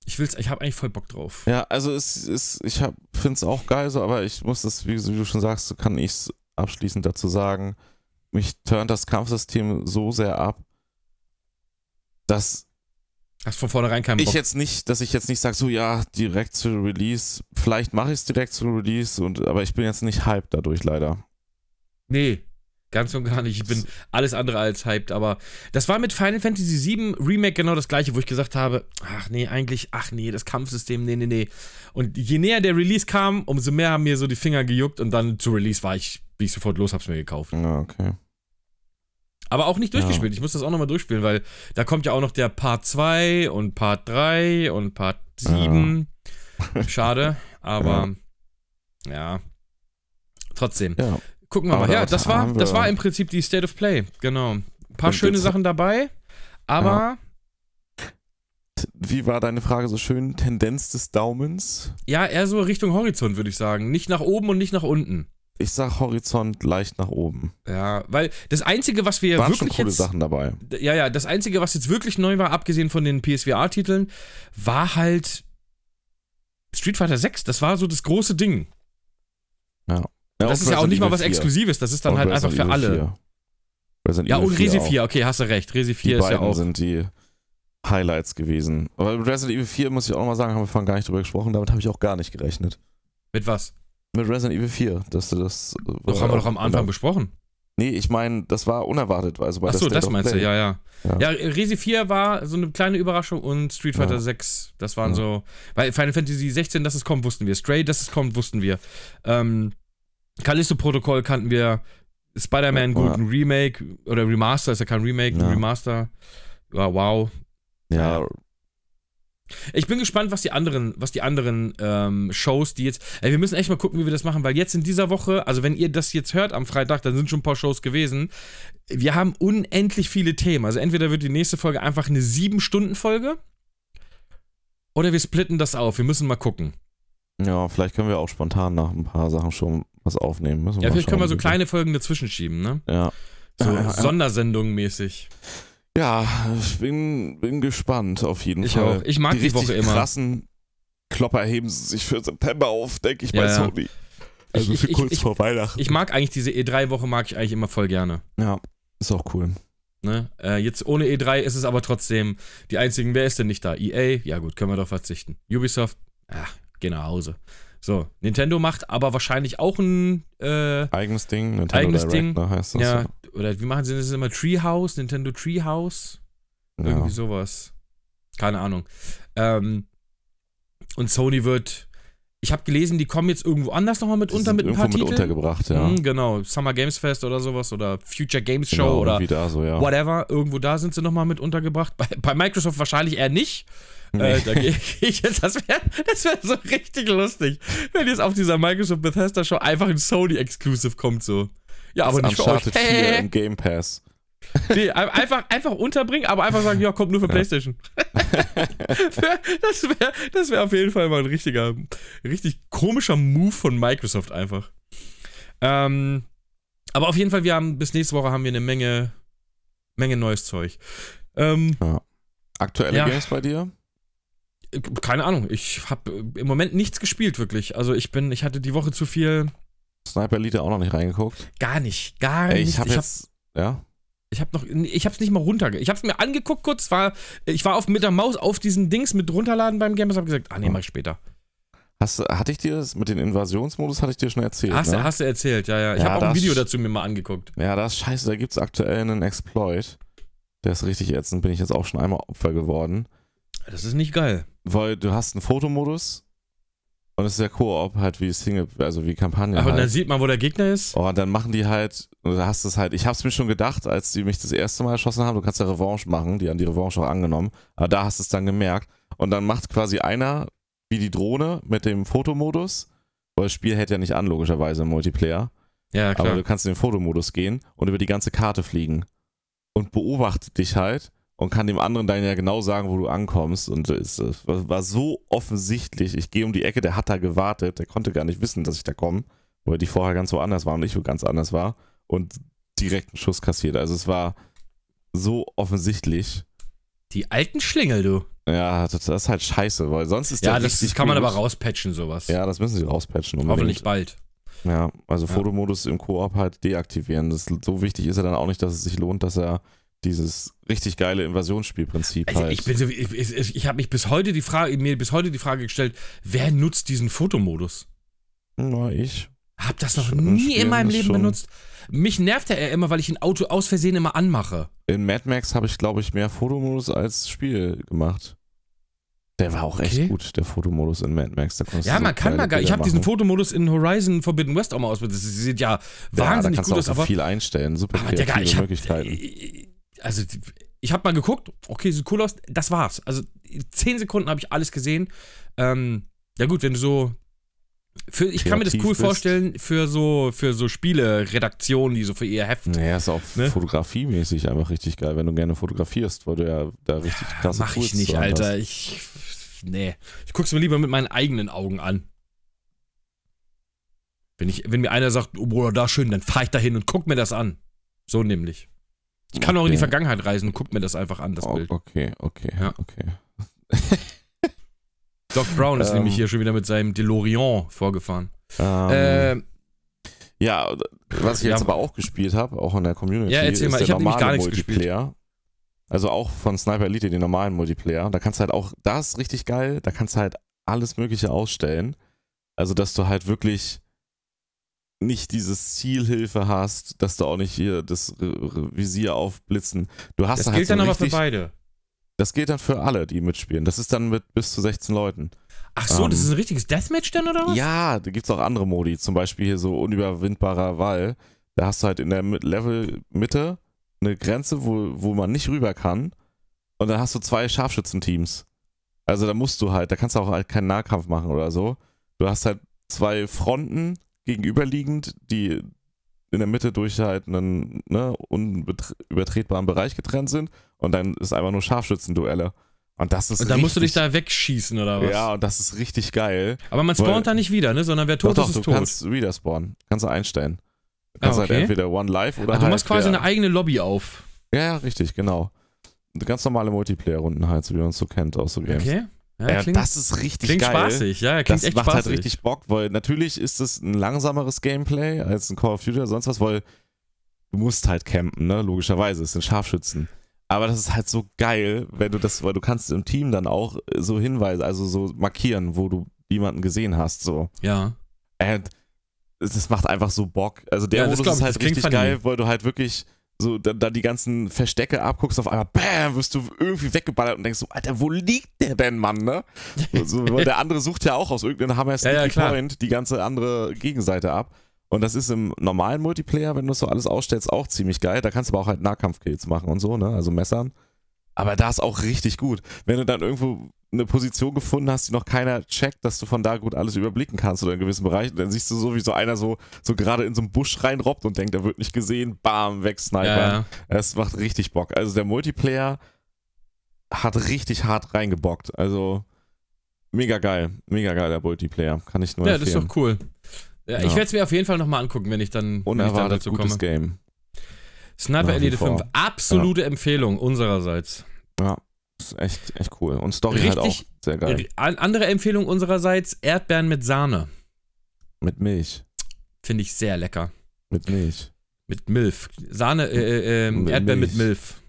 B: Ich will's, ich habe eigentlich voll Bock drauf.
C: Ja, also es ist, ich finde es auch geil so, aber ich muss das, wie, wie du schon sagst, kann ich es abschließend dazu sagen, mich turnt das Kampfsystem so sehr ab, dass
B: Hast von vornherein keinen
C: ich
B: Bock.
C: jetzt nicht, dass ich jetzt nicht sage, so ja, direkt zu Release, vielleicht mache ich es direkt zu Release, und, aber ich bin jetzt nicht hyped dadurch leider.
B: Nee, ganz und gar nicht. Ich bin alles andere als hyped, aber das war mit Final Fantasy VII Remake genau das gleiche, wo ich gesagt habe, ach nee, eigentlich, ach nee, das Kampfsystem, nee, nee, nee. Und je näher der Release kam, umso mehr haben mir so die Finger gejuckt und dann zu Release war ich, bin ich sofort los, hab's mir gekauft.
C: Ja, okay.
B: Aber auch nicht durchgespielt. Ich muss das auch nochmal durchspielen, weil da kommt ja auch noch der Part 2 und Part 3 und Part 7. Schade, aber ja. Trotzdem.
C: Ja.
B: Gucken wir
C: Aber
B: mal. Ja,
C: damit
B: das war,
C: haben wir-
B: das war im Prinzip die State of Play. Genau. Ein paar
C: Und
B: schöne
C: jetzt-
B: Sachen dabei, aber
C: Wie war deine Frage so schön? Tendenz des Daumens?
B: ja. eher so Richtung Horizont, würde ich sagen. Nicht nach oben und nicht nach unten.
C: Ich sag Horizont leicht nach oben.
B: Ja, weil das Einzige, was wir
C: Waren schon
B: wirklich
C: coole
B: jetzt
C: Sachen dabei.
B: ja, ja, das Einzige, was jetzt wirklich neu war, abgesehen von den PSVR-Titeln, war halt Street Fighter 6. Das war so das große Ding.
C: Ja, und
B: das ist ja auch
C: Resident
B: nicht mal
C: Evil
B: was
C: 4.
B: Exklusives, das ist dann
C: Und
B: halt einfach
C: Resident
B: für
C: Evil
B: alle.
C: 4. Resident
B: Ja,
C: Evil
B: und Resi
C: auch.
B: 4, okay, hast du recht. Resi
C: Die
B: 4 ist
C: beiden
B: ja auch.
C: sind die Highlights gewesen. Aber mit Resident Evil 4 muss ich auch noch mal sagen, haben wir vorhin gar nicht drüber gesprochen, damit habe ich auch gar nicht gerechnet.
B: Mit was?
C: Mit Resident Evil 4, dass du das. äh,
B: Doch,
C: war
B: haben wir
C: auch-
B: doch am Anfang besprochen.
C: Nee, ich meine, das war unerwartet. Also bei der
B: Achso,
C: State
B: das
C: of
B: meinst du,
C: Play.
B: ja, ja. Ja,
C: Ja.
B: Resi 4 war so eine kleine Überraschung und Street Fighter
C: Ja.
B: 6, das waren
C: Ja.
B: so. Weil Final Fantasy 16, dass es kommt, wussten wir. Stray, dass es kommt, wussten wir. Ähm, Callisto-Protokoll kannten wir. Spider-Man,
C: Ja.
B: gut, ein Remake oder Remaster, ist ja kein Remake, ein
C: Ja.
B: Remaster. Ja, wow.
C: Ja,
B: Ich bin gespannt, was die anderen, was die anderen ähm, Shows, die jetzt. Ey, wir müssen echt mal gucken, wie wir das machen, weil jetzt in dieser Woche, also wenn ihr das jetzt hört am Freitag, dann sind schon ein paar Shows gewesen. Wir haben unendlich viele Themen. Also entweder wird die nächste Folge einfach eine 7-Stunden-Folge oder wir splitten das auf. Wir müssen mal gucken.
C: ja, vielleicht können wir auch spontan nach ein paar Sachen schon was aufnehmen. Müssen
B: Ja,
C: mal
B: vielleicht können wir
C: schauen,
B: so
C: wie
B: kleine Folgen dazwischen schieben, ne?
C: Ja.
B: So
C: Ja, ja, ja.
B: Sondersendungen mäßig.
C: Ja, ich bin, bin gespannt auf jeden
B: Ich
C: Fall.
B: auch. Ich mag die
C: richtig
B: Woche immer.
C: krassen Klopper heben sie sich für September auf, denke ich bei
B: Ja.
C: Sony. Also
B: Ich-
C: für
B: ich-
C: kurz
B: ich-
C: vor Weihnachten.
B: Ich mag eigentlich diese E3-Woche, mag ich eigentlich immer voll gerne.
C: ja, ist auch cool.
B: Ne? Äh, jetzt ohne E3 ist es aber trotzdem die einzigen, wer ist denn nicht da? EA? Ja gut, können wir doch verzichten. Ubisoft? Ach, geh nach Hause. So, Nintendo macht aber wahrscheinlich auch ein, äh,
C: Eigenes Ding, Nintendo
B: Eigenes
C: Direct,
B: Ding.
C: Ne, heißt das.
B: ja, oder wie machen sie das immer? Treehouse? Nintendo Treehouse?
C: ja.
B: Irgendwie sowas. Keine Ahnung. Ähm, und Sony wird, ich habe gelesen, die kommen jetzt irgendwo anders nochmal mit
C: Die
B: unter
C: sind
B: mit ein
C: irgendwo
B: paar
C: mit
B: Titeln.
C: untergebracht, ja.
B: Hm, genau, Summer Games Fest oder sowas oder Future Games Show
C: genau,
B: oder
C: irgendwie da so, ja.
B: whatever, irgendwo da sind sie nochmal mit untergebracht. Bei, bei Microsoft wahrscheinlich eher nicht. Äh, da gehe ich jetzt, das wäre das wär so richtig lustig, wenn jetzt auf dieser Microsoft Bethesda Show einfach ein Sony-Exclusive kommt so. Ja, aber nicht für euch.
C: Uncharted 4
B: Hey,
C: im Game Pass.
B: nee, ein- einfach, einfach unterbringen, aber einfach sagen, ja, kommt nur für Playstation. das wäre das wär auf jeden Fall mal ein richtiger, richtig komischer Move von Microsoft einfach. Ähm, aber auf jeden Fall, wir haben bis nächste Woche haben wir eine Menge, Menge neues Zeug. Ähm,
C: Aktuelle
B: Ja.
C: Games bei dir?
B: keine Ahnung, ich habe im Moment nichts gespielt, wirklich. Also ich bin, ich hatte die Woche zu viel.
C: Sniper Elite auch noch nicht reingeguckt.
B: Gar nicht, gar
C: Ey,
B: nicht.
C: ich habe jetzt. Ja?
B: Ich habe noch, ich habe es nicht mal runterge. Ich habe es mir angeguckt kurz. War, ich war auf, mit der Maus auf diesen Dings mit runterladen beim Game Pass. Habe gesagt, ah nee, mach ich später.
C: Hast, du- hatte ich dir das mit den Invasionsmodus, hatte ich dir schon erzählt.
B: hast,
C: ne?
B: du, hast du erzählt? Ja, ja. Ich
C: Ja,
B: habe auch ein
C: das-
B: Video dazu mir mal angeguckt.
C: Ja, das ist scheiße, da gibt es aktuell einen Exploit. Der ist richtig ätzend, bin ich jetzt auch schon einmal Opfer geworden.
B: Das ist nicht geil.
C: Weil du hast einen Fotomodus und es ist ja Koop, halt wie Single, also wie Kampagne.
B: Aber
C: halt.
B: dann sieht man, wo der Gegner ist.
C: Oh, und dann machen die halt, und da hast du es halt, ich hab's mir schon gedacht, als die mich das erste Mal erschossen haben, du kannst ja Revanche machen, die haben die Revanche auch angenommen, aber da hast du es dann gemerkt. Und dann macht quasi einer wie die Drohne mit dem Fotomodus, weil das Spiel hält ja nicht an, logischerweise im Multiplayer,
B: Ja
C: aber
B: klar.
C: du kannst in den Fotomodus gehen und über die ganze Karte fliegen und beobachtet dich halt und kann dem anderen dann ja genau sagen, wo du ankommst. Und es es war so offensichtlich, ich gehe um die Ecke, der hat da gewartet, der konnte gar nicht wissen, dass ich da komme weil die vorher ganz woanders waren und ich wo ganz anders war und direkt einen Schuss kassiert. Also es war so offensichtlich.
B: Die alten Schlingel, du.
C: Ja, das, das ist halt scheiße, weil sonst ist
B: Ja,
C: der
B: das
C: richtig
B: kann man
C: gut.
B: aber rauspatchen sowas.
C: Ja, das müssen sie rauspatchen. Unbedingt.
B: Hoffentlich bald.
C: Ja, also
B: Ja.
C: Fotomodus im Koop halt deaktivieren. Das, so wichtig ist er dann auch nicht, dass es sich lohnt, dass er dieses richtig geile Invasionsspielprinzip
B: Also
C: halt.
B: ich bin so, ich, ich, ich habe mich bis heute die Frage, mir bis heute die Frage gestellt, wer nutzt diesen Fotomodus?
C: Hm, Na, ich.
B: Hab das noch
C: Sch-
B: nie
C: spielen
B: in meinem
C: ist
B: Leben
C: schon-
B: benutzt. Mich nervt er immer, weil ich ein Auto aus Versehen immer anmache.
C: In Mad Max habe ich, glaube ich, mehr Fotomodus als Spiel gemacht. Der war auch
B: Okay.
C: echt gut, der Fotomodus in Mad Max. Da konntest du
B: Ja,
C: so
B: man kann
C: geile
B: mal gar. Ich
C: Bilder
B: habe diesen
C: machen.
B: Fotomodus in Horizon Forbidden West auch mal ausprobiert. Das sieht ja wahnsinnig
C: ja, da kannst
B: gut
C: du
B: aus,
C: auch so
B: aber.
C: viel einstellen, super
B: aber Äh, Digga, ich
C: kreative
B: hab,
C: Möglichkeiten.
B: Also, ich habe mal geguckt, okay, sieht cool aus, das war's. Also, zehn Sekunden habe ich alles gesehen. Ähm, ja, gut, wenn du so. Für, ich kann mir das
C: Kreativ
B: cool
C: bist.
B: vorstellen für so, für so Spiele-Redaktionen, die so für ihr Heft
C: Naja, ist auch
B: Ne?
C: fotografiemäßig einfach richtig geil, wenn du gerne fotografierst, weil du ja da richtig krasse
B: Mach ich
C: Tools
B: nicht,
C: zur Hand
B: Alter.
C: hast.
B: Ich. Nee. Ich guck's mir lieber mit meinen eigenen Augen an. Wenn, ich, wenn mir einer sagt, oh Bruder, da schön, dann fahr ich da hin und guck mir das an. So nämlich. Ich kann auch in die
C: Okay.
B: Vergangenheit reisen und guck mir das einfach an, das
C: Oh,
B: Bild.
C: Okay, okay,
B: Ja.
C: okay.
B: Doc Brown ist
C: Ähm.
B: nämlich hier schon wieder mit seinem DeLorean vorgefahren.
C: Ähm,
B: Ähm,
C: ja, was ich jetzt
B: ja.
C: aber auch gespielt habe, auch in der Community,
B: Ja, erzähl
C: ist
B: mal,
C: der
B: ich hab nämlich
C: normale
B: gar nichts gespielt.
C: Multiplayer. Also auch von Sniper Elite, den normalen Multiplayer. Da kannst du halt auch, das ist richtig geil, da kannst du halt alles Mögliche ausstellen. Also, dass du halt wirklich nicht dieses Zielhilfe hast, dass du auch nicht hier das R- R- Visier aufblitzen. Du hast
B: das
C: da halt
B: gilt
C: so
B: dann
C: ein
B: aber für
C: richtig,
B: beide.
C: Das gilt dann für alle, die mitspielen. Das ist dann mit bis zu 16 Leuten.
B: Ach so, das
C: Ähm.
B: ist ein richtiges Deathmatch dann, oder was?
C: Ja, da gibt's auch andere Modi, zum Beispiel hier so unüberwindbarer Wall. Da hast du halt in der Mid- Level-Mitte eine Grenze, wo, wo man nicht rüber kann. Und dann hast du zwei Scharfschützenteams. Also da musst du halt, da kannst du auch halt keinen Nahkampf machen oder so. Du hast halt zwei Fronten gegenüberliegend, die in der Mitte durch halt einen ne, unübertretbaren Bereich getrennt sind. Und dann ist einfach nur Scharfschützenduelle. Und das ist
B: Und dann musst du dich
C: richtig-
B: da wegschießen, oder was?
C: Ja, und das ist richtig geil.
B: Aber man
C: Weil-
B: spawnt da nicht wieder, ne? Sondern wer tot
C: doch, doch,
B: ist,
C: du
B: ist tot.
C: kannst wieder spawnen. Kannst du einstellen. Du
B: Ah,
C: kannst
B: okay.
C: halt entweder One Life oder
B: Ah, du
C: halt
B: machst quasi
C: wer-
B: eine eigene Lobby auf.
C: Ja, ja, richtig, genau. ganz normale Multiplayer-Runden halt, so wie man es so kennt aus so Games.
B: Okay. Ja,
C: Ja,
B: klingt,
C: das ist richtig
B: klingt
C: geil.
B: spaßig. Ja, klingt
C: das
B: echt
C: macht
B: spaßig.
C: halt richtig Bock, weil natürlich ist es ein langsameres Gameplay als ein Call of Duty oder sonst was, weil du musst halt campen, ne? Logischerweise, es sind Scharfschützen. Aber das ist halt so geil, wenn du das, weil du kannst im Team dann auch äh, so Hinweise, also so markieren, wo du jemanden gesehen hast, so.
B: ja.
C: And es- das macht einfach so Bock. Also der
B: Ja, das
C: Modus
B: glaub
C: ist
B: ich,
C: halt
B: das klingt
C: richtig
B: funny.
C: geil, weil du halt wirklich so da, da die ganzen Verstecke abguckst, auf einmal bam, wirst du irgendwie weggeballert und denkst so, Alter, wo liegt der denn, Mann, ne? So, weil der andere sucht ja auch aus irgendeinem Hammer Sneaky
B: ja, klar.
C: Point die ganze andere Gegenseite ab. Und das ist im normalen Multiplayer, wenn du so alles ausstellst, auch ziemlich geil. Da kannst du aber auch halt Nahkampfkills machen und so, ne? Also Messern. Aber da ist auch richtig gut. Wenn du dann irgendwo eine Position gefunden hast, die noch keiner checkt, dass du von da gut alles überblicken kannst oder in gewissen Bereichen, dann siehst du so, wie so einer so, so gerade in so einen Busch reinrobbt und denkt, er wird nicht gesehen, bam, weg
B: Ja,
C: Sniper.
B: ja.
C: Es macht richtig Bock. Also der Multiplayer hat richtig hart reingebockt. Also mega geil. Mega geil, der Multiplayer. Kann ich nur
B: ja, das ist
C: empfehlen.
B: doch cool. Ja, Ich
C: Ja.
B: werde es mir auf jeden Fall nochmal angucken, wenn ich dann, wenn ich dann
C: Unerwartet
B: dazu
C: gutes
B: komme.
C: Game.
B: Sniper
C: Nach wie
B: Elite
C: vor.
B: 5, absolute Empfehlung unsererseits.
C: Ist echt, echt cool. Und Story halt auch
B: Richtig-
C: sehr geil.
B: An- Andere Empfehlung unsererseits, Erdbeeren mit Sahne.
C: Mit Milch.
B: Finde ich sehr lecker.
C: Mit Milch.
B: Mit Milf. Sahne, äh, äh, ähm,
C: Mit
B: Erdbeeren
C: Milch.
B: mit Milf.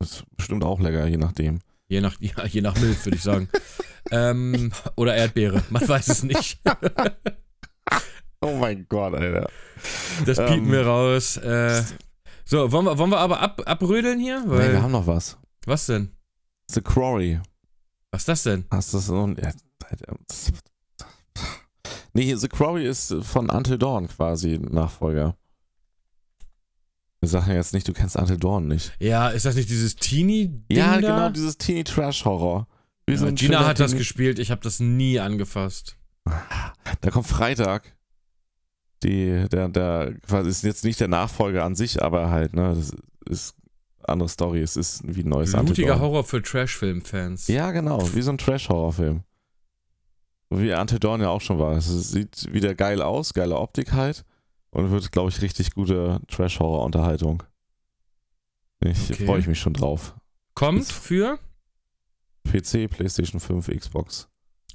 C: Ist bestimmt auch lecker, je nachdem.
B: Je nach, ja, je nach Milf, würde ich sagen. ähm, oder Erdbeere, man weiß es nicht.
C: Oh mein Gott, Alter.
B: Das
C: Ähm,
B: piepen wir raus. Äh, so, wollen wir, wollen wir aber ab, abrödeln hier?
C: Nee,
B: Weil,
C: wir haben noch was.
B: was denn?
C: The Quarry.
B: Was ist das denn?
C: Hast du das noch? Ja, Alter, das- Nee, The Quarry ist von Until Dawn quasi ein Nachfolger. Wir sagen jetzt nicht, du kennst Until Dawn nicht.
B: Ja, ist das nicht dieses Teenie-Ding
C: Ja,
B: da?
C: genau, dieses Teeny Trash Horror. Wie so
B: Ja,
C: ein
B: Gina
C: schöner
B: hat das
C: Teenie-
B: gespielt, ich habe das nie angefasst.
C: Da kommt Freitag. Die, der, der, quasi ist jetzt nicht der Nachfolger an sich, aber halt, ne, das ist andere Story. Es ist wie ein neues Until
B: Blutiger
C: Dawn.
B: Horror für Trash-Film-Fans.
C: Ja, genau, wie so ein Trash-Horror-Film. Wie Ante Dawn ja auch schon war. Es sieht wieder geil aus, geile Optik halt. Und wird, glaube ich, richtig gute Trash-Horror-Unterhaltung. Ich
B: Okay.
C: freue ich mich schon drauf.
B: Kommt für?
C: PC, PlayStation 5, Xbox.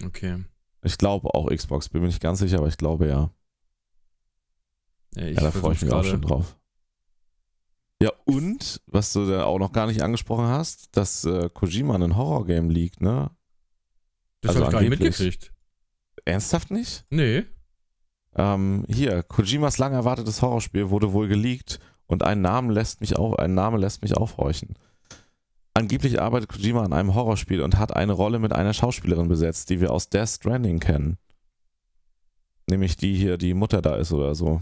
B: Okay.
C: Ich glaube auch Xbox, bin mir nicht ganz sicher, aber ich glaube ja.
B: Ja, ich
C: ja, da freue ich
B: versuch's
C: mich auch
B: gerade.
C: schon drauf. Ja, und, was du da auch noch gar nicht angesprochen hast, dass äh, Kojima in ein Horror-Game liegt, ne?
B: Das
C: Also
B: habe ich gar nicht
C: angeblich.
B: mitgekriegt.
C: Ernsthaft nicht?
B: Nee.
C: Ähm, hier, Kojimas lang erwartetes Horrorspiel wurde wohl geleakt und ein Name lässt mich auf, ein Name lässt mich aufhorchen. Angeblich arbeitet Kojima an einem Horrorspiel und hat eine Rolle mit einer Schauspielerin besetzt, die wir aus Death Stranding kennen. Nämlich die hier, die Mutter da ist oder so.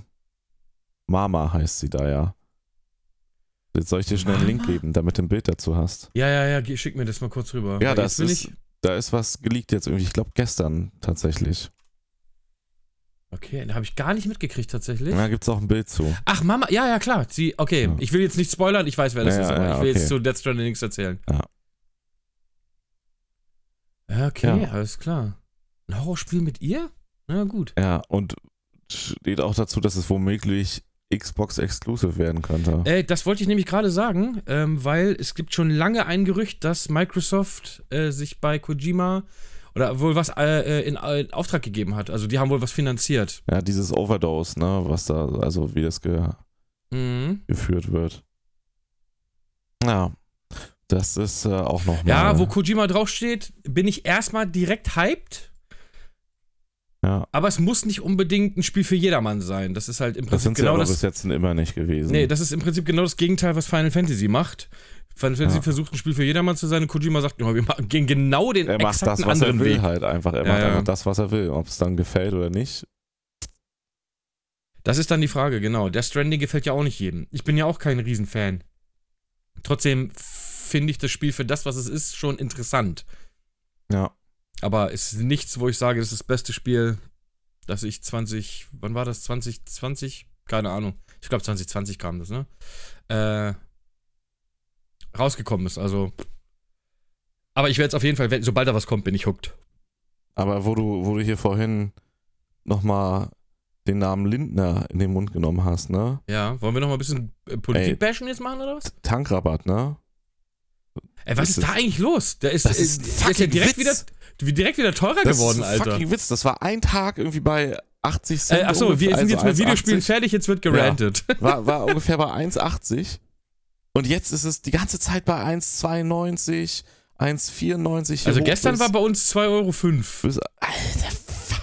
C: Mama heißt sie da ja. Jetzt soll ich dir schnell einen Link
B: Mama?
C: geben, damit du ein Bild dazu hast.
B: Ja, ja, ja, geh- schick mir das mal kurz rüber.
C: Ja,
B: Weil
C: das
B: jetzt bin
C: ist-
B: Ich,
C: Da ist was geleakt jetzt irgendwie, ich glaube gestern tatsächlich.
B: okay, da habe ich gar nicht mitgekriegt tatsächlich.
C: Da gibt's auch ein Bild zu.
B: Ach, Mama, ja, ja, klar. Sie, okay,
C: Ja.
B: ich will jetzt nicht spoilern, ich weiß, wer das
C: Ja,
B: ist,
C: ja,
B: aber
C: ja,
B: ich will
C: okay.
B: jetzt zu Death Stranding nichts erzählen.
C: Ja.
B: Okay,
C: Ja.
B: alles klar. Ein Horrorspiel mit ihr? Na gut.
C: Ja, und steht auch dazu, dass es womöglich Xbox Exclusive werden könnte.
B: Äh, das wollte ich nämlich gerade sagen, ähm, weil es gibt schon lange ein Gerücht, dass Microsoft äh, sich bei Kojima oder wohl was äh, äh, in, äh, in Auftrag gegeben hat. Also die haben wohl was finanziert.
C: Ja, dieses Overdose, ne, was da, also wie das ge
B: Mhm.
C: geführt wird. Ja, das ist äh, auch nochmal.
B: Ja, wo Kojima draufsteht, bin ich erstmal direkt hyped.
C: Ja,
B: Aber es muss nicht unbedingt ein Spiel für jedermann sein. Das ist halt im
C: das
B: Prinzip
C: sind sie
B: genau
C: aber
B: das.
C: bis jetzt immer nicht gewesen.
B: Nee, das ist im Prinzip genau das Gegenteil, was Final Fantasy macht. Final Fantasy
C: Ja.
B: versucht, ein Spiel für jedermann zu sein und Kojima sagt, ja, wir machen- gehen genau den
C: er macht
B: exakten
C: das, was er
B: anderen
C: will,
B: Weg.
C: halt einfach. Er
B: Ja,
C: macht
B: ja.
C: einfach das, was er will. Ob es dann gefällt oder nicht.
B: Das ist dann die Frage, genau. Der Stranding gefällt ja auch nicht jedem. Ich bin ja auch kein Riesenfan. Trotzdem finde ich das Spiel für das, was es ist, schon interessant.
C: Ja.
B: Aber es ist nichts, wo ich sage, das ist das beste Spiel, das ich 20, wann war das? 2020? Keine Ahnung. Ich glaube 2020 kam das, ne? Äh, rausgekommen ist, also. Aber ich werde es auf jeden Fall, wenn- sobald da was kommt, bin ich hooked.
C: Aber wo du, wo du hier vorhin nochmal den Namen Lindner in den Mund genommen hast, ne?
B: Ja, wollen wir noch mal ein bisschen äh,
C: Ey.
B: Politik-Bashen jetzt machen oder was?
C: Tankrabatt, ne?
B: Ey, was
C: Ist
B: ist,
C: es-
B: da eigentlich los? Der ist,
A: Das ist ein
B: äh, der ist ja
A: fucking
B: direkt
A: Witz.
B: wieder direkt wieder teurer
C: Das
B: geworden,
C: ist ein
B: Alter.
C: fucking Witz. Das war ein Tag irgendwie bei 80 Cent.
B: Äh, achso, wir
C: ungefähr,
B: sind jetzt
C: also
B: mit
C: 1,80.
B: Videospielen fertig, jetzt wird gerantet. Also
C: War, war ungefähr bei 1,80. Und jetzt ist es die ganze Zeit bei 1,92, 1,94. hier
B: Also
C: hoch
B: gestern
C: bis-
B: war bei uns 2,05 Euro.
C: bis- Alter, fuck.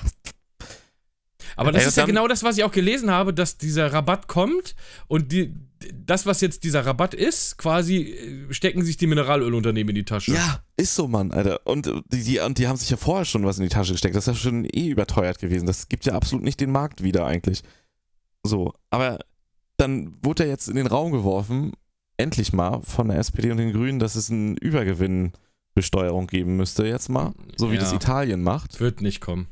B: Aber das
C: Ey,
B: ist ja
C: dann-
B: genau das, was ich auch gelesen habe, dass dieser Rabatt kommt und die, das, was jetzt dieser Rabatt ist, quasi äh, stecken sich die Mineralölunternehmen in die Tasche.
C: Ja, ist so, Mann, Alter. Und äh, die, die, und die haben sich ja vorher schon was in die Tasche gesteckt. Das ist ja schon eh überteuert gewesen. Das gibt ja absolut nicht den Markt wieder eigentlich. So, aber dann wurde er jetzt in den Raum geworfen, endlich mal von der SPD und den Grünen, dass es eine Übergewinnbesteuerung geben müsste jetzt mal, so wie
B: Ja.
C: das Italien macht.
B: Wird nicht kommen.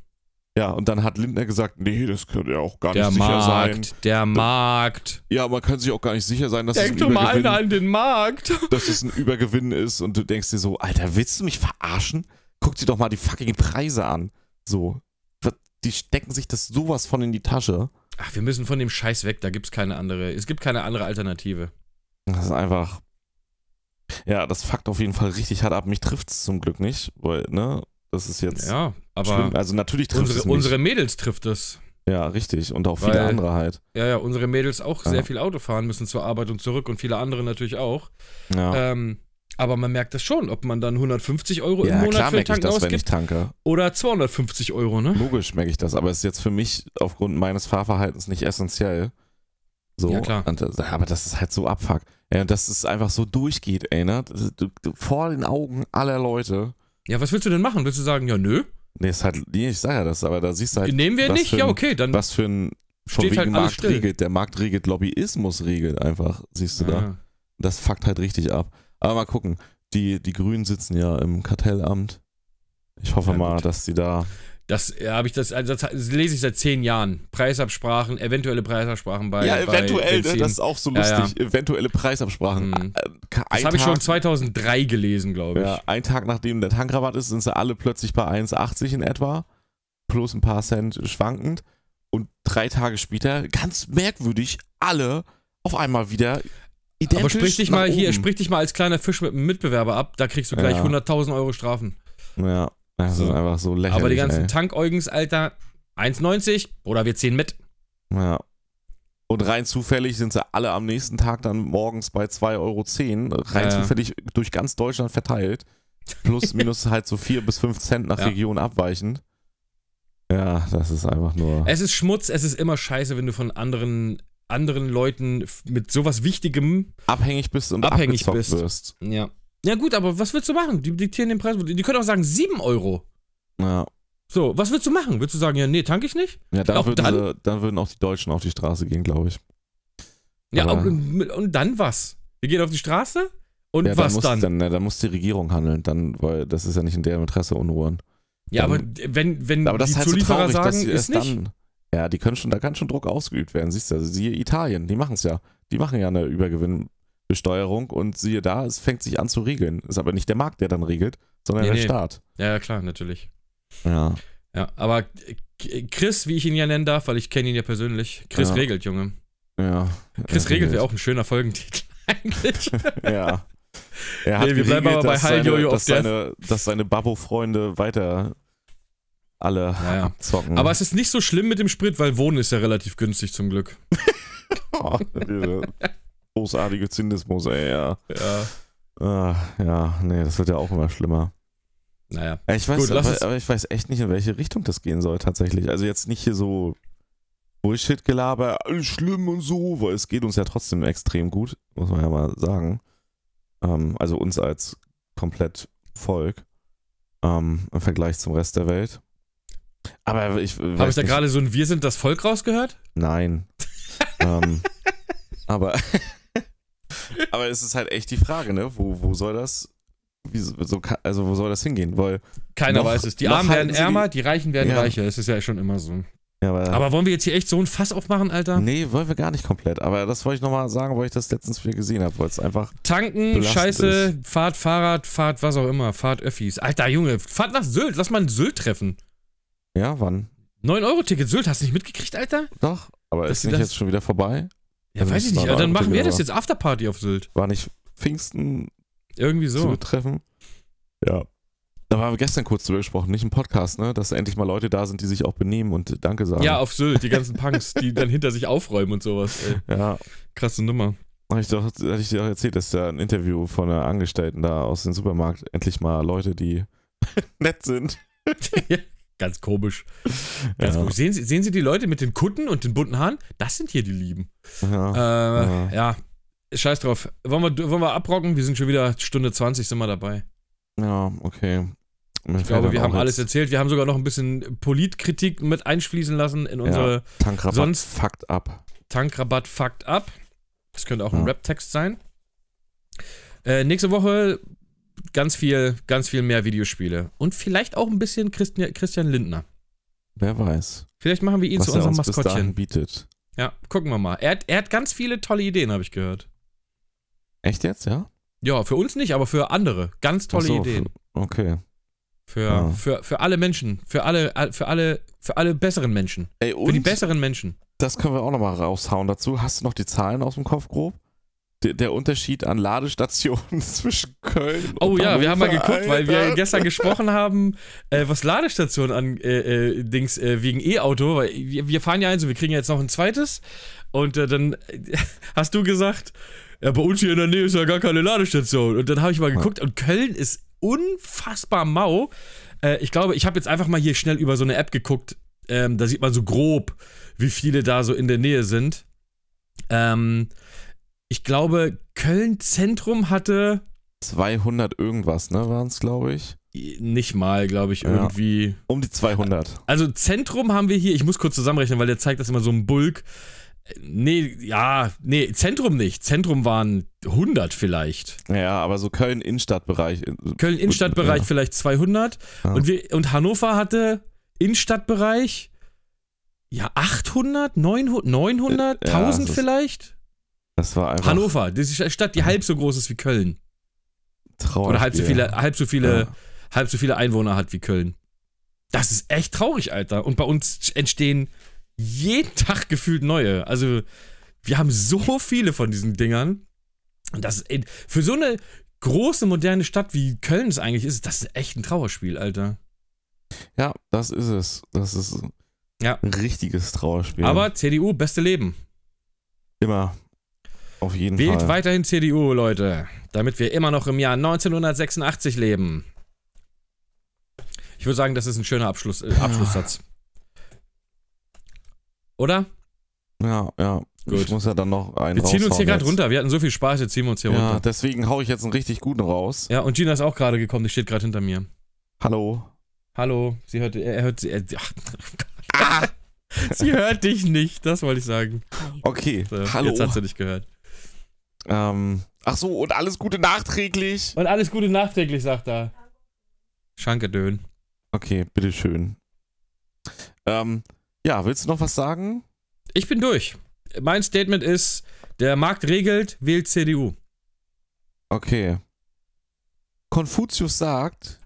C: Ja, und dann hat Lindner gesagt, nee, das könnte ja auch gar
B: Der
C: nicht sicher
B: Markt,
C: sein.
B: der Markt.
C: Ja, man kann sich auch gar nicht sicher sein, dass, es ein,
B: Denk doch mal
C: Übergewinn,
B: einer an den Markt.
C: dass es ein Übergewinn ist. Und du denkst dir so, Alter, willst du mich verarschen? Guck dir doch mal die fucking Preise an. So, Was- die stecken sich das sowas von in die Tasche.
B: Ach, wir müssen von dem Scheiß weg, da gibt's keine andere. Es gibt keine andere Alternative.
C: Das ist einfach. Ja, das fuckt auf jeden Fall richtig hart ab. Mich trifft es zum Glück nicht, weil, ne? Das ist jetzt
B: Ja, aber
C: schlimm. Also natürlich trifft
B: unsere,
C: es mich.
B: unsere Mädels trifft das.
C: ja, richtig. Und auch viele
B: Weil-
C: andere halt.
B: Ja, ja, unsere Mädels auch
C: Ja.
B: sehr viel Auto fahren müssen zur Arbeit und zurück und viele andere natürlich auch.
C: Ja,
B: Ähm, aber man merkt das schon, ob man dann 150 Euro im
C: ja
B: Monat
C: klar
B: für
C: merke ich
B: Tanken
C: das, wenn ich
B: ausgibt
C: tanke.
B: oder 250 Euro, ne?
C: Logisch merke ich das, aber es ist jetzt für mich aufgrund meines Fahrverhaltens nicht essentiell. So,
B: Ja, klar.
C: Und, das- aber das ist halt so abfuck. Ja, und dass es einfach so durchgeht, ey, ne? Das ist- Du, du, vor den Augen aller Leute.
B: Ja, was willst du denn machen? Willst du sagen, ja, nö,
C: Nee, ist halt, nee, ich sage ja das, aber da siehst du halt,
B: nehmen wir
C: was
B: nicht?
C: für
B: Ja,
C: ein-
B: okay, dann
C: was für ein von
B: Steht
C: wegen
B: halt alles
C: Markt
B: still.
C: regelt. Der Markt regelt Lobbyismus regelt einfach, siehst du da.
B: ja.
C: Das fuckt halt richtig ab. Aber mal gucken. Die, die Grünen sitzen ja im Kartellamt. Ich hoffe
B: Ja,
C: mal,
B: gut.
C: dass sie da.
B: Das ja, habe ich das, also das lese ich seit zehn Jahren. Preisabsprachen, eventuelle Preisabsprachen bei. bei Benzin.
C: ne? ist auch so
B: Ja, ja.
C: Eventuelle Preisabsprachen.
B: Mhm.
C: Äh, ka-
B: Das
C: ein
B: habe ich schon
C: Tag-
B: 2003 gelesen, glaube ich.
C: Ja, ein Tag nachdem der Tankrabatt ist, sind sie alle plötzlich bei 1,80 in etwa, plus ein paar Cent schwankend. Und drei Tage später, ganz merkwürdig, alle auf einmal wieder identisch.
B: Aber sprich dich
C: nach
B: mal hier,
C: oben.
B: sprich dich mal als kleiner Fisch mit einem Mitbewerber ab, da kriegst du gleich
C: Ja.
B: 100.000 Euro Strafen.
C: Ja, das ist
B: So.
C: einfach so lächerlich.
B: Aber die ganzen
C: ey.
B: Tankäugens, Alter, 1,90 oder wir ziehen mit.
C: Ja. Und rein zufällig sind sie alle am nächsten Tag dann morgens bei 2,10 Euro. Rein
B: Ja, ja.
C: zufällig durch ganz Deutschland verteilt. Plus, minus halt so 4 bis 5 Cent nach
B: Ja.
C: Region abweichend. Ja, das ist einfach nur.
B: Es ist Schmutz, es ist immer scheiße, wenn du von anderen, anderen Leuten f- mit sowas Wichtigem.
C: abhängig bist und
B: Abhängig
C: abgezockt
B: bist.
C: wirst.
B: Ja. Ja, gut, aber was willst du machen? Die diktieren den Preis. Die können auch sagen 7 Euro.
C: Ja.
B: So, was willst du machen? Willst du sagen, ja, nee, tanke ich nicht?
C: Ja, dann,
B: Auch
C: würden
B: dann?
C: Sie, dann würden auch die Deutschen auf die Straße gehen, glaube ich.
B: Ja,
C: Aber-
B: aber, und dann was? Wir gehen auf die Straße und
C: ja,
B: was
C: muss,
B: dann?
C: ja, dann muss die Regierung handeln, dann, weil das ist ja nicht in deren Interesse Unruhen.
B: Ja, aber
C: dann-
B: wenn, wenn
C: Aber das
B: die
C: ist halt so
B: Zulieferer
C: traurig, dass
B: sagen,
C: sie
B: ist
C: erst
B: nicht.
C: dann. Ja, die können schon, da kann schon Druck ausgeübt werden. Siehst du, also siehe Italien, die machen es ja. Die machen ja eine Übergewinnbesteuerung und siehe da, es fängt sich an zu regeln. Ist aber nicht der Markt, der dann regelt, sondern
B: Nee,
C: der
B: nee.
C: Staat.
B: Ja, ja, klar, natürlich.
C: Ja.
B: Ja, aber äh, Chris, wie ich ihn ja nennen darf, weil ich kenne ihn ja persönlich. Chris
C: Ja. Äh,
B: regelt, Junge.
C: Ja.
B: Chris
C: Er
B: regelt wäre auch ein schöner Folgentitel eigentlich.
C: Ja. Er hat
B: Nee, wir bleiben
C: geregelt,
B: aber bei
C: dass
B: Heil Jojo
C: seine,
B: of
C: dass
B: Death.
C: seine, dass seine Babbo-Freunde weiter alle
B: Ja, ja.
C: abzocken.
B: aber es ist nicht so schlimm mit dem Sprit, weil Wohnen ist ja relativ günstig zum Glück.
C: Oh, dieser großartige Zynismus, ey, ja.
B: Ja.
C: Ah, ja, nee, das wird ja auch immer schlimmer.
B: Naja.
C: Ja, Ich weiß,
B: Gut, lass
C: aber,
B: es-
C: aber ich weiß echt nicht, in welche Richtung das gehen soll tatsächlich. Also jetzt nicht hier so Bullshit-Gelaber, alles schlimm und so, weil es geht uns ja trotzdem extrem gut, muss man ja mal sagen. Ähm, also uns als komplett Volk ähm, im Vergleich zum Rest der Welt. Aber ich
B: Habe
C: weiß
B: ich da
C: nicht-
B: gerade so ein Wir sind das Volk rausgehört?
C: Nein. ähm, aber, aber es ist halt echt die Frage, ne? Wo, wo soll das, wie, so, so ka- also wo soll das hingehen? Weil,
B: Keiner
C: Noch-
B: weiß es. Die
C: noch
B: Armen werden
C: halten sie
B: ärmer, die Reichen werden
C: Ja.
B: reicher. Es ist ja schon immer so.
C: ja, Hm. aber,
B: Aber wollen wir jetzt hier echt so ein Fass aufmachen, Alter?
C: nee, wollen wir gar nicht komplett. Aber das wollte ich nochmal sagen, weil ich das letztens wieder gesehen habe, weil es einfach,
B: Tanken,
C: Belastend
B: Scheiße, fahrt Fahrrad, fahrt was auch immer, fahrt Öffis. Alter Junge, fahrt nach Sylt, lass mal in Sylt treffen.
C: ja, wann?
B: 9-Euro-Ticket Sylt, hast du nicht mitgekriegt, Alter?
C: Doch, aber
B: Dass
C: ist
B: sie
C: nicht
B: das-
C: jetzt schon wieder vorbei?
B: Ja,
C: Also
B: weiß
C: das
B: ich nicht.
C: war
B: Aber dann machen wir
C: 9-Euro-Ticket,
B: das jetzt Afterparty auf Sylt.
C: War nicht Pfingsten
B: Irgendwie so.
C: zutreffen. Ja. Da haben wir gestern kurz drüber gesprochen, nicht im Podcast, ne? Dass endlich mal Leute da sind, die sich auch benehmen und Danke sagen.
B: Ja, auf Sylt, die ganzen Punks, die dann hinter sich aufräumen und sowas. Ey.
C: ja.
B: Krasse Nummer.
C: Hab ich doch, hatte ich dir doch erzählt, dass da ein Interview von einer Angestellten da aus dem Supermarkt endlich mal Leute, die nett sind.
B: Ganz komisch. Ganz
C: Ja.
B: komisch. Sehen, Sie, sehen Sie die Leute mit den Kutten und den bunten Haaren? Das sind hier die Lieben.
C: Ja.
B: Äh, ja. scheiß drauf. Wollen wir, wollen wir abrocken? Wir sind schon wieder Stunde 20, sind wir dabei.
C: ja, okay. Mir
B: Ich glaube, wir haben alles erzählt. Wir haben sogar noch ein bisschen Politkritik mit einschließen lassen in unsere
C: Tankrabatt
B: sonst-
C: fucked up.
B: Tankrabatt fucked up. Das könnte auch ein
C: Ja.
B: Rap-Text sein. Äh, nächste Woche ganz viel, ganz viel mehr Videospiele. Und vielleicht auch ein bisschen Christian, Christian Lindner.
C: Wer weiß,
B: Vielleicht machen wir ihn
C: was
B: zu
C: er
B: unserem
C: uns bis dahin
B: Maskottchen.
C: bietet.
B: Ja, gucken wir mal. Er hat, er hat ganz viele tolle Ideen, habe ich gehört.
C: Echt jetzt, ja?
B: Ja, für uns nicht, aber für andere. Ganz tolle
C: Ach so, Ah.
B: Ideen.
C: Okay.
B: Für,
C: Ja.
B: für, für alle Menschen. Für alle, für alle, für alle besseren Menschen.
C: Ey,
B: Für die
C: und
B: besseren Menschen.
C: das können wir auch nochmal raushauen dazu. Hast du noch die Zahlen aus dem Kopf grob? Der, der Unterschied an Ladestationen zwischen Köln
B: Oh
C: und
B: ja, wir haben mal
C: Hannover,
B: geguckt, weil wir
C: Alter.
B: gestern gesprochen haben, äh, was Ladestationen an äh, äh, Dings äh, wegen E-Auto, weil wir, wir fahren ja eins und wir kriegen ja jetzt noch ein zweites. Und äh, dann äh, hast du gesagt, ja, bei uns hier in der Nähe ist ja gar keine Ladestation. Und dann habe ich mal geguckt und Köln ist unfassbar mau. Äh, ich glaube, ich habe jetzt einfach mal hier schnell über so eine App geguckt. Ähm, da sieht man so grob, wie viele da so in der Nähe sind. Ähm, ich glaube, Köln Zentrum hatte
C: 200 irgendwas, ne, waren es, glaube ich.
B: nicht mal, glaube ich,
C: Ja.
B: irgendwie.
C: Um die 200.
B: Also Zentrum haben wir hier, ich muss kurz zusammenrechnen, weil der zeigt das immer so ein Bulk. Nee, ja, nee, Zentrum nicht. Zentrum waren 100 vielleicht.
C: Ja, aber so äh, Köln-Innenstadtbereich.
B: Köln Innenstadtbereich
C: ja.
B: vielleicht 200
C: Ja.
B: und wir und Hannover hatte Innenstadtbereich ja 800, 900, 900,
C: Ja, das
B: 1000
C: ist
B: vielleicht.
C: Das war einfach Mhm.
B: Hannover, das ist eine Stadt, die halb so groß ist wie Köln
C: traurig.
B: oder halb so viele halb so viele
C: Ja.
B: halb so viele Einwohner hat wie Köln. Das ist echt traurig, Alter. Und bei uns entstehen jeden Tag gefühlt neue. Also, wir haben so viele von diesen Dingern. Und das ist ey, für so eine große, moderne Stadt wie Köln es eigentlich ist, das ist echt ein Trauerspiel, Alter.
C: Ja, das ist es. Das ist
B: Ja.
C: ein richtiges Trauerspiel.
B: Aber CDU, beste Leben.
C: immer. Auf jeden
B: Wählt
C: Fall.
B: weiterhin CDU, Leute. Damit wir immer noch im Jahr 1986 leben. Ich würde sagen, das ist ein schöner Abschluss, äh, Abschlusssatz. Oder?
C: Ja, ja.
B: Gut.
C: Ich muss ja dann noch einen
B: Wir ziehen uns hier
C: raushauen
B: gerade
C: jetzt.
B: runter. Wir hatten so viel Spaß, jetzt ziehen wir uns hier
C: Ja,
B: runter.
C: deswegen hau ich jetzt einen richtig guten raus.
B: Ja, und Gina ist auch gerade gekommen, die steht gerade hinter mir.
C: Hallo.
B: Hallo, sie hört, er hört, sie- er, ach, Ah! sie hört dich nicht, das wollte ich sagen.
C: Okay,
B: So,
C: hallo.
B: Jetzt hat sie dich gehört.
C: Ähm, ach so, und alles Gute nachträglich.
B: Und alles Gute nachträglich, sagt er. Schanke Dön.
C: Okay, bitteschön. Ähm, ja, willst du noch was sagen?
B: Ich bin durch. Mein Statement ist, der Markt regelt, wählt CDU.
C: Okay. Konfuzius sagt,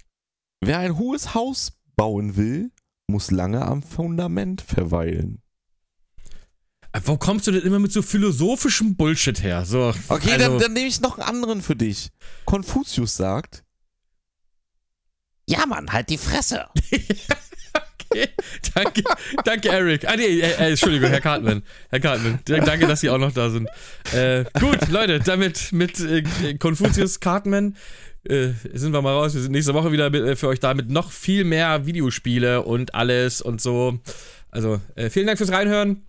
C: wer ein hohes Haus bauen will, muss lange am Fundament verweilen.
B: Äh, Wo kommst du denn immer mit so philosophischem Bullshit her? So,
C: Okay,
B: also,
C: dann, dann nehme ich noch einen anderen für dich. Konfuzius sagt,
A: Ja, Mann, halt die Fresse.
B: Okay, danke, danke, Eric. Ah, nee, äh, äh, Entschuldigung, Herr Cartman. Herr Cartman, d- danke, dass Sie auch noch da sind. Äh, gut, Leute, damit mit äh, Konfuzius Cartman äh, sind wir mal raus. Wir sind nächste Woche wieder mit, äh, für euch da mit noch viel mehr Videospiele und alles und so. Also, äh, vielen Dank fürs Reinhören.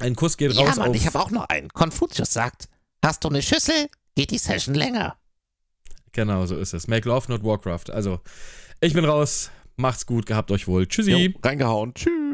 B: Ein Kuss geht
A: Ja,
B: raus.
A: Mann,
B: auf,
A: ich habe auch noch einen. Konfuzius sagt, hast du eine Schüssel, geht die Session länger.
B: genau, so ist es. Make Love, not Warcraft. Also, ich bin raus. Macht's gut, gehabt euch wohl. Tschüssi.
C: jo, reingehauen. Tschüss.